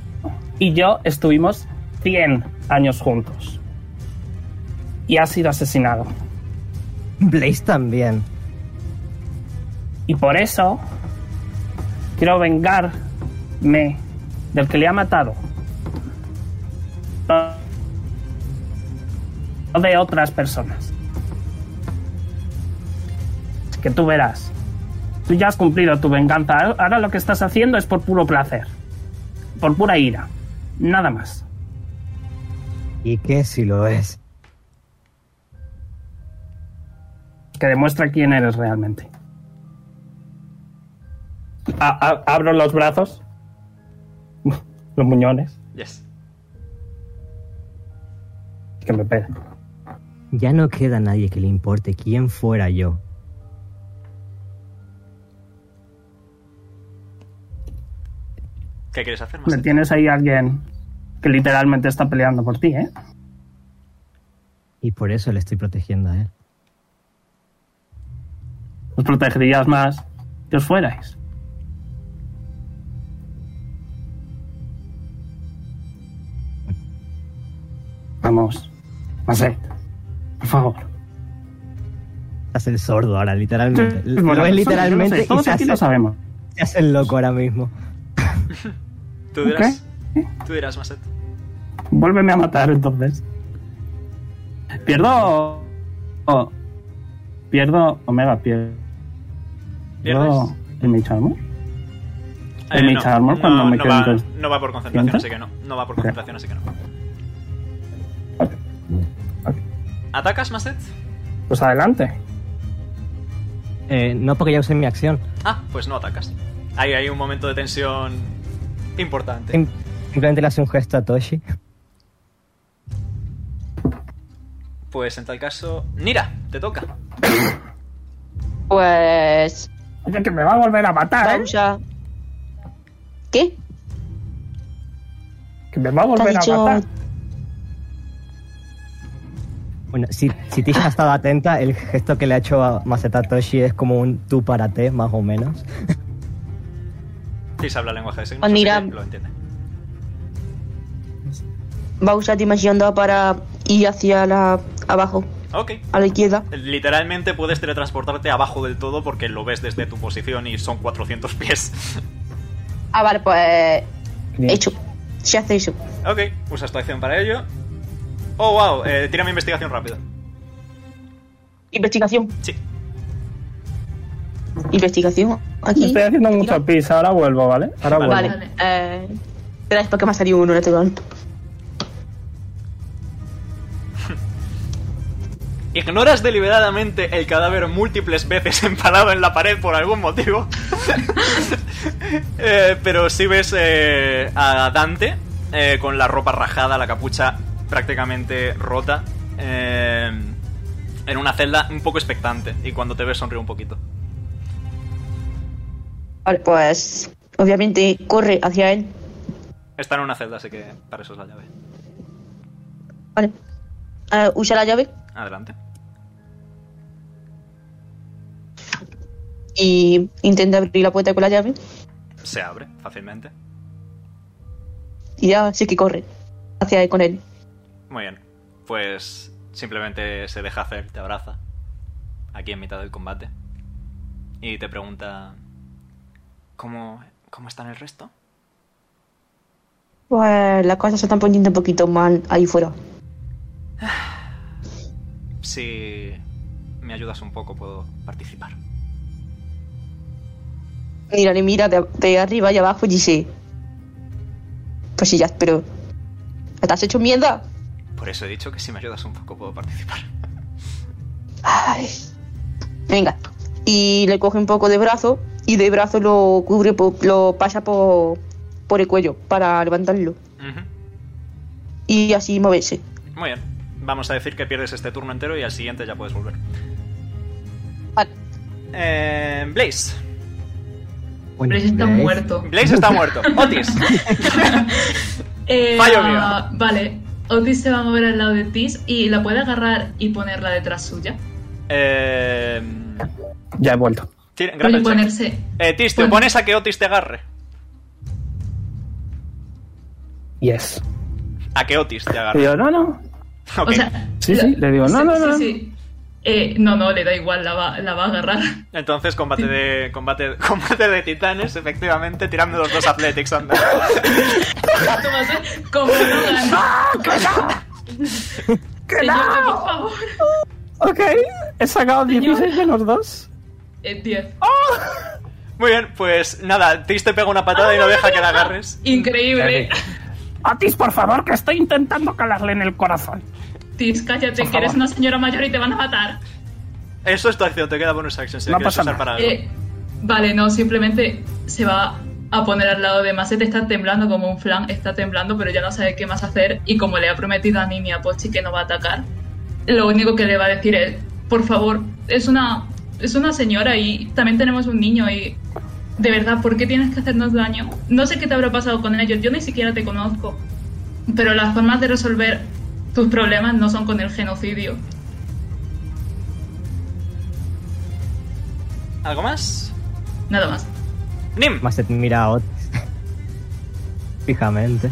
y yo estuvimos 100 años juntos. Y ha sido asesinado. Blaze también. Y por eso quiero vengarme del que le ha matado. No- No de otras personas. Así Que tú verás. Tú ya has cumplido tu venganza. Ahora lo que estás haciendo es por puro placer. Por pura ira. Nada más. ¿Y qué si lo es? Que demuestra quién eres realmente. A- a- abro los brazos. Los muñones. Yes. Que me pega. Ya no queda nadie que le importe quién fuera yo. ¿Qué quieres hacer, Le Maset? tienes ahí a alguien que literalmente está peleando por ti, ¿eh? Y por eso le estoy protegiendo a él. Os protegerías más que os fuerais. Vamos, Maset, por favor. Hace el sordo ahora, literalmente. Sí, Lo bueno, es eso literalmente. yo lo sé, y todos se aquí hace- lo sabemos. Se hace el loco ahora mismo. Tú dirás. Tú dirás, Maset. Vuélveme a matar entonces. Pierdo. o- Oh, pierdo. Omega, pierdo. ¿Pierdes? ¿El Mage Armor? Eh, ¿El Mage Armor cuando me no quedo va, entonces? no va por concentración, ¿Piensa? así que no. No va por concentración, así que no. ¿Atacas, Maset? Pues adelante. Eh, no porque ya usé mi acción. Ah, pues no atacas. Ahí hay un momento de tensión importante. Sim- Simplemente le hace un gesto a Toshi. Pues en tal caso. Nira, te toca. Pues. Oye, que me va a volver a matar. ¿eh? Vamos a. ¿Qué? Que me va a Te ha volver a dicho- matar. Bueno, si, si Tisha ha estado atenta, el gesto que le ha hecho a Maceta Toshi es como un tú para te, más o menos. Sí, se habla lenguaje de signos. Pues así Nira- que Lo entiende. Va a usar Dimensión 2 para ir hacia la. abajo, Ok. a la izquierda. Literalmente puedes teletransportarte abajo del todo porque lo ves desde tu posición y son 400 pies. Ah, vale, pues. Hecho. Se hace eso. Ok, usas tu acción para ello. Oh, wow, eh, tira mi investigación rápido. Investigación. Sí. Investigación. Aquí. Estoy haciendo mucho pis, ahora vuelvo, ¿vale? Ahora vuelvo. Vale. Eh, Espera, es porque me ha salido uno, este no tengo alto. Ignoras deliberadamente el cadáver múltiples veces empalado en la pared por algún motivo. Eh, pero sí ves eh, a Dante eh, con la ropa rajada, la capucha prácticamente rota, eh, en una celda un poco expectante. Y cuando te ves sonríe un poquito. Vale, pues. Obviamente corre hacia él. Está en una celda, así que para eso es la llave. Vale. Eh, usa la llave Adelante. y intenta abrir la puerta con la llave. Se abre fácilmente. Y ya sí que corre hacia él con él. Muy bien. Pues simplemente se deja hacer, te abraza. Aquí en mitad del combate. Y te pregunta... ¿Cómo, cómo están el resto? Pues las cosas se están poniendo un poquito mal ahí fuera. Si me ayudas un poco puedo participar. Mira, le mira de, de arriba y abajo y dice: Pues sí, ya, pero. ¿Te has hecho mierda? Por eso he dicho que si me ayudas un poco puedo participar. Ay. Venga. Y le coge un poco de brazo y de brazo lo cubre, po- lo pasa por, por el cuello para levantarlo Ujú. y así moverse. Muy bien. Vamos a decir que pierdes este turno entero y al siguiente ya puedes volver. Vale. Eh, Blaze. Bueno, Blaze está ¿veis? muerto. Blaze está muerto. Otis. Eh, Fallo ah, Vale, Otis se va a mover al lado de Tis y la puede agarrar y ponerla detrás suya. Eh, Ya he vuelto. tira- Puede grapple check. ponerse. Eh, Tis, te Bueno. opones a que Otis te agarre. Yes. A que Otis te Le agarre. digo, no, no. Ok. O sea, Sí, sí, le digo, no, sí, no, sí, no. sí. Eh, no, no, le da igual, la va, la va a agarrar. Entonces, combate de, combate, combate de titanes, efectivamente, tirando los dos athletics. Anda. Tomás, como no gana. ¡Que Señor, no! por favor. Ok, he sacado 16 de los dos. Eh, 10. ¡Ah! Muy bien, pues nada, Tis te pega una patada y no deja que la agarres. Increíble. Otis, por favor, que estoy intentando calarle en el corazón. Tis, cállate, Por que eres favor. una señora mayor y te van a matar. Eso es tu acción, te queda bonus action si la No quieres pasa usar nada. para algo. Eh, vale, no, simplemente se va a poner al lado de Macete, está temblando como un flan, está temblando, pero ya no sabe qué más hacer y como le ha prometido a Nini y a Pochi que no va a atacar, lo único que le va a decir es, por favor, es una, es una señora y también tenemos un niño y De verdad, ¿por qué tienes que hacernos daño? No sé qué te habrá pasado con ellos, yo ni siquiera te conozco. Pero las formas de resolver tus problemas no son con el genocidio. ¿Algo más? Nada más. Nim. Maset mira a Otis. Fijamente.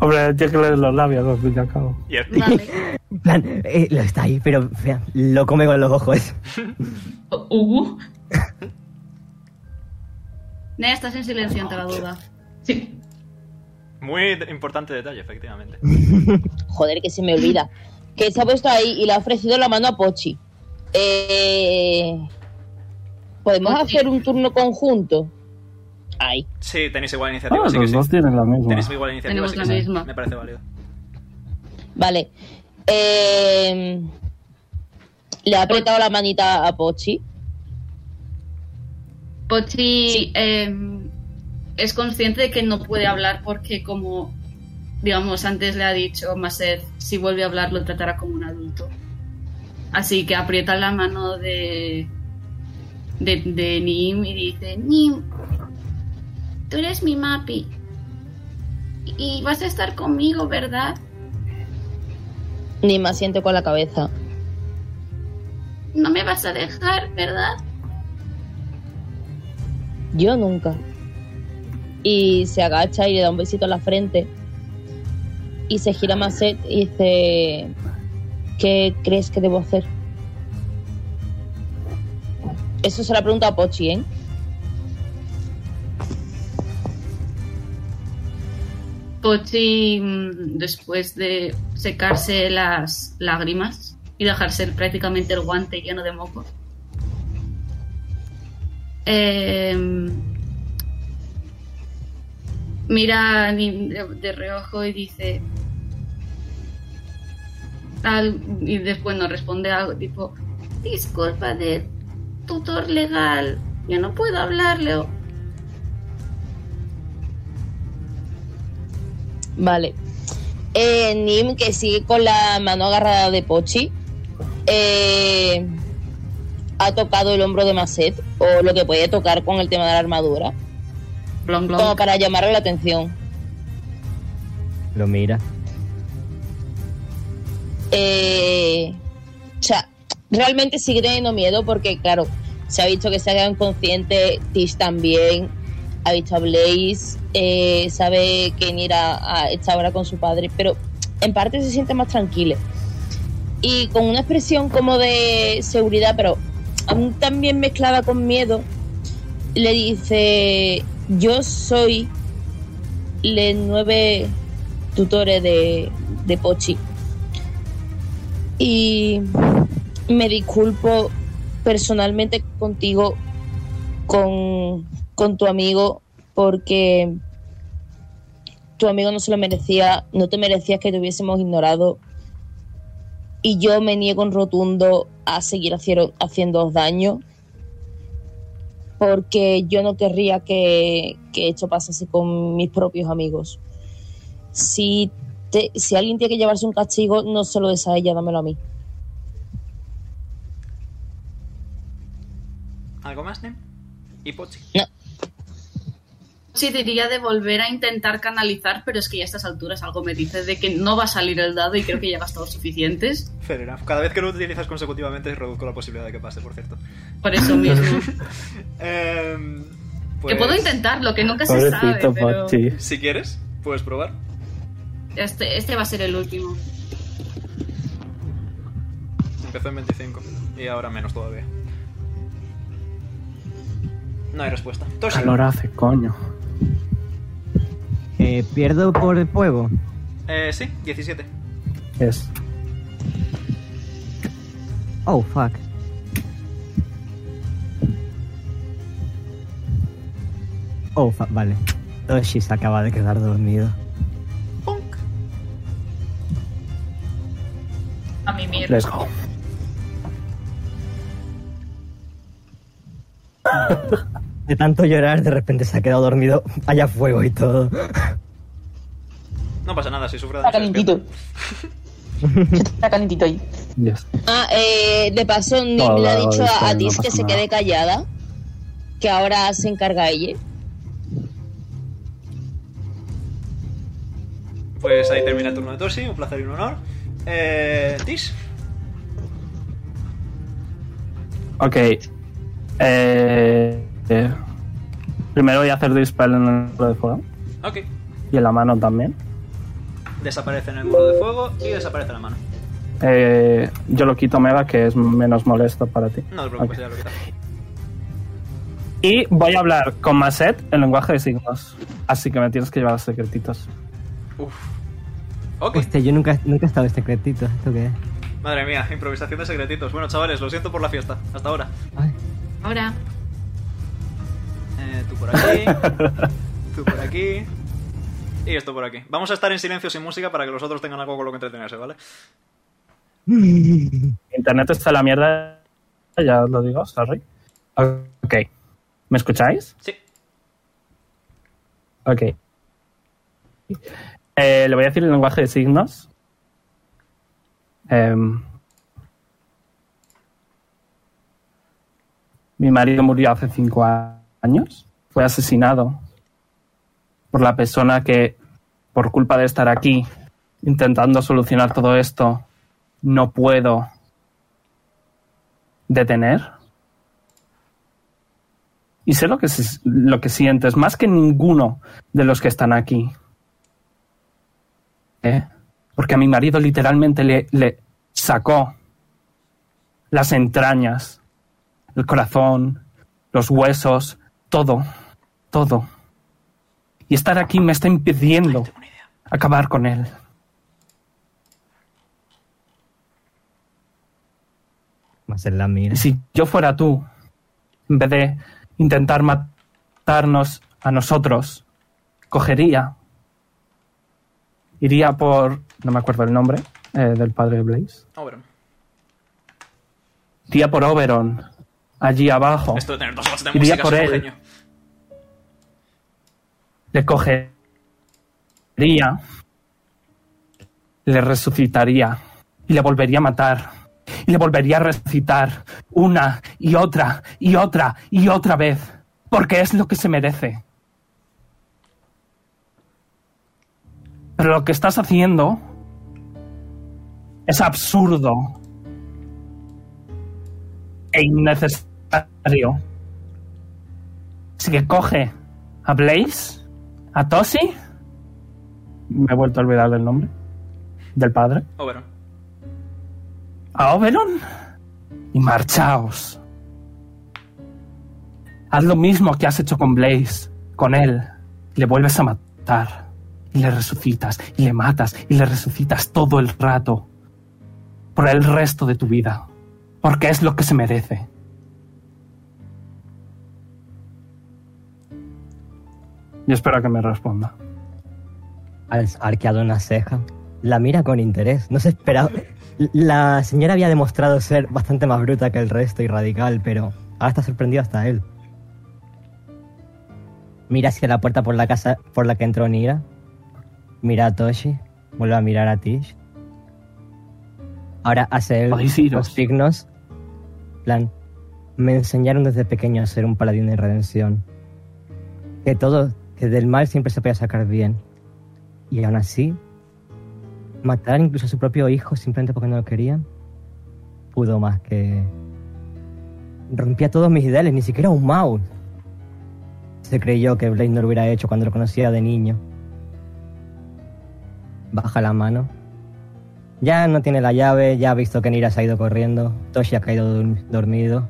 Hombre, tiene que leer los labios, al fin y al cabo. En plan, eh, lo está ahí, pero vea, lo come con los ojos. Ugu. Nea, estás en silencio ante la duda. Sí. Muy de- importante detalle, efectivamente. Joder, que se me olvida. Que se ha puesto ahí y le ha ofrecido la mano a Pochi. Eh, ¿Podemos hacer un turno conjunto? Ay. Sí, tenéis igual Ah, iniciativa, así que los sí. dos tienen la misma. Tenéis igual iniciativa, Tenemos así la que sí. misma. Me parece válido. Vale. Eh, le ha apretado la manita a Pochi. Pochi eh, es consciente de que no puede hablar porque, como digamos, antes le ha dicho Maset, si vuelve a hablar lo tratará como un adulto. Así que aprieta la mano de, de, de Nim y dice: Nim, tú eres mi mapi. Y vas a estar conmigo, ¿verdad? Ni me asiento con la cabeza. No me vas a dejar, ¿verdad? Yo nunca. Y se agacha y le da un besito en la frente. Y se gira Maset y dice: ¿Qué crees que debo hacer? Eso se la pregunta a Pochi, ¿eh? Pochi, mm, después de secarse las lágrimas y dejarse prácticamente el guante lleno de moco, eh, mira a Nim de, de reojo y dice. al- y después no responde algo tipo. Disculpa de tutor legal. Yo no puedo hablarle. Vale. Eh, Nim, que sigue con la mano agarrada de Pochi, eh, ha tocado el hombro de Maset, o lo que podía tocar con el tema de la armadura, Blon, blon. como para llamarle la atención. Lo mira. Eh, o sea, realmente sigue teniendo miedo porque, claro, se ha visto que se ha quedado inconsciente, Tish también, ha visto a Blaze, eh, sabe que Nira ah, está ahora con su padre, pero en parte se siente más tranquila. Y con una expresión como de seguridad, pero aún también mezclada con miedo, le dice, yo soy los nueve tutores de, de Pochi y me disculpo personalmente contigo, con, con tu amigo, porque tu amigo no se lo merecía, no te merecías que te hubiésemos ignorado y yo me niego en rotundo a seguir haciendo, haciéndoos daño porque yo no querría que, que esto pasase con mis propios amigos. Si, te- si alguien tiene que llevarse un castigo, no se lo des a ella, dámelo a mí. ¿Algo más, Nim? ¿Y Pochi? Sí, diría de volver a intentar canalizar, pero es que ya a estas alturas algo me dice de que no va a salir el dado y creo que ya he gastado suficientes. Fair enough. Cada vez que lo utilizas consecutivamente reduzco la posibilidad de que pase, por cierto. Por eso mismo. Em, pues- Que puedo intentarlo, que nunca se sabe, Pobrecito pero Pochi. Si quieres, puedes probar. este, este va a ser el último. Empezó en 25 y ahora menos todavía. No hay respuesta. Toshi. Calor hace, coño. Eh, pierdo por el fuego. Eh, sí, 17. Es. Oh, fuck. Oh, fuck, vale. Toshi se acaba de quedar dormido. A mi mierda. Let's go. De tanto llorar, de repente se ha quedado dormido. Haya fuego y todo. No pasa nada, si sufre de Está ansiedad. calentito. Está calentito ahí. Yes. Ah, eh, de paso, Nim No, le ha no, dicho está a, a bien, no Tis que pasa se nada. quede callada que ahora se encarga ella. Pues ahí termina el turno de Tosi, un placer y un honor. Eh, Tis, Ok. Eh, eh, primero voy a hacer dispel en el muro de fuego. Ok. Y en la mano también. desaparece en el muro de fuego y desaparece la mano. Eh, yo lo quito Mega, que es menos molesto para ti. No te preocupes, Ok. ya lo quitas. Y voy a hablar con Maset en lenguaje de signos. Así que me tienes que llevar secretitos. Hostia, yo nunca, nunca he estado en secretito. ¿Esto qué es? Madre mía, improvisación de secretitos. Bueno, chavales, lo siento por la fiesta. Hasta ahora. Ahora. Eh, tú por aquí. tú por aquí. Y esto por aquí. Vamos a estar en silencio sin música para que los otros tengan algo con lo que entretenerse, ¿vale? Internet está la mierda. Ya os lo digo, sorry. Ok. ¿Me escucháis? Sí. Ok. Eh, le voy a decir el lenguaje de signos. Em, mi marido murió hace cinco a- años. Fue asesinado por la persona que, por culpa de estar aquí intentando solucionar todo esto, no puedo detener. Y sé lo que, se- lo que sientes, más que ninguno de los que están aquí. ¿Eh? Porque a mi marido literalmente le, le sacó las entrañas, el corazón, los huesos, todo, todo. Y estar aquí me está impidiendo acabar con él. Más en la mira. Y si yo fuera tú, en vez de intentar matarnos a nosotros, cogería, iría por, no me acuerdo el nombre eh, del padre de Blaze, Oberon. iría por Oberon, allí abajo, Esto de tener dos horas de Oh. Iría música por es un él. genio. le cogería, le resucitaría y le volvería a matar. Y le volvería a resucitar una y otra y otra y otra vez, porque es lo que se merece. Pero lo que estás haciendo es absurdo e innecesario. Así que coge a Blaze, a Tosi. Me he vuelto a olvidar del nombre del padre. Oberon. A Oberon y marchaos. Haz lo mismo que has hecho con Blaze, con él. Le vuelves a matar. Y le resucitas, y le matas, y le resucitas todo el rato. Por el resto de tu vida. Porque es lo que se merece. Y espero que me responda. Al arqueado una ceja. La mira con interés. No se esperaba. La señora había demostrado ser bastante más bruta que el resto y radical, pero ahora está sorprendido hasta él. Mira hacia la puerta por la casa por la que entró Nira. Mira a Toshi. Vuelve a mirar a Tish. Ahora hace él Podéis iros. los signos. Plan. Me enseñaron desde pequeño a ser un paladín de redención. Que todo, que del mal siempre se puede sacar bien. Y aún así, matar incluso a su propio hijo simplemente porque no lo querían, pudo más que... Rompía todos mis ideales, ni siquiera un mouse. Se creyó que Blade no lo hubiera hecho cuando lo conocía de niño. Baja la mano. Ya no tiene la llave, ya ha visto que Nira se ha ido corriendo, Toshi ha caído dur- dormido.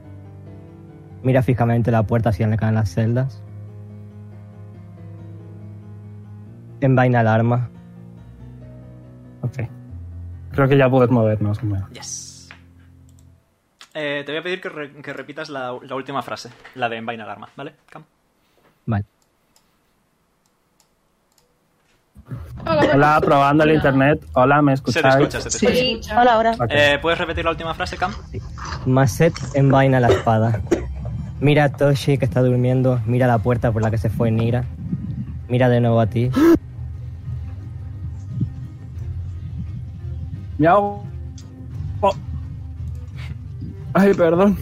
Mira fijamente la puerta hacia donde caen las celdas. Envaina el arma. Ok. Creo que ya puedes movernos. hombre. Yes. Eh, te voy a pedir que, re- que repitas la, la última frase, la de envaina alarma, ¿vale? Ah, Cam. Vale. Hola, probando el internet. Hola, ¿me Se te escucháis? escucha, se te escucha. Hola, ahora. Ok. Eh, ¿Puedes repetir la última frase, Cam? Maset envaina la espada. Mira a Toshi que está durmiendo, mira la puerta por la que se fue Nira. Mira de nuevo a ti. Miau. Oh. Ay, perdón.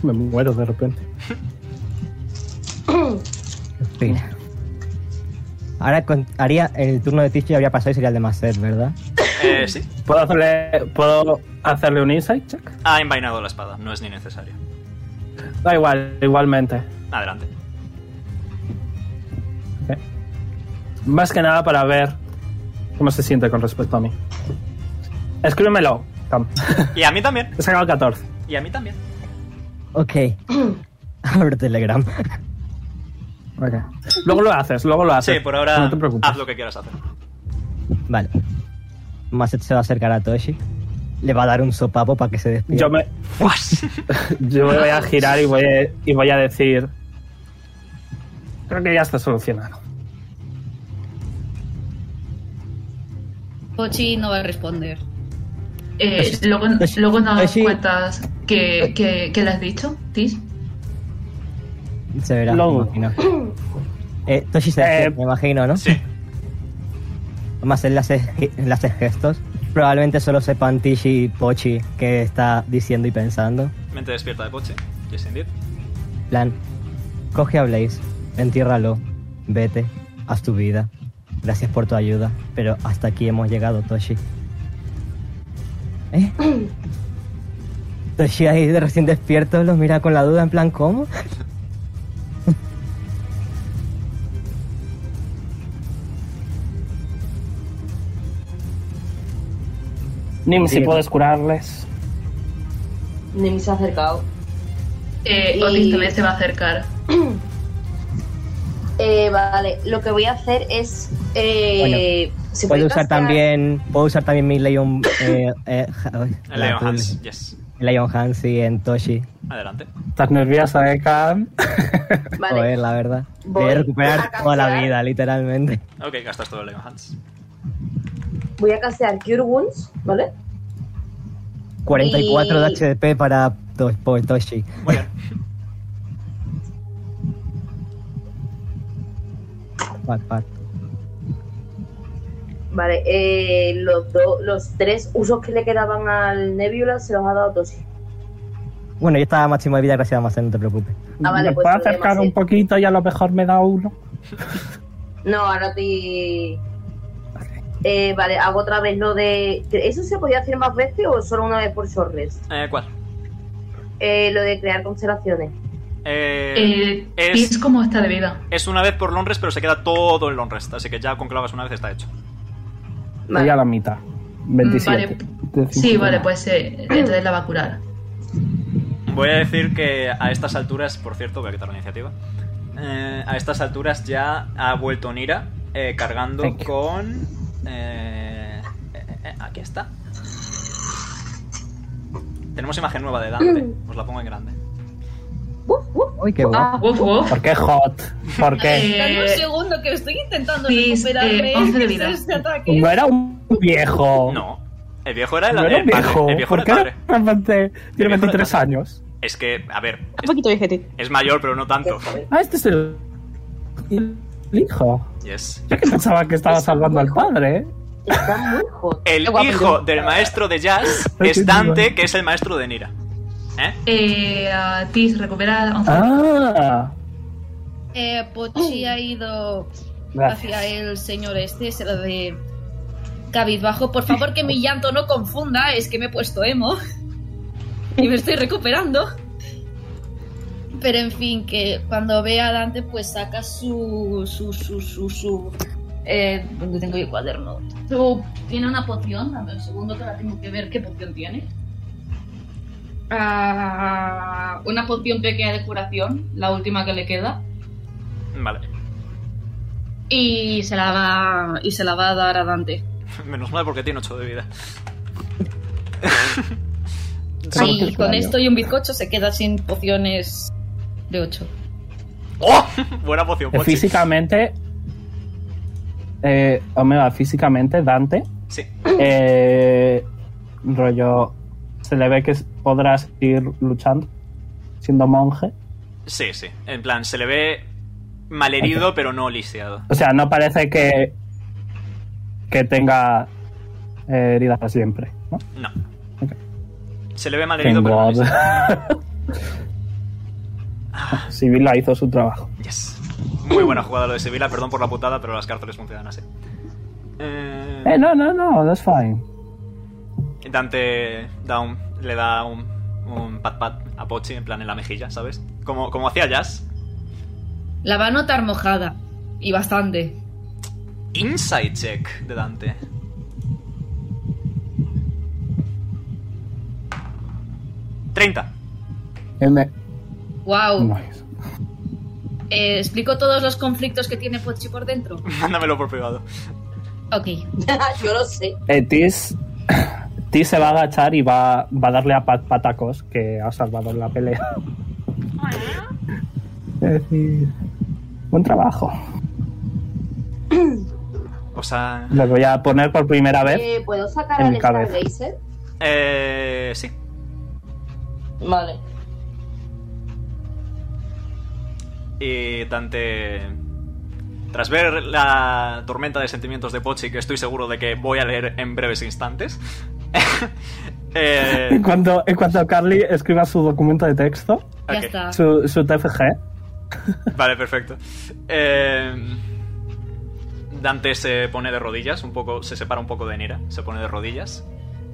Que Me muero de repente. Espera. Ahora con- haría el turno de Tish ya habría pasado y sería el de Macet, ¿verdad? Eh, sí. ¿Puedo hacerle, ¿Puedo hacerle un insight check? Ha envainado la espada, no es ni necesario. Da igual, igualmente. Adelante. Más que nada para ver cómo se siente con respecto a mí. Escríbemelo, Cam. Y a mí también. He sacado 14. Y a mí también. Ok. Abro Telegram. Ok. Luego lo haces, luego lo haces. Sí, por ahora No te preocupes. haz lo que quieras hacer. Vale. Macet se va a acercar a Toshi. Le va a dar un sopapo para que se despierta. Yo me. Yo me voy a girar y voy a, y voy a decir. Creo que ya está solucionado. Pochi no va a responder. Pues, Eh, luego, luego nos Toshi. cuentas que, que, que le has dicho, Tis. Se verá, Luego. me imagino. Eh, Toshi se despierta, me imagino, ¿no? Sí. Más él le hace, ge- le hace gestos. Probablemente solo sepan Tishi y Pochi qué está diciendo y pensando. Mente despierta de Pochi. Yes, indeed. plan, coge a Blaze, entiérralo, vete, haz tu vida. Gracias por tu ayuda, pero hasta aquí hemos llegado, Toshi. ¿Eh? Toshi ahí de recién despierto los mira con la duda en plan, ¿cómo? Nim, si Bien. puedes curarles. Nim se ha acercado. Eh, Y- Otis también se va a acercar. Eh, vale, lo que voy a hacer es. Eh, ¿se puede Puedo usar castear? también, puedo usar también mi Lion, eh, eh, ja- uy, El la- Leon Hans. Yes. Lion Hands, sí, en Toshi. Adelante. Estás nerviosa, eh, Cam. Vale. Joder, la verdad. Voy Debe a recuperar castear. toda la vida, literalmente. Ok, gastas todo el Leon Hans. Voy a castear Cure Wounds, ¿vale? 44 Y- de HDP para to- por Toshi. Muy bien. Pat, pat. Vale, eh, los, do- los tres usos que le quedaban al Nebula se los ha dado Toshi. Bueno, yo estaba a máximo de vida gracias a Macen, no te preocupes. Ah, vale, ¿Me pues puedo podemos acercar un hacer. poquito y a lo mejor me da uno? No, ahora te. Eh, vale, hago otra vez lo de. ¿Eso se podía hacer más veces o solo una vez por short rest? Eh, ¿Cuál? Eh, lo de crear constelaciones. Eh, Eh, Tis, es, ¿cómo está de vida? es una vez por long rest, pero se queda todo el long rest. Así que ya con clavas una vez está hecho. Voy a la mitad. 27. De Sí, 50. vale, pues eh, entonces la va a curar. Voy a decir que a estas alturas, por cierto, voy a quitar la iniciativa. Eh, a estas alturas ya ha vuelto Nira eh, cargando Thank you. con. eh, eh, eh, aquí está. Tenemos imagen nueva de Dante. Mm. Os la pongo en grande. Uy, qué guapo. Uf, uf. ¿Por qué hot? ¿Por qué? Eh, Dame un segundo que estoy intentando Tis, recuperarme eh, 11 de vida. este ataque. No era un viejo. No. El viejo era el, No era el un viejo. padre. El viejo ¿Por era qué el de padre. repente El tiene viejo 23 era padre. años? Es que, a ver, Un es, poquito viejete. es mayor, pero no tanto. Ah, este es el, el hijo. Yes. Yo que pensaba que estaba salvando al padre. ¿eh? Está muy hot. El hijo del maestro de jazz es Dante, que es el maestro de Nira. ¿Eh? eh, a Tis recupera 11 de vida. Ah, Eh, Pochi ha ido hacia gracias. el señor este, se lo de cabizbajo. Por favor, que mi llanto no confunda, es que me he puesto emo y me estoy recuperando. Pero en fin, que cuando ve a Dante, pues saca su. su. su. su. su eh, ¿Dónde tengo yo el cuaderno? Su- tiene una poción, dame un segundo que la tengo que ver qué poción tiene. Ah, una poción pequeña de curación, la última que le queda. Vale. Y se la va, y se la va a dar a Dante. Menos mal porque tiene 8 de vida. Y Claro. con esto y un bizcocho se queda sin pociones de 8. ¡Oh! Buena poción, Eh, Pochi. Físicamente. Eh, Omega, físicamente, Dante. Sí. eh, rollo. Se le ve que podrá seguir luchando. Siendo monje. Sí, sí. En plan, se le ve malherido, pero no lisiado. O sea, no parece que. Que tenga. eh, heridas para siempre. ¿no? No. Se le ve malherido, pero no God. lisiado. Sibila hizo su trabajo. Yes. Muy buena jugada lo de Sevilla, perdón por la putada, pero las cárceles funcionan así. Eh, Eh, no, no, no, that's fine. Dante da un- le da un, un pat pat a Pochi, en plan en la mejilla, ¿sabes? Como, como hacía Jazz. La va a notar mojada. Y bastante. Inside check de Dante. ¡30! M. Wow. Nice. Eh, ¿Explico todos los conflictos que tiene Pochi por dentro? Mándamelo por privado. Ok. Yo lo sé. Eh, Tis, Tis se va a agachar y va, va a darle a Pat Patacos, que ha salvado la pelea. Es decir, buen trabajo. O sea. Les voy a poner por primera vez. Eh, ¿Puedo sacar en al mi cabeza. Stargazer? Eh. Sí. Vale. Y Dante. Tras ver la tormenta de sentimientos de Pochi, que estoy seguro de que voy a leer en breves instantes. eh, En cuanto, en cuanto Carly escriba su documento de texto, Ya Ok. está. su, su TFG, Vale, perfecto. Eh, Dante se pone de rodillas, un poco, se separa un poco de Nira, se pone de rodillas.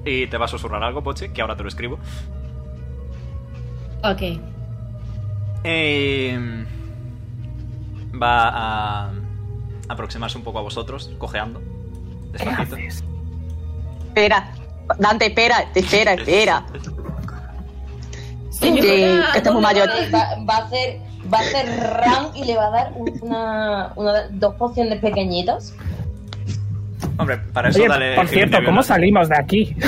Y te va a susurrar algo, Pochi, que ahora te lo escribo. Ok. Eh, va a aproximarse un poco a vosotros, cojeando. Despacito. Espera, Dante, espera, espera, espera. Eh, Sí, que, este que estamos mayores. Va, va a hacer, va a hacer ram y le va a dar una, una- dos pociones pequeñitas. Hombre, para eso Oye, dale. por cierto, healing de ¿cómo viola. salimos de aquí? ¿Cómo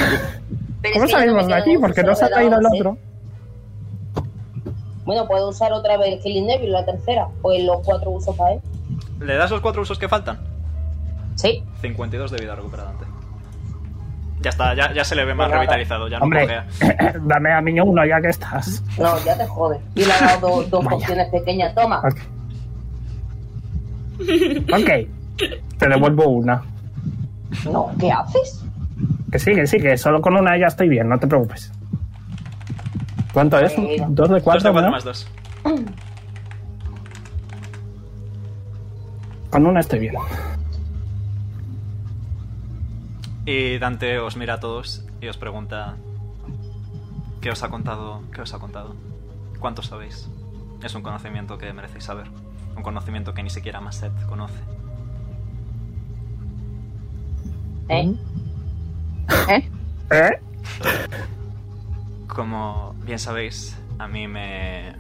es que yo no salimos me de quedo aquí? en Porque el no se ha suelo de caído la el base. otro. Bueno, puedo usar otra vez Killing Devil, la tercera. Pues los cuatro usos para él. ¿Le das los cuatro usos que faltan? Sí. 52 de vida recupera Dante. Ya está, ya, ya se le ve más Pues nada. revitalizado, ya no Hombre, cojea. dame a mí uno ya que estás. No, ya te jode. Y le ha dado dos, dos pociones pequeñas. Toma. Ok. Ok, te devuelvo una. No, ¿qué haces? Que sí, que sí, que solo con una ya estoy bien, no te preocupes. ¿Cuánto es? Bueno. ¿Dos de Dos de cuatro? cuatro no? más dos. Con una estoy bien. Y Dante os mira a todos y os pregunta ¿Qué os ha contado? ¿Qué os ha contado? ¿Cuánto sabéis? Es un conocimiento que merecéis saber. Un conocimiento que ni siquiera Maset conoce. ¿Eh? ¿Eh? Como bien sabéis, a mí me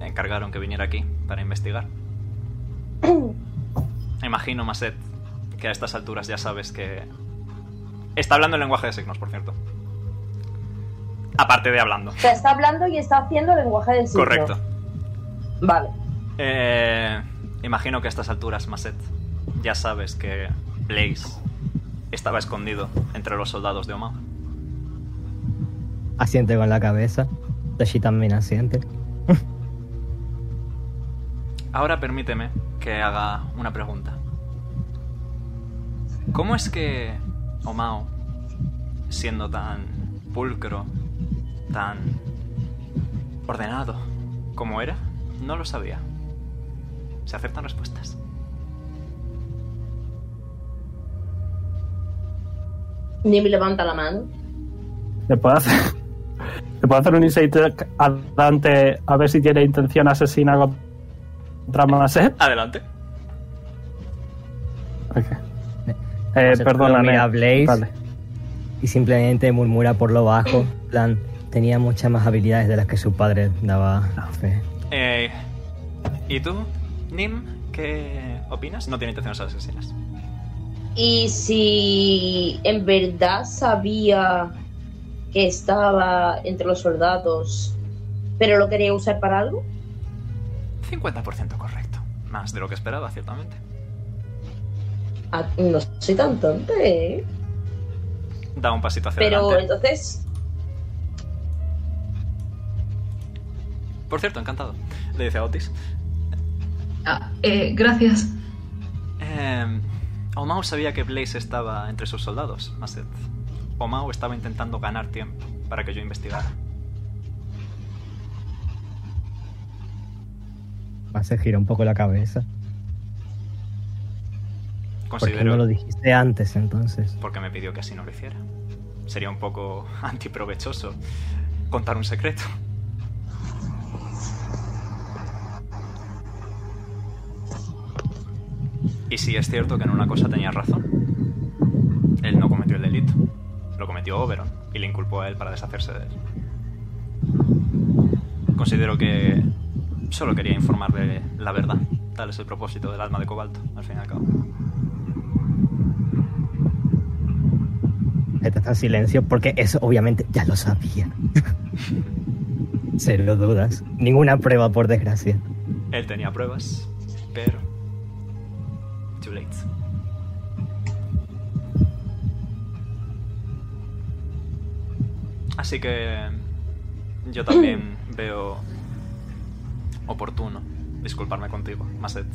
encargaron que viniera aquí para investigar. Imagino, Maset, que a estas alturas ya sabes que... Está hablando el lenguaje de signos, por cierto. Aparte de hablando. O sea, está hablando y está haciendo lenguaje de signos. Correcto. Vale. Eh, imagino que a estas alturas, Maset, ya sabes que Blaze estaba escondido entre los soldados de Omaha. Asiente con la cabeza. Tashi también asiente. Ahora permíteme que haga una pregunta. ¿Cómo es que Omao, siendo tan pulcro, tan ordenado como era, no lo sabía? Se aceptan respuestas. Ni me levanta la mano. ¿Le puedo hacer, le puedo hacer un insight check a Dante a ver si tiene intención asesina contra Maset? Adelante. Ok. Eh, Se perdóname. mira a Blaze. Vale. Y simplemente murmura por lo bajo. en plan, tenía muchas más habilidades de las que su padre daba fe. Eh, ¿Y tú, Nim, qué opinas? No tiene intenciones asesinas. Y si en verdad sabía que estaba entre los soldados, pero lo quería usar para algo, 50% correcto. Más de lo que esperaba, ciertamente. ah, no soy tan tonta, ¿eh? Da un pasito hacia Pero adelante. entonces, Por cierto, encantado. Le dice a Otis. Ah, eh, gracias. Eh, Omao sabía que Blaze estaba entre sus soldados, Maset. Omao estaba intentando ganar tiempo para que yo investigara. se gira un poco la cabeza. ¿Por qué Considero no lo dijiste antes entonces? porque me pidió que así no lo hiciera. Sería un poco antiprovechoso contar un secreto. Y sí, es cierto que en una cosa tenía razón. Él no cometió el delito. Lo cometió Oberon y le inculpó a él para deshacerse de él. Considero que solo quería informarle la verdad. Tal es el propósito del alma de cobalto, al fin y al cabo. Este está en silencio porque eso obviamente ya lo sabía. Cero dudas. Ninguna prueba, por desgracia. Él tenía pruebas, pero... Too late. Así que yo también veo oportuno disculparme contigo, Maset,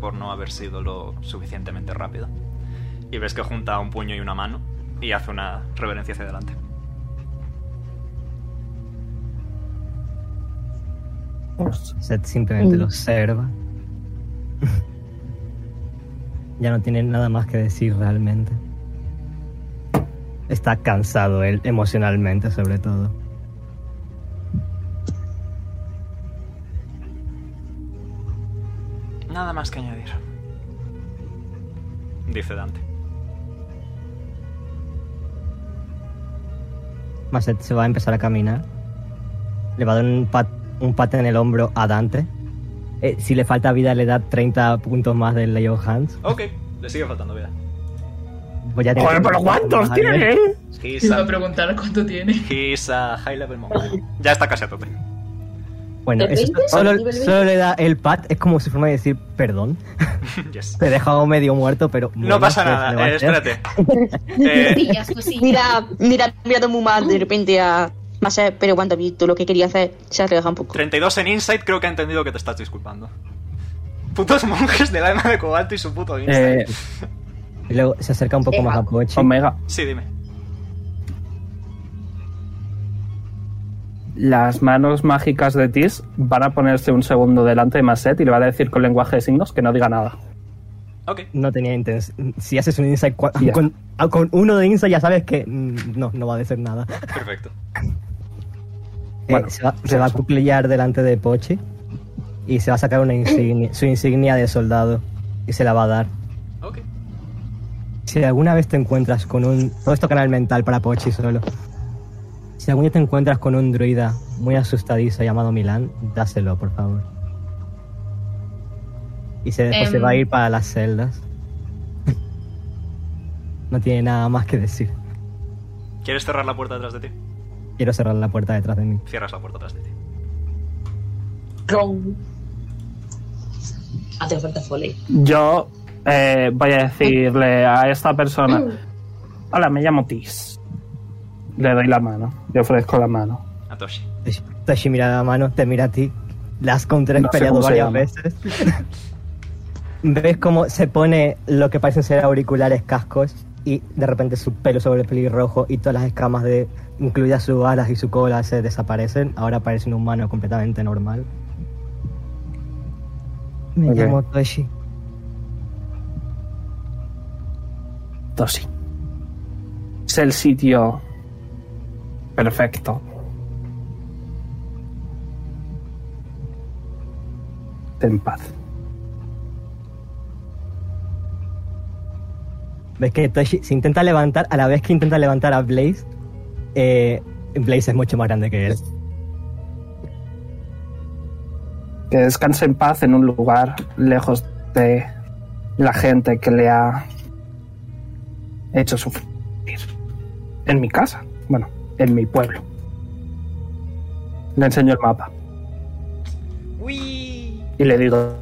por no haber sido lo suficientemente rápido. Y ves que junta un puño y una mano y hace una reverencia hacia adelante. Seth simplemente Mm. lo observa. ya no tiene nada más que decir realmente. Está cansado él, emocionalmente sobre todo. Nada más que añadir. Dice Dante. Maset se va a empezar a caminar. Le va a dar un pat, un pat en el hombro a Dante. Eh, si le falta vida, le da 30 puntos más del Lay of Hands. Ok, le sigue faltando vida. Pues ya tiene Joder, pero 30 ¿cuántos más al nivel. tiene, eh? Te iba a preguntar cuánto tiene. He's a high level monk. Ya está casi a tope. Bueno, ¿El eso 20? solo, ¿El nivel 20? solo le da el pat. Es como si forma de decir perdón. Yes. Te he dejado medio muerto, pero. No pasa nada, eh, espérate. Eh, Mira, mira, mirando muy mal de repente ah, a Masa, pero cuando ha visto lo que quería hacer, se ha relajado un poco. 32 en Insight, creo que ha entendido que te estás disculpando. Putos monjes del alma de cobalto y su Eh, puto Insight. Y luego se acerca un poco más a Pochi. Omega, Sí, dime. las manos mágicas de Tis van a ponerse un segundo delante de Maset y le va a decir con lenguaje de signos que no diga nada. No tenía intención. Si haces un insight cua- con, ah, con uno de insight ya sabes que mm, no, no va a decir nada. Perfecto. Eh, se, va, se va a cuclillar delante de Pochi y se va a sacar una insignia, su insignia de soldado y se la va a dar. Ok. Si alguna vez te encuentras con un... Todo esto canal mental para Pochi solo. Si alguna vez te encuentras con un druida muy asustadizo llamado Milán, dáselo, por favor. Y se, después se Em. va a ir para las celdas. no tiene nada más que decir. ¿Quieres cerrar la puerta detrás de ti? Quiero cerrar la puerta detrás de mí. Cierras la puerta detrás de ti. Hace falta foley. Yo eh, voy a decirle a esta persona: Hola, me llamo Tis. Le doy la mano, le ofrezco la mano. A Toshi. Toshi mira la mano, te mira a ti. La has No sé contraespeleado cómo se varias llama. veces. Ves cómo se pone lo que parecen ser auriculares cascos y de repente su pelo sobre el pelirrojo y todas las escamas de incluidas sus alas y su cola se desaparecen. Ahora parece un humano completamente normal. Me Ok. llamo Toshi. Tosi. Es el sitio perfecto. Ten paz. Ves que Toshi se intenta levantar a la vez que intenta levantar a Blaze. eh, Blaze es mucho más grande que él. Que descanse en paz en un lugar lejos de la gente que le ha hecho sufrir. En mi casa. Bueno, en mi pueblo. Le enseño el mapa. Y le digo,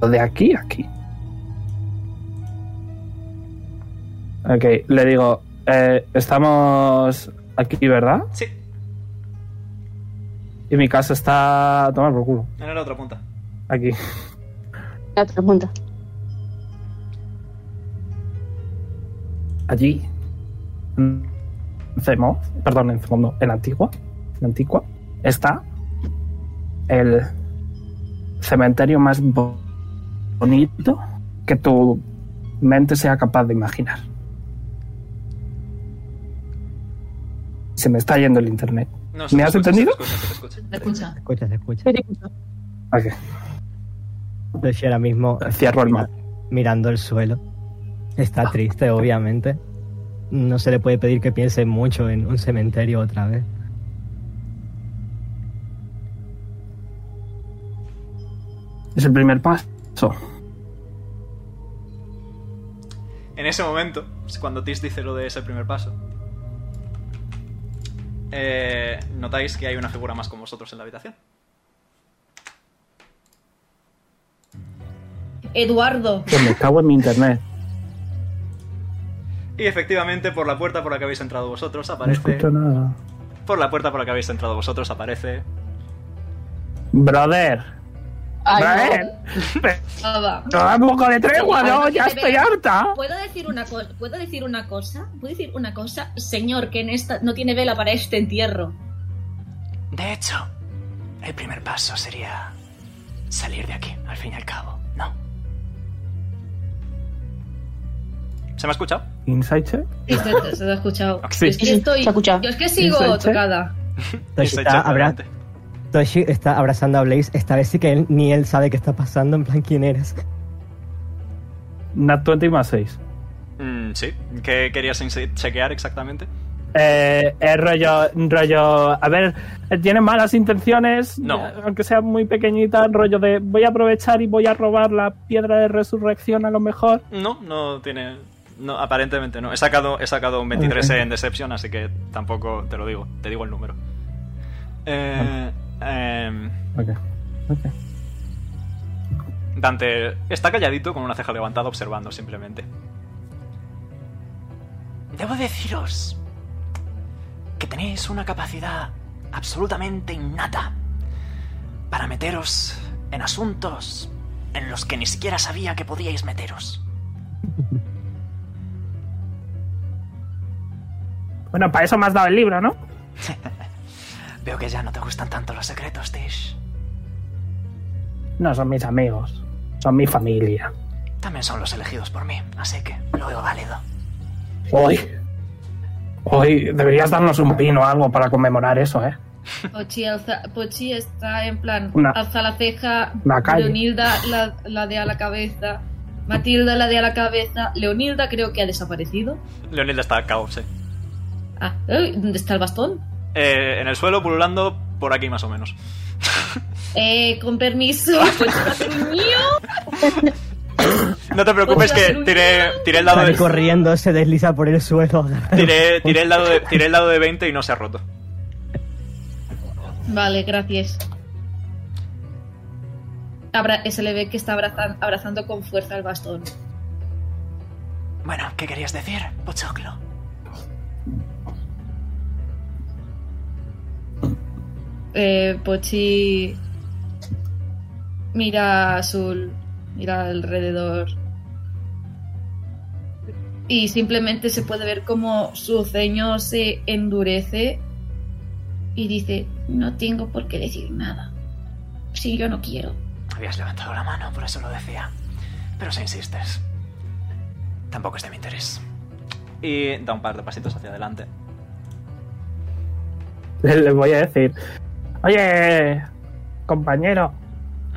de aquí a aquí. Ok, le digo, eh, estamos aquí, ¿verdad? Sí. Y mi casa está... a Tomar por culo. En la otra punta. Aquí. La otra punta. Allí. En Zemoz, perdón, en Zemoz no, en Antigua. En Antigua. Está el cementerio más bo- bonito que tu mente sea capaz de imaginar. Se me está yendo el internet. No, se ¿Me te has escucha, entendido? Se escucha. Escucha, se escucha. Ok. De hecho, ahora mismo. Cierro el mapa. Mirando el suelo. Está triste, obviamente. No se le puede pedir que piense mucho en un cementerio otra vez. Es el primer paso. En ese momento, es cuando Tis dice lo de ese primer paso, eh, notáis que hay una figura más con vosotros en la habitación. Eduardo. Que me cago en mi internet. Y efectivamente, por la puerta por la que habéis entrado vosotros No aparece. escucho nada. Por la puerta por la que habéis entrado vosotros aparece. Brother. Brother. Nada. Ah, No, da un poco de tregua, no, ya Espera, estoy harta. ¿Puedo decir una cosa? ¿Puedo decir una cosa? ¿Puedo decir una cosa? Señor, que en esta no tiene vela para este entierro. De hecho, el primer paso sería salir de aquí, al fin y al cabo. No. ¿Se me ha escuchado? Insight check. Sí, se, se lo he Ah, escuchado. Sí. Yo es que estoy. Yo es que sigo ¿Sí, Sánchez? tocada. Toshi está, abra- Toshi está abrazando a Blaze. Esta vez sí que él, ni él sabe qué está pasando. En plan, ¿quién eres? Nat 20 más 6. Mm, sí. ¿Qué querías inse- chequear exactamente? Eh, es rollo, rollo. A ver, eh, tiene malas intenciones. No. eh, Aunque sea muy pequeñita, rollo de voy a aprovechar y voy a robar la piedra de resurrección a lo mejor. No, no tiene. No, aparentemente no. He sacado, he sacado un 23 Ok. en Deception, así que tampoco te lo digo. Te digo el número. Eh, em, Dante está calladito con una ceja levantada observando simplemente. Debo deciros que tenéis una capacidad absolutamente innata para meteros en asuntos en los que ni siquiera sabía que podíais meteros. Bueno, para eso me has dado el libro, ¿no? Veo que ya no te gustan tanto los secretos, Tish. No, son mis amigos. Son mi familia. También son los elegidos por mí, así que lo veo válido. Hoy. Hoy deberías darnos un pino o algo para conmemorar eso, ¿eh? Pochi, alza- Pochi está en plan. Una- alza la ceja. Una calle. Leonilda la, la de a la cabeza. Matilda la de a la cabeza. Leonilda creo que ha desaparecido. Leonilda está cao, sí. Ah, ¡ay! ¿dónde está el bastón? Eh, en el suelo, pululando por aquí más o menos. Eh, con permiso. Pochi va a hacer un mío. No te preocupes que tiré, tiré el dado Sale de, corriendo, se desliza por el suelo. tiré, tiré el dado de, tiré el dado de 20 y no se ha roto. Vale, gracias. Abra- se le ve que está abrazan- abrazando con fuerza el bastón. Bueno, ¿qué querías decir, Pochoclo? Eh, Pochi mira a azul, mira alrededor. Y simplemente se puede ver como su ceño se endurece y dice, no tengo por qué decir nada. Si yo no quiero. Habías levantado la mano, por eso lo decía. Pero si insistes, tampoco es de mi interés. Y da un par de pasitos hacia adelante. Le voy a decir. Oye, compañero.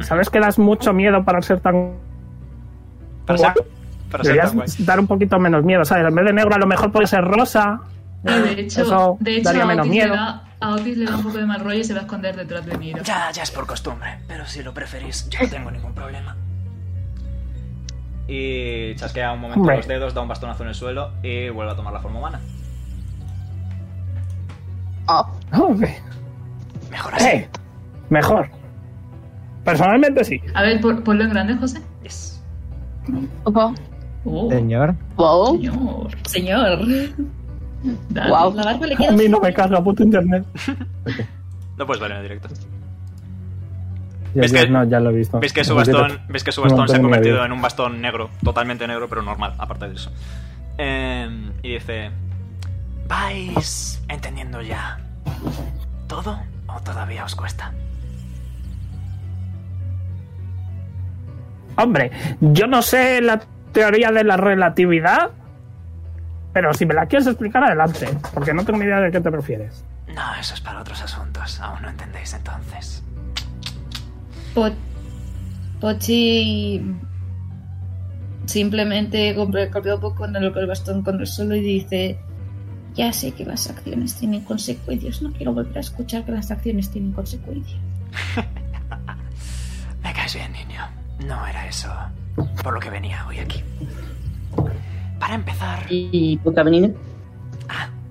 ¿Sabes que das mucho miedo para ser tan Para ser, para ser tan guay. Deberías dar un poquito menos miedo, ¿sabes? En vez de negro a lo mejor puede ser rosa. Ah, de hecho, Eso de hecho daría a, menos Otis le miedo. da, a Otis le da un poco de mal rollo y se va a esconder detrás de Nira. Ya, ya es por costumbre, pero si lo preferís, yo no tengo ningún problema. Y chasquea un momento Hombre. los dedos, da un bastonazo en el suelo y vuelve a tomar la forma humana. Ah. Mejor así. mejor. Personalmente sí. A ver, pon- ponlo en grande, José. Oh. Señor. Señor. Señor. Guau. La barba le A queda mí no me carga puto internet. Lo puedes ver en el directo. ¿Ves que- no, ya lo he visto. ¿Veis que su Lo he visto. bastón, veis que su No bastón se ha tengo ni convertido idea. en un bastón negro, totalmente negro, pero normal, aparte de eso? Eh, y dice, ¿Vais entendiendo ya todo o todavía os cuesta? Hombre, yo no sé la teoría de la relatividad, pero si me la quieres explicar, adelante, porque no tengo ni idea de qué te refieres. No, eso es para otros asuntos. Aún no entendéis entonces. Po- Pochi simplemente compra el cuerpo con el el bastón con el suelo y dice ya sé que las pues acciones tienen consecuencias no quiero volver a escuchar que las acciones tienen consecuencias Me caes bien, niño. No era eso por lo que venía hoy aquí. Para empezar, ¿Y por qué ha venido?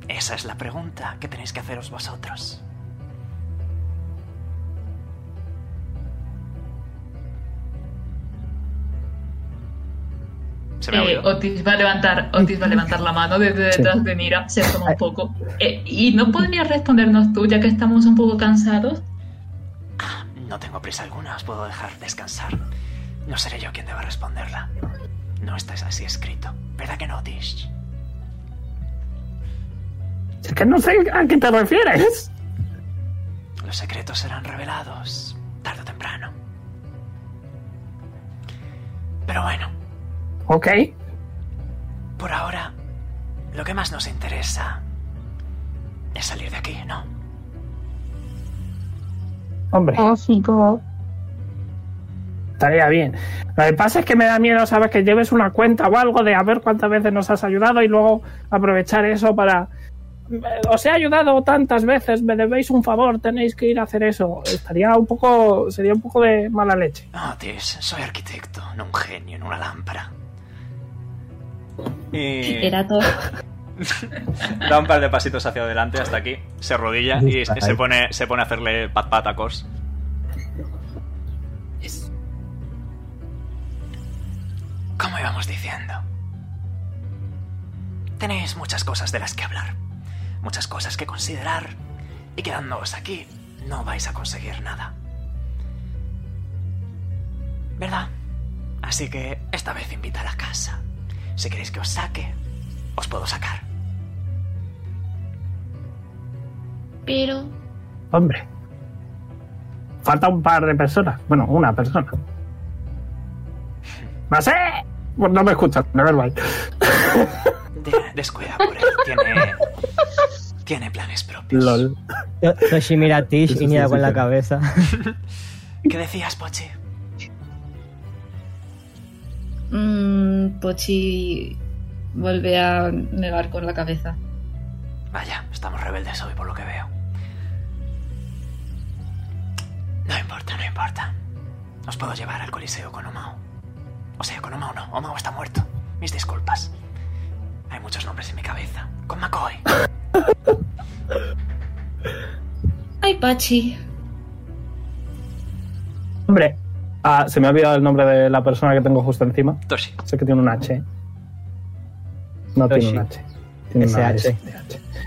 esa es la pregunta que tenéis que haceros vosotros. me ha Eh, oído. Otis va a levantar, Otis va a levantar la mano desde Sí. detrás de Nira, se asoma un poco. Eh, y no podrías respondernos tú, ya que estamos un poco cansados. No tengo prisa alguna, os puedo dejar descansar. No seré yo quien deba responderla. No estáis así escrito. ¿Verdad que no, Tish? Es que no sé a qué te refieres. Los secretos serán revelados tarde o temprano. Pero bueno, Ok, por ahora, lo que más nos interesa es salir de aquí, ¿no? hombre. Oh, sí, por favor. Estaría bien. Lo que pasa es que me da miedo, ¿sabes? Que lleves una cuenta o algo de a ver cuántas veces nos has ayudado y luego aprovechar eso para... Os he ayudado tantas veces, me debéis un favor, tenéis que ir a hacer eso. Estaría un poco... Sería un poco de mala leche. No, Tish, soy arquitecto, no un genio en una lámpara. Y era todo da un par de pasitos hacia adelante hasta aquí, se arrodilla y se se pone, se pone a hacerle pat pat a Kors. Como íbamos diciendo, tenéis muchas cosas de las que hablar, muchas cosas que considerar, y quedándoos aquí no vais a conseguir nada. ¿Verdad? Así que esta vez invitar a casa. Si queréis que os saque, os puedo sacar. Pero Hombre. Falta un par de personas. Bueno, una persona. ¡Más eh! Pues no me escuchas, never mind. De- descuida por él, tiene, tiene planes propios. lol Toshi mira a Tish y mira con la cabeza ¿Qué decías, Pochi? Mm, Pochi vuelve a negar con la cabeza Vaya, estamos rebeldes hoy por lo que veo. No importa, no importa. Os puedo llevar al coliseo con Omao. O sea, con Omao no. Omao está muerto. Mis disculpas. Hay muchos nombres en mi cabeza. Con McCoy. ay Pachi Hombre. Ah, se me ha olvidado el nombre de la persona que tengo justo encima. Toshi. Sé que tiene un H. No tiene un H. Tiene una SH. S.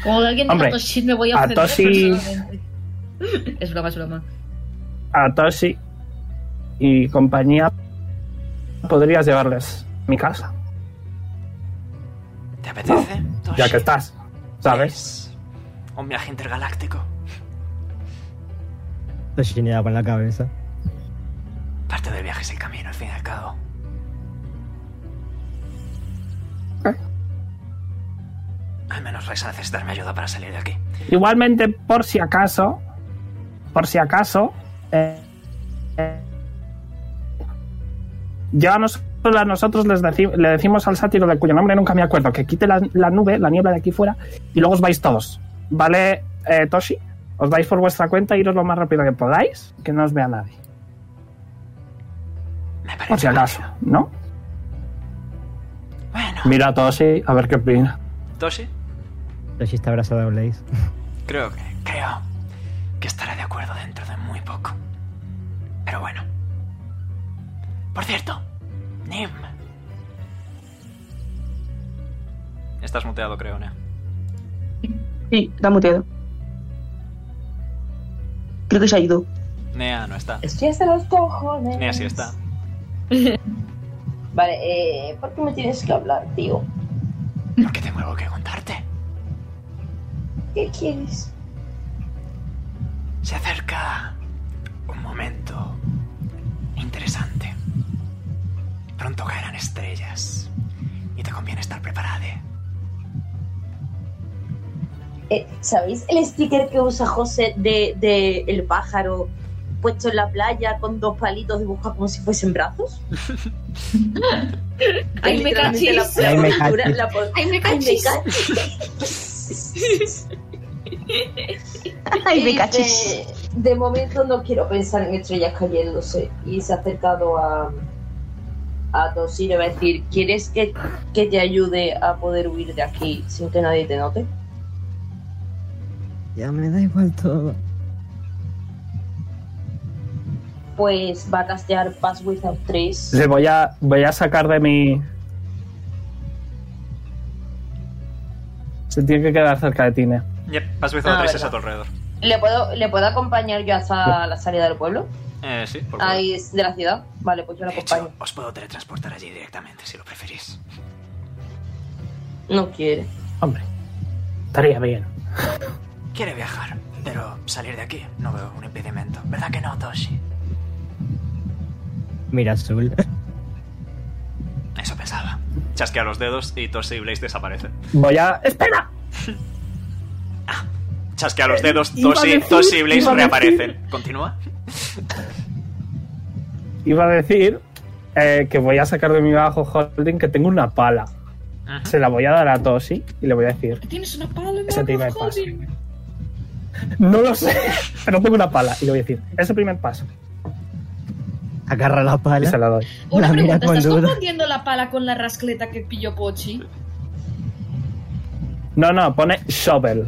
como alguien diga Hombre, Toshi me voy a a ofender Toshi- personalmente. es broma es broma A Toshi y compañía podrías llevarles mi casa. ¿Te apetece? Toshi? Ya que estás, ¿sabes? Un viaje intergaláctico. Toshi niega con la cabeza Parte del viaje es el camino, al fin y al cabo. Al menos vais a necesitar mi ayuda para salir de aquí. Igualmente, por si acaso, por si acaso, eh, eh, ya nosotros, a nosotros les deci- le decimos al sátiro de cuyo nombre nunca me acuerdo que quite la, la nube, la niebla de aquí fuera y luego os vais todos, ¿vale, eh, Toshi? Os vais por vuestra cuenta, iros lo más rápido que podáis, que no os vea nadie. Por si acaso, ¿no? Mira a Toshi, a ver qué opina. Toshi, Toshi está abrazado a Blaze creo que. Creo que estará de acuerdo dentro de muy poco. Pero bueno. Por cierto, Nim, Estás muteado, creo, ¿no? Sí, está muteado. Creo que se ha ido. Nea no está. Estoy hasta los cojones. Nea sí está. Vale, eh, ¿por qué me tienes que hablar, tío? porque tengo algo que contarte. ¿Qué quieres? Se acerca un momento interesante. Pronto caerán estrellas. Y te conviene estar preparada. Eh, ¿Sabéis el sticker que usa José de, de el pájaro puesto en la playa con dos palitos dibujados como si fuesen brazos? Ay, me Literalmente la- cachis. la Ay, me postura- cachis. la pos- Ay, me cachis. Ay, me De, de momento no quiero pensar en estrellas cayéndose. Y se ha acercado a, a Tosir y va a decir, ¿quieres que, que te ayude a poder huir de aquí sin que nadie te note? Ya me da igual todo. Pues va a castear Pass Without Trace. Le voy a, voy a sacar de mi. Se tiene que quedar cerca de Tine. Yep, paso without Ah, traces verdad. a tu alrededor. ¿Le puedo, ¿Le puedo acompañar yo hasta la salida del pueblo? Eh, sí, por favor. Ahí es de la ciudad. Vale, pues yo la De hecho, acompaño. os puedo teletransportar allí directamente si lo preferís. No quiere. Hombre, estaría bien. Quiere viajar, pero salir de aquí no veo un impedimento. ¿Verdad que no, Toshi? Mira, azul. Eso pensaba. Chasquea los dedos y Toshi y Blaze desaparecen. Voy a. ¡Espera! Chasquea los dedos, Iba a Toshi, decir, Toshi y Blaze iba a decir. reaparecen. Continúa. Iba a decir eh, que voy a sacar de mi bajo holding que tengo una pala. Se la voy a dar a Toshi y le voy a decir. Tienes una pala en Ese la primer mano, paso. joder. No lo sé, pero tengo una pala. Y le voy a decir, es el primer paso. Agarra la pala. Y se la doy. la Una mira pregunta, con ¿estás duda. confundiendo la pala con la rascleta que pilló Pochi? No, no, pone shovel.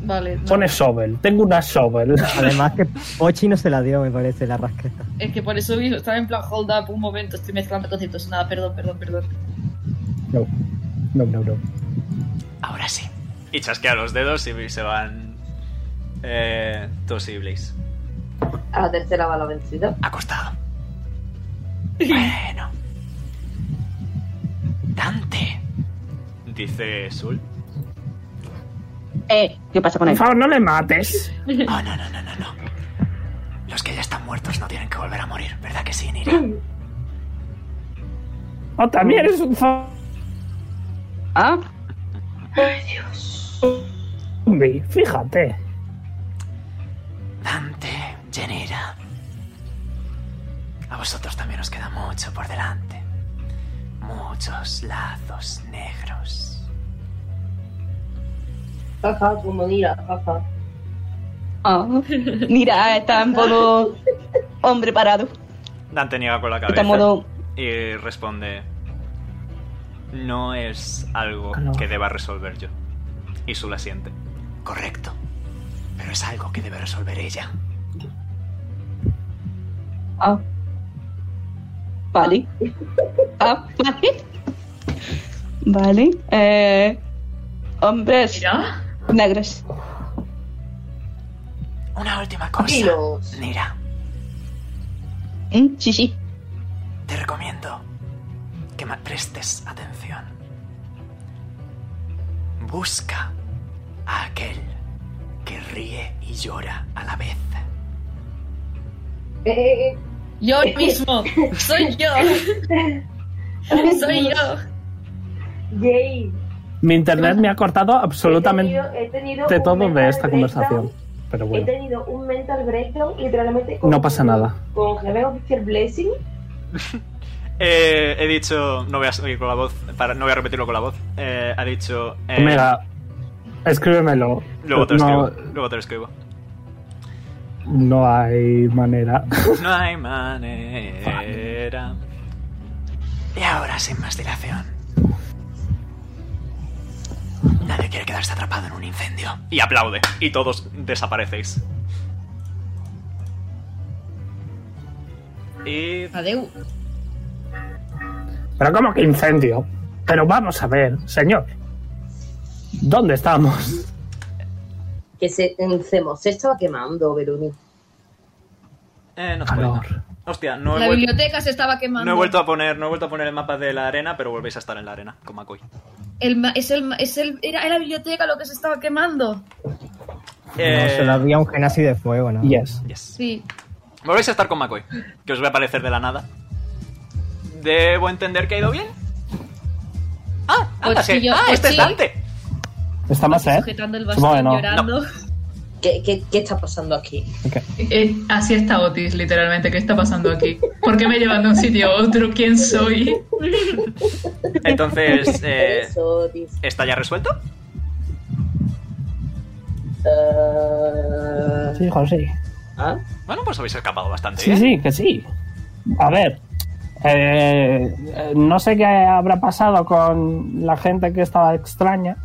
Vale, no. Pone shovel. Tengo una shovel. Además que Pochi no se la dio, me parece, la rasqueta. Es que por eso yo estaba en plan hold up un momento, estoy mezclando conceptos. Nada, perdón, perdón, perdón. No, no, no, no. Ahora sí. Y chasquea los dedos y se van. Eh, Toshi y Blaze. A la tercera va la vencida. Acostado. Bueno. Dante. Dice Sul. Eh, ¿qué pasa con él? Por favor, no le mates. Ah, No, no, no, no, no, no. Los que ya están muertos no tienen que volver a morir, ¿verdad que sí, Nira? O Ah, también es un zo- ¿Ah? zombie. Fíjate. Dante, Genera. A vosotros también os queda mucho por delante. Muchos lazos negros. Jaja, como mira, jaja. Ah, mira, está en modo hombre parado. Dante niega con la Está cabeza. en modo. Y responde: No es algo Ah, no. que deba resolver yo. Y Sul asiente. Correcto. Pero es algo que debe resolver ella. Ah. Vale. Ah, vale. Vale. Eh, hombres negros. Una última cosa. Nira, Mm, Sí, sí. te recomiendo que me prestes atención. Busca a aquel que ríe y llora a la vez. Yo mismo, soy yo. soy yo. Yay. Mi internet me ha cortado absolutamente He tenido de un todo de mental esta conversación. Pero He bueno, tenido un mental breakdown literalmente con, no pasa nada. con Heaven Official Blessing. Eh, he dicho. No voy a seguir con la voz. para- no voy a repetirlo con la voz. Eh, ha dicho. eh, Omega, escríbemelo. Luego te lo no, escribo. Luego te lo escribo. no hay manera. No hay manera. Y ahora, sin más dilación. Nadie quiere quedarse atrapado en un incendio. Y aplaude. Y todos desaparecéis. Y. Adeu. Pero ¿cómo que incendio? Pero vamos a ver, señor. ¿Dónde estamos? Que se encemos. Se estaba quemando, Veruni. Eh, no te puedo ayudar. Hostia, no he, La vuelto, biblioteca se estaba quemando. no he vuelto a poner, no he vuelto a poner el mapa de la arena, pero volvéis a estar en la arena con Makoi. El ma- es el, ma- es el, era, era la biblioteca lo que se estaba quemando. No, Eh, se la había un gen así de fuego, ¿no? Yes. yes. Sí. Volvéis a estar con Makoi, que os va a aparecer de la nada. Debo entender que ha ido bien. Ah, anda, Ochi, que- yo- ah, este es Ochi. Dante. Está más, ¿eh? Sujetando el Supongo bastón que no. llorando. ¿Qué, qué, qué está pasando aquí? Eh, así está Otis, literalmente. ¿Qué está pasando aquí? ¿Por qué me llevan de un sitio a otro? ¿Quién soy? Entonces, eh, Eso, dice. ¿está ya resuelto? Eh, Sí, José. ¿ah? Bueno, pues habéis escapado bastante Sí, bien. sí, que sí. A ver, eh, eh, no sé qué habrá pasado con la gente que estaba extraña.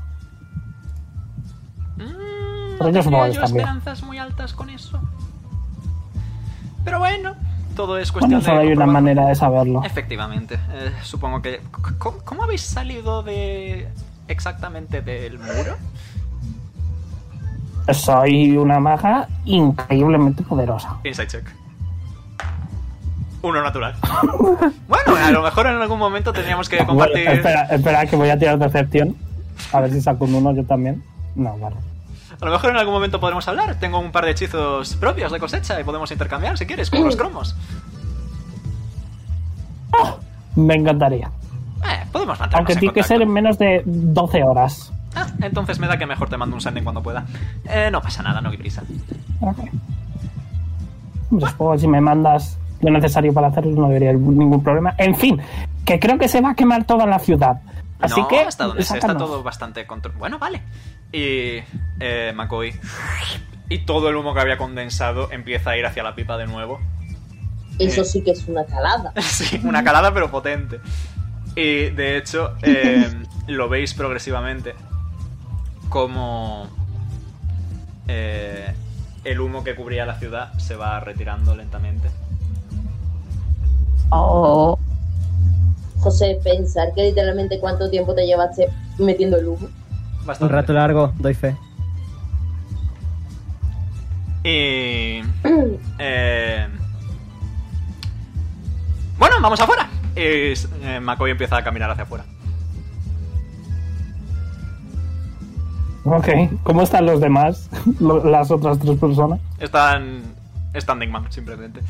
Pero yo supongo que están Mm, Tenía yo bien. esperanzas muy altas con eso. Pero bueno, todo es Bueno, cuestión solo hay de... una comprobar. manera de saberlo. Efectivamente. Eh, supongo que... ¿Cómo, cómo habéis salido de... exactamente del muro? Soy una maga increíblemente poderosa. Inside check. Uno natural. bueno, a lo mejor en algún momento teníamos que Bueno, compartir... espera, espera, que voy a tirar decepción. A ver si saco un uno yo también. No, vale. A lo mejor en algún momento podremos hablar. Tengo un par de hechizos propios de cosecha y podemos intercambiar si quieres con los cromos. Me encantaría. Eh, podemos mantenernos Aunque en tiene que contacto. ser en menos de 12 horas. Ah, entonces me da que mejor te mando un sending cuando pueda. Eh, no pasa nada, no hay prisa. Hombre, supongo que Pues si me mandas lo necesario para hacerlo no debería haber ningún problema. En fin, que creo que se va a quemar toda la ciudad. Así no, que hasta donde se está sácanos. todo bastante control. Bueno, vale. Y eh, McCoy. Y todo el humo que había condensado empieza a ir hacia la pipa de nuevo. Eso sí que es una calada. Sí, una calada pero potente. Y de hecho, eh, lo veis progresivamente como eh, el humo que cubría la ciudad se va retirando lentamente. Oh. José, pensar que literalmente cuánto tiempo te llevaste metiendo el humo. Un Bastante. rato largo, doy fe. Y... eh, bueno, vamos afuera. Y eh, McCoy empieza a caminar hacia afuera. Ok, ¿cómo están los demás? Lo- Las otras tres personas. Están. Standing man, simplemente.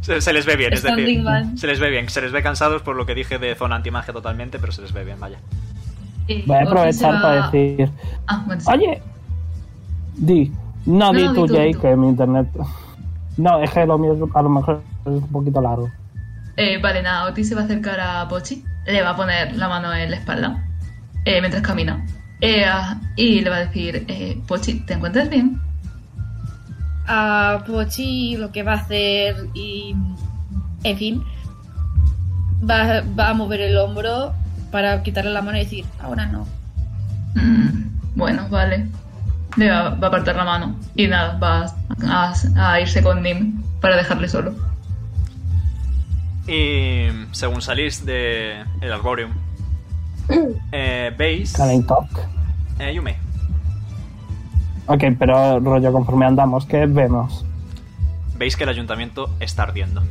Se, se les ve bien, es Standing decir. man. Se les ve bien, se les ve cansados por lo que dije de zona antimagia totalmente, pero se les ve bien, vaya. Eh, Voy a Otis se aprovechar va- para decir. Ah, bueno, sí. Oye, di. No, No, di no, tú, di tú, di Jay, tú. que mi internet. No, es que lo mío es- a lo mejor es un poquito largo. Eh, vale, nada, Otis se va a acercar a Pochi, le va a poner la mano en la espalda eh, mientras camina. Eh, ah, y le va a decir, eh, Pochi, ¿te encuentras bien? a Pochi lo que va a hacer y en fin va, va a mover el hombro para quitarle la mano y decir ahora no Mm, bueno, vale. Le va, va a apartar la mano y nada, va a, a- a irse con Nim para dejarle solo. Y según salís del el Arborium, eh, veis. Can I talk? Eh, Yume, Ok, pero rollo, conforme andamos, ¿qué vemos? veis que el ayuntamiento está ardiendo.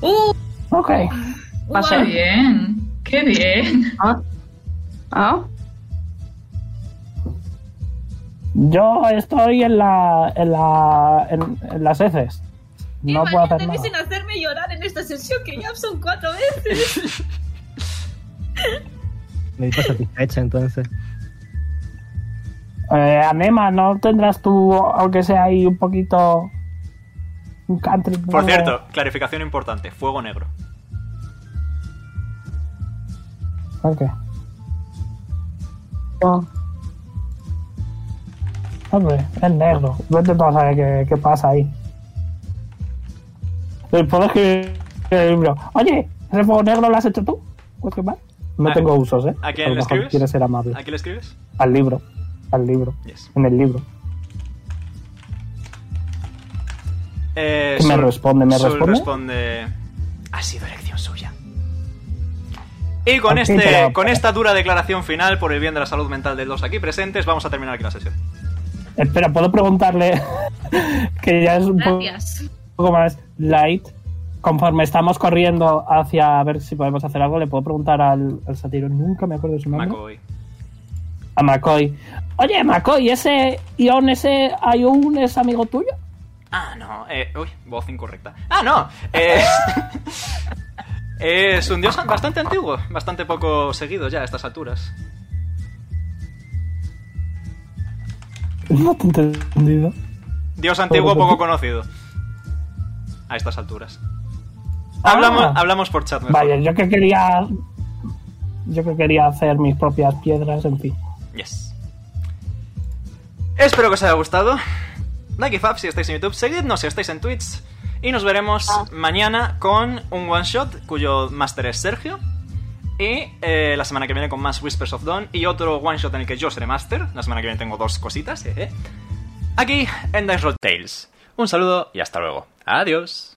¡Uh! Ok. Pasa bien, qué bien. Ah. Ah. Yo estoy en la. en, la, en, en las heces. No puedo hacer nada. sin hacerme llorar en esta sesión que ya son cuatro veces Me dijo satisfecha entonces. Eh, Anema, ¿no tendrás tú, aunque sea ahí un poquito. un country? Por nuevo? cierto, clarificación importante: fuego negro. ¿Por qué? Hombre, es negro. Vete tú a saber qué, qué pasa ahí. Eh, Puedo escribir el libro. Oye, ese fuego negro lo has hecho tú. Pues qué mal. No Ah, tengo usos, ¿eh? ¿A A quién lo mejor le escribes? quieres ser amable. ¿A quién le escribes? Al libro. Al libro. Yes. En el libro. Eh, ¿Me responde, me Sul responde? responde, Ha sido elección suya. Y con, Ok, este, pero- con esta dura declaración final por el bien de la salud mental de los aquí presentes, vamos a terminar aquí la sesión. Espera, ¿puedo preguntarle? que ya es un po- Gracias. poco más light. Conforme estamos corriendo hacia a ver si podemos hacer algo, le puedo preguntar al, al satiro. Nunca me acuerdo de su nombre. McCoy. A McCoy. Oye, McCoy, ese Ion, ese Ion es amigo tuyo. Ah, no. eh, uy, voz incorrecta. Ah, no. eh, es un dios bastante antiguo, bastante poco seguido ya a estas alturas. No te he entendido. Dios antiguo poco conocido. A estas alturas. Hablamos, hablamos por chat. mejor. Vaya, Ah, yo que quería. Yo que quería hacer mis propias piedras, en fin. Yes. Espero que os haya gustado. Like y Fab si estáis en YouTube, seguidnos si estáis en Twitch. Y nos veremos mañana con un one shot cuyo máster es Sergio. Y eh, la semana que viene con más Whispers of Dawn y otro one shot en el que yo seré máster. La semana que viene tengo dos cositas. jeje. Aquí en Dice Roll Tales. Un saludo y hasta luego. Adiós.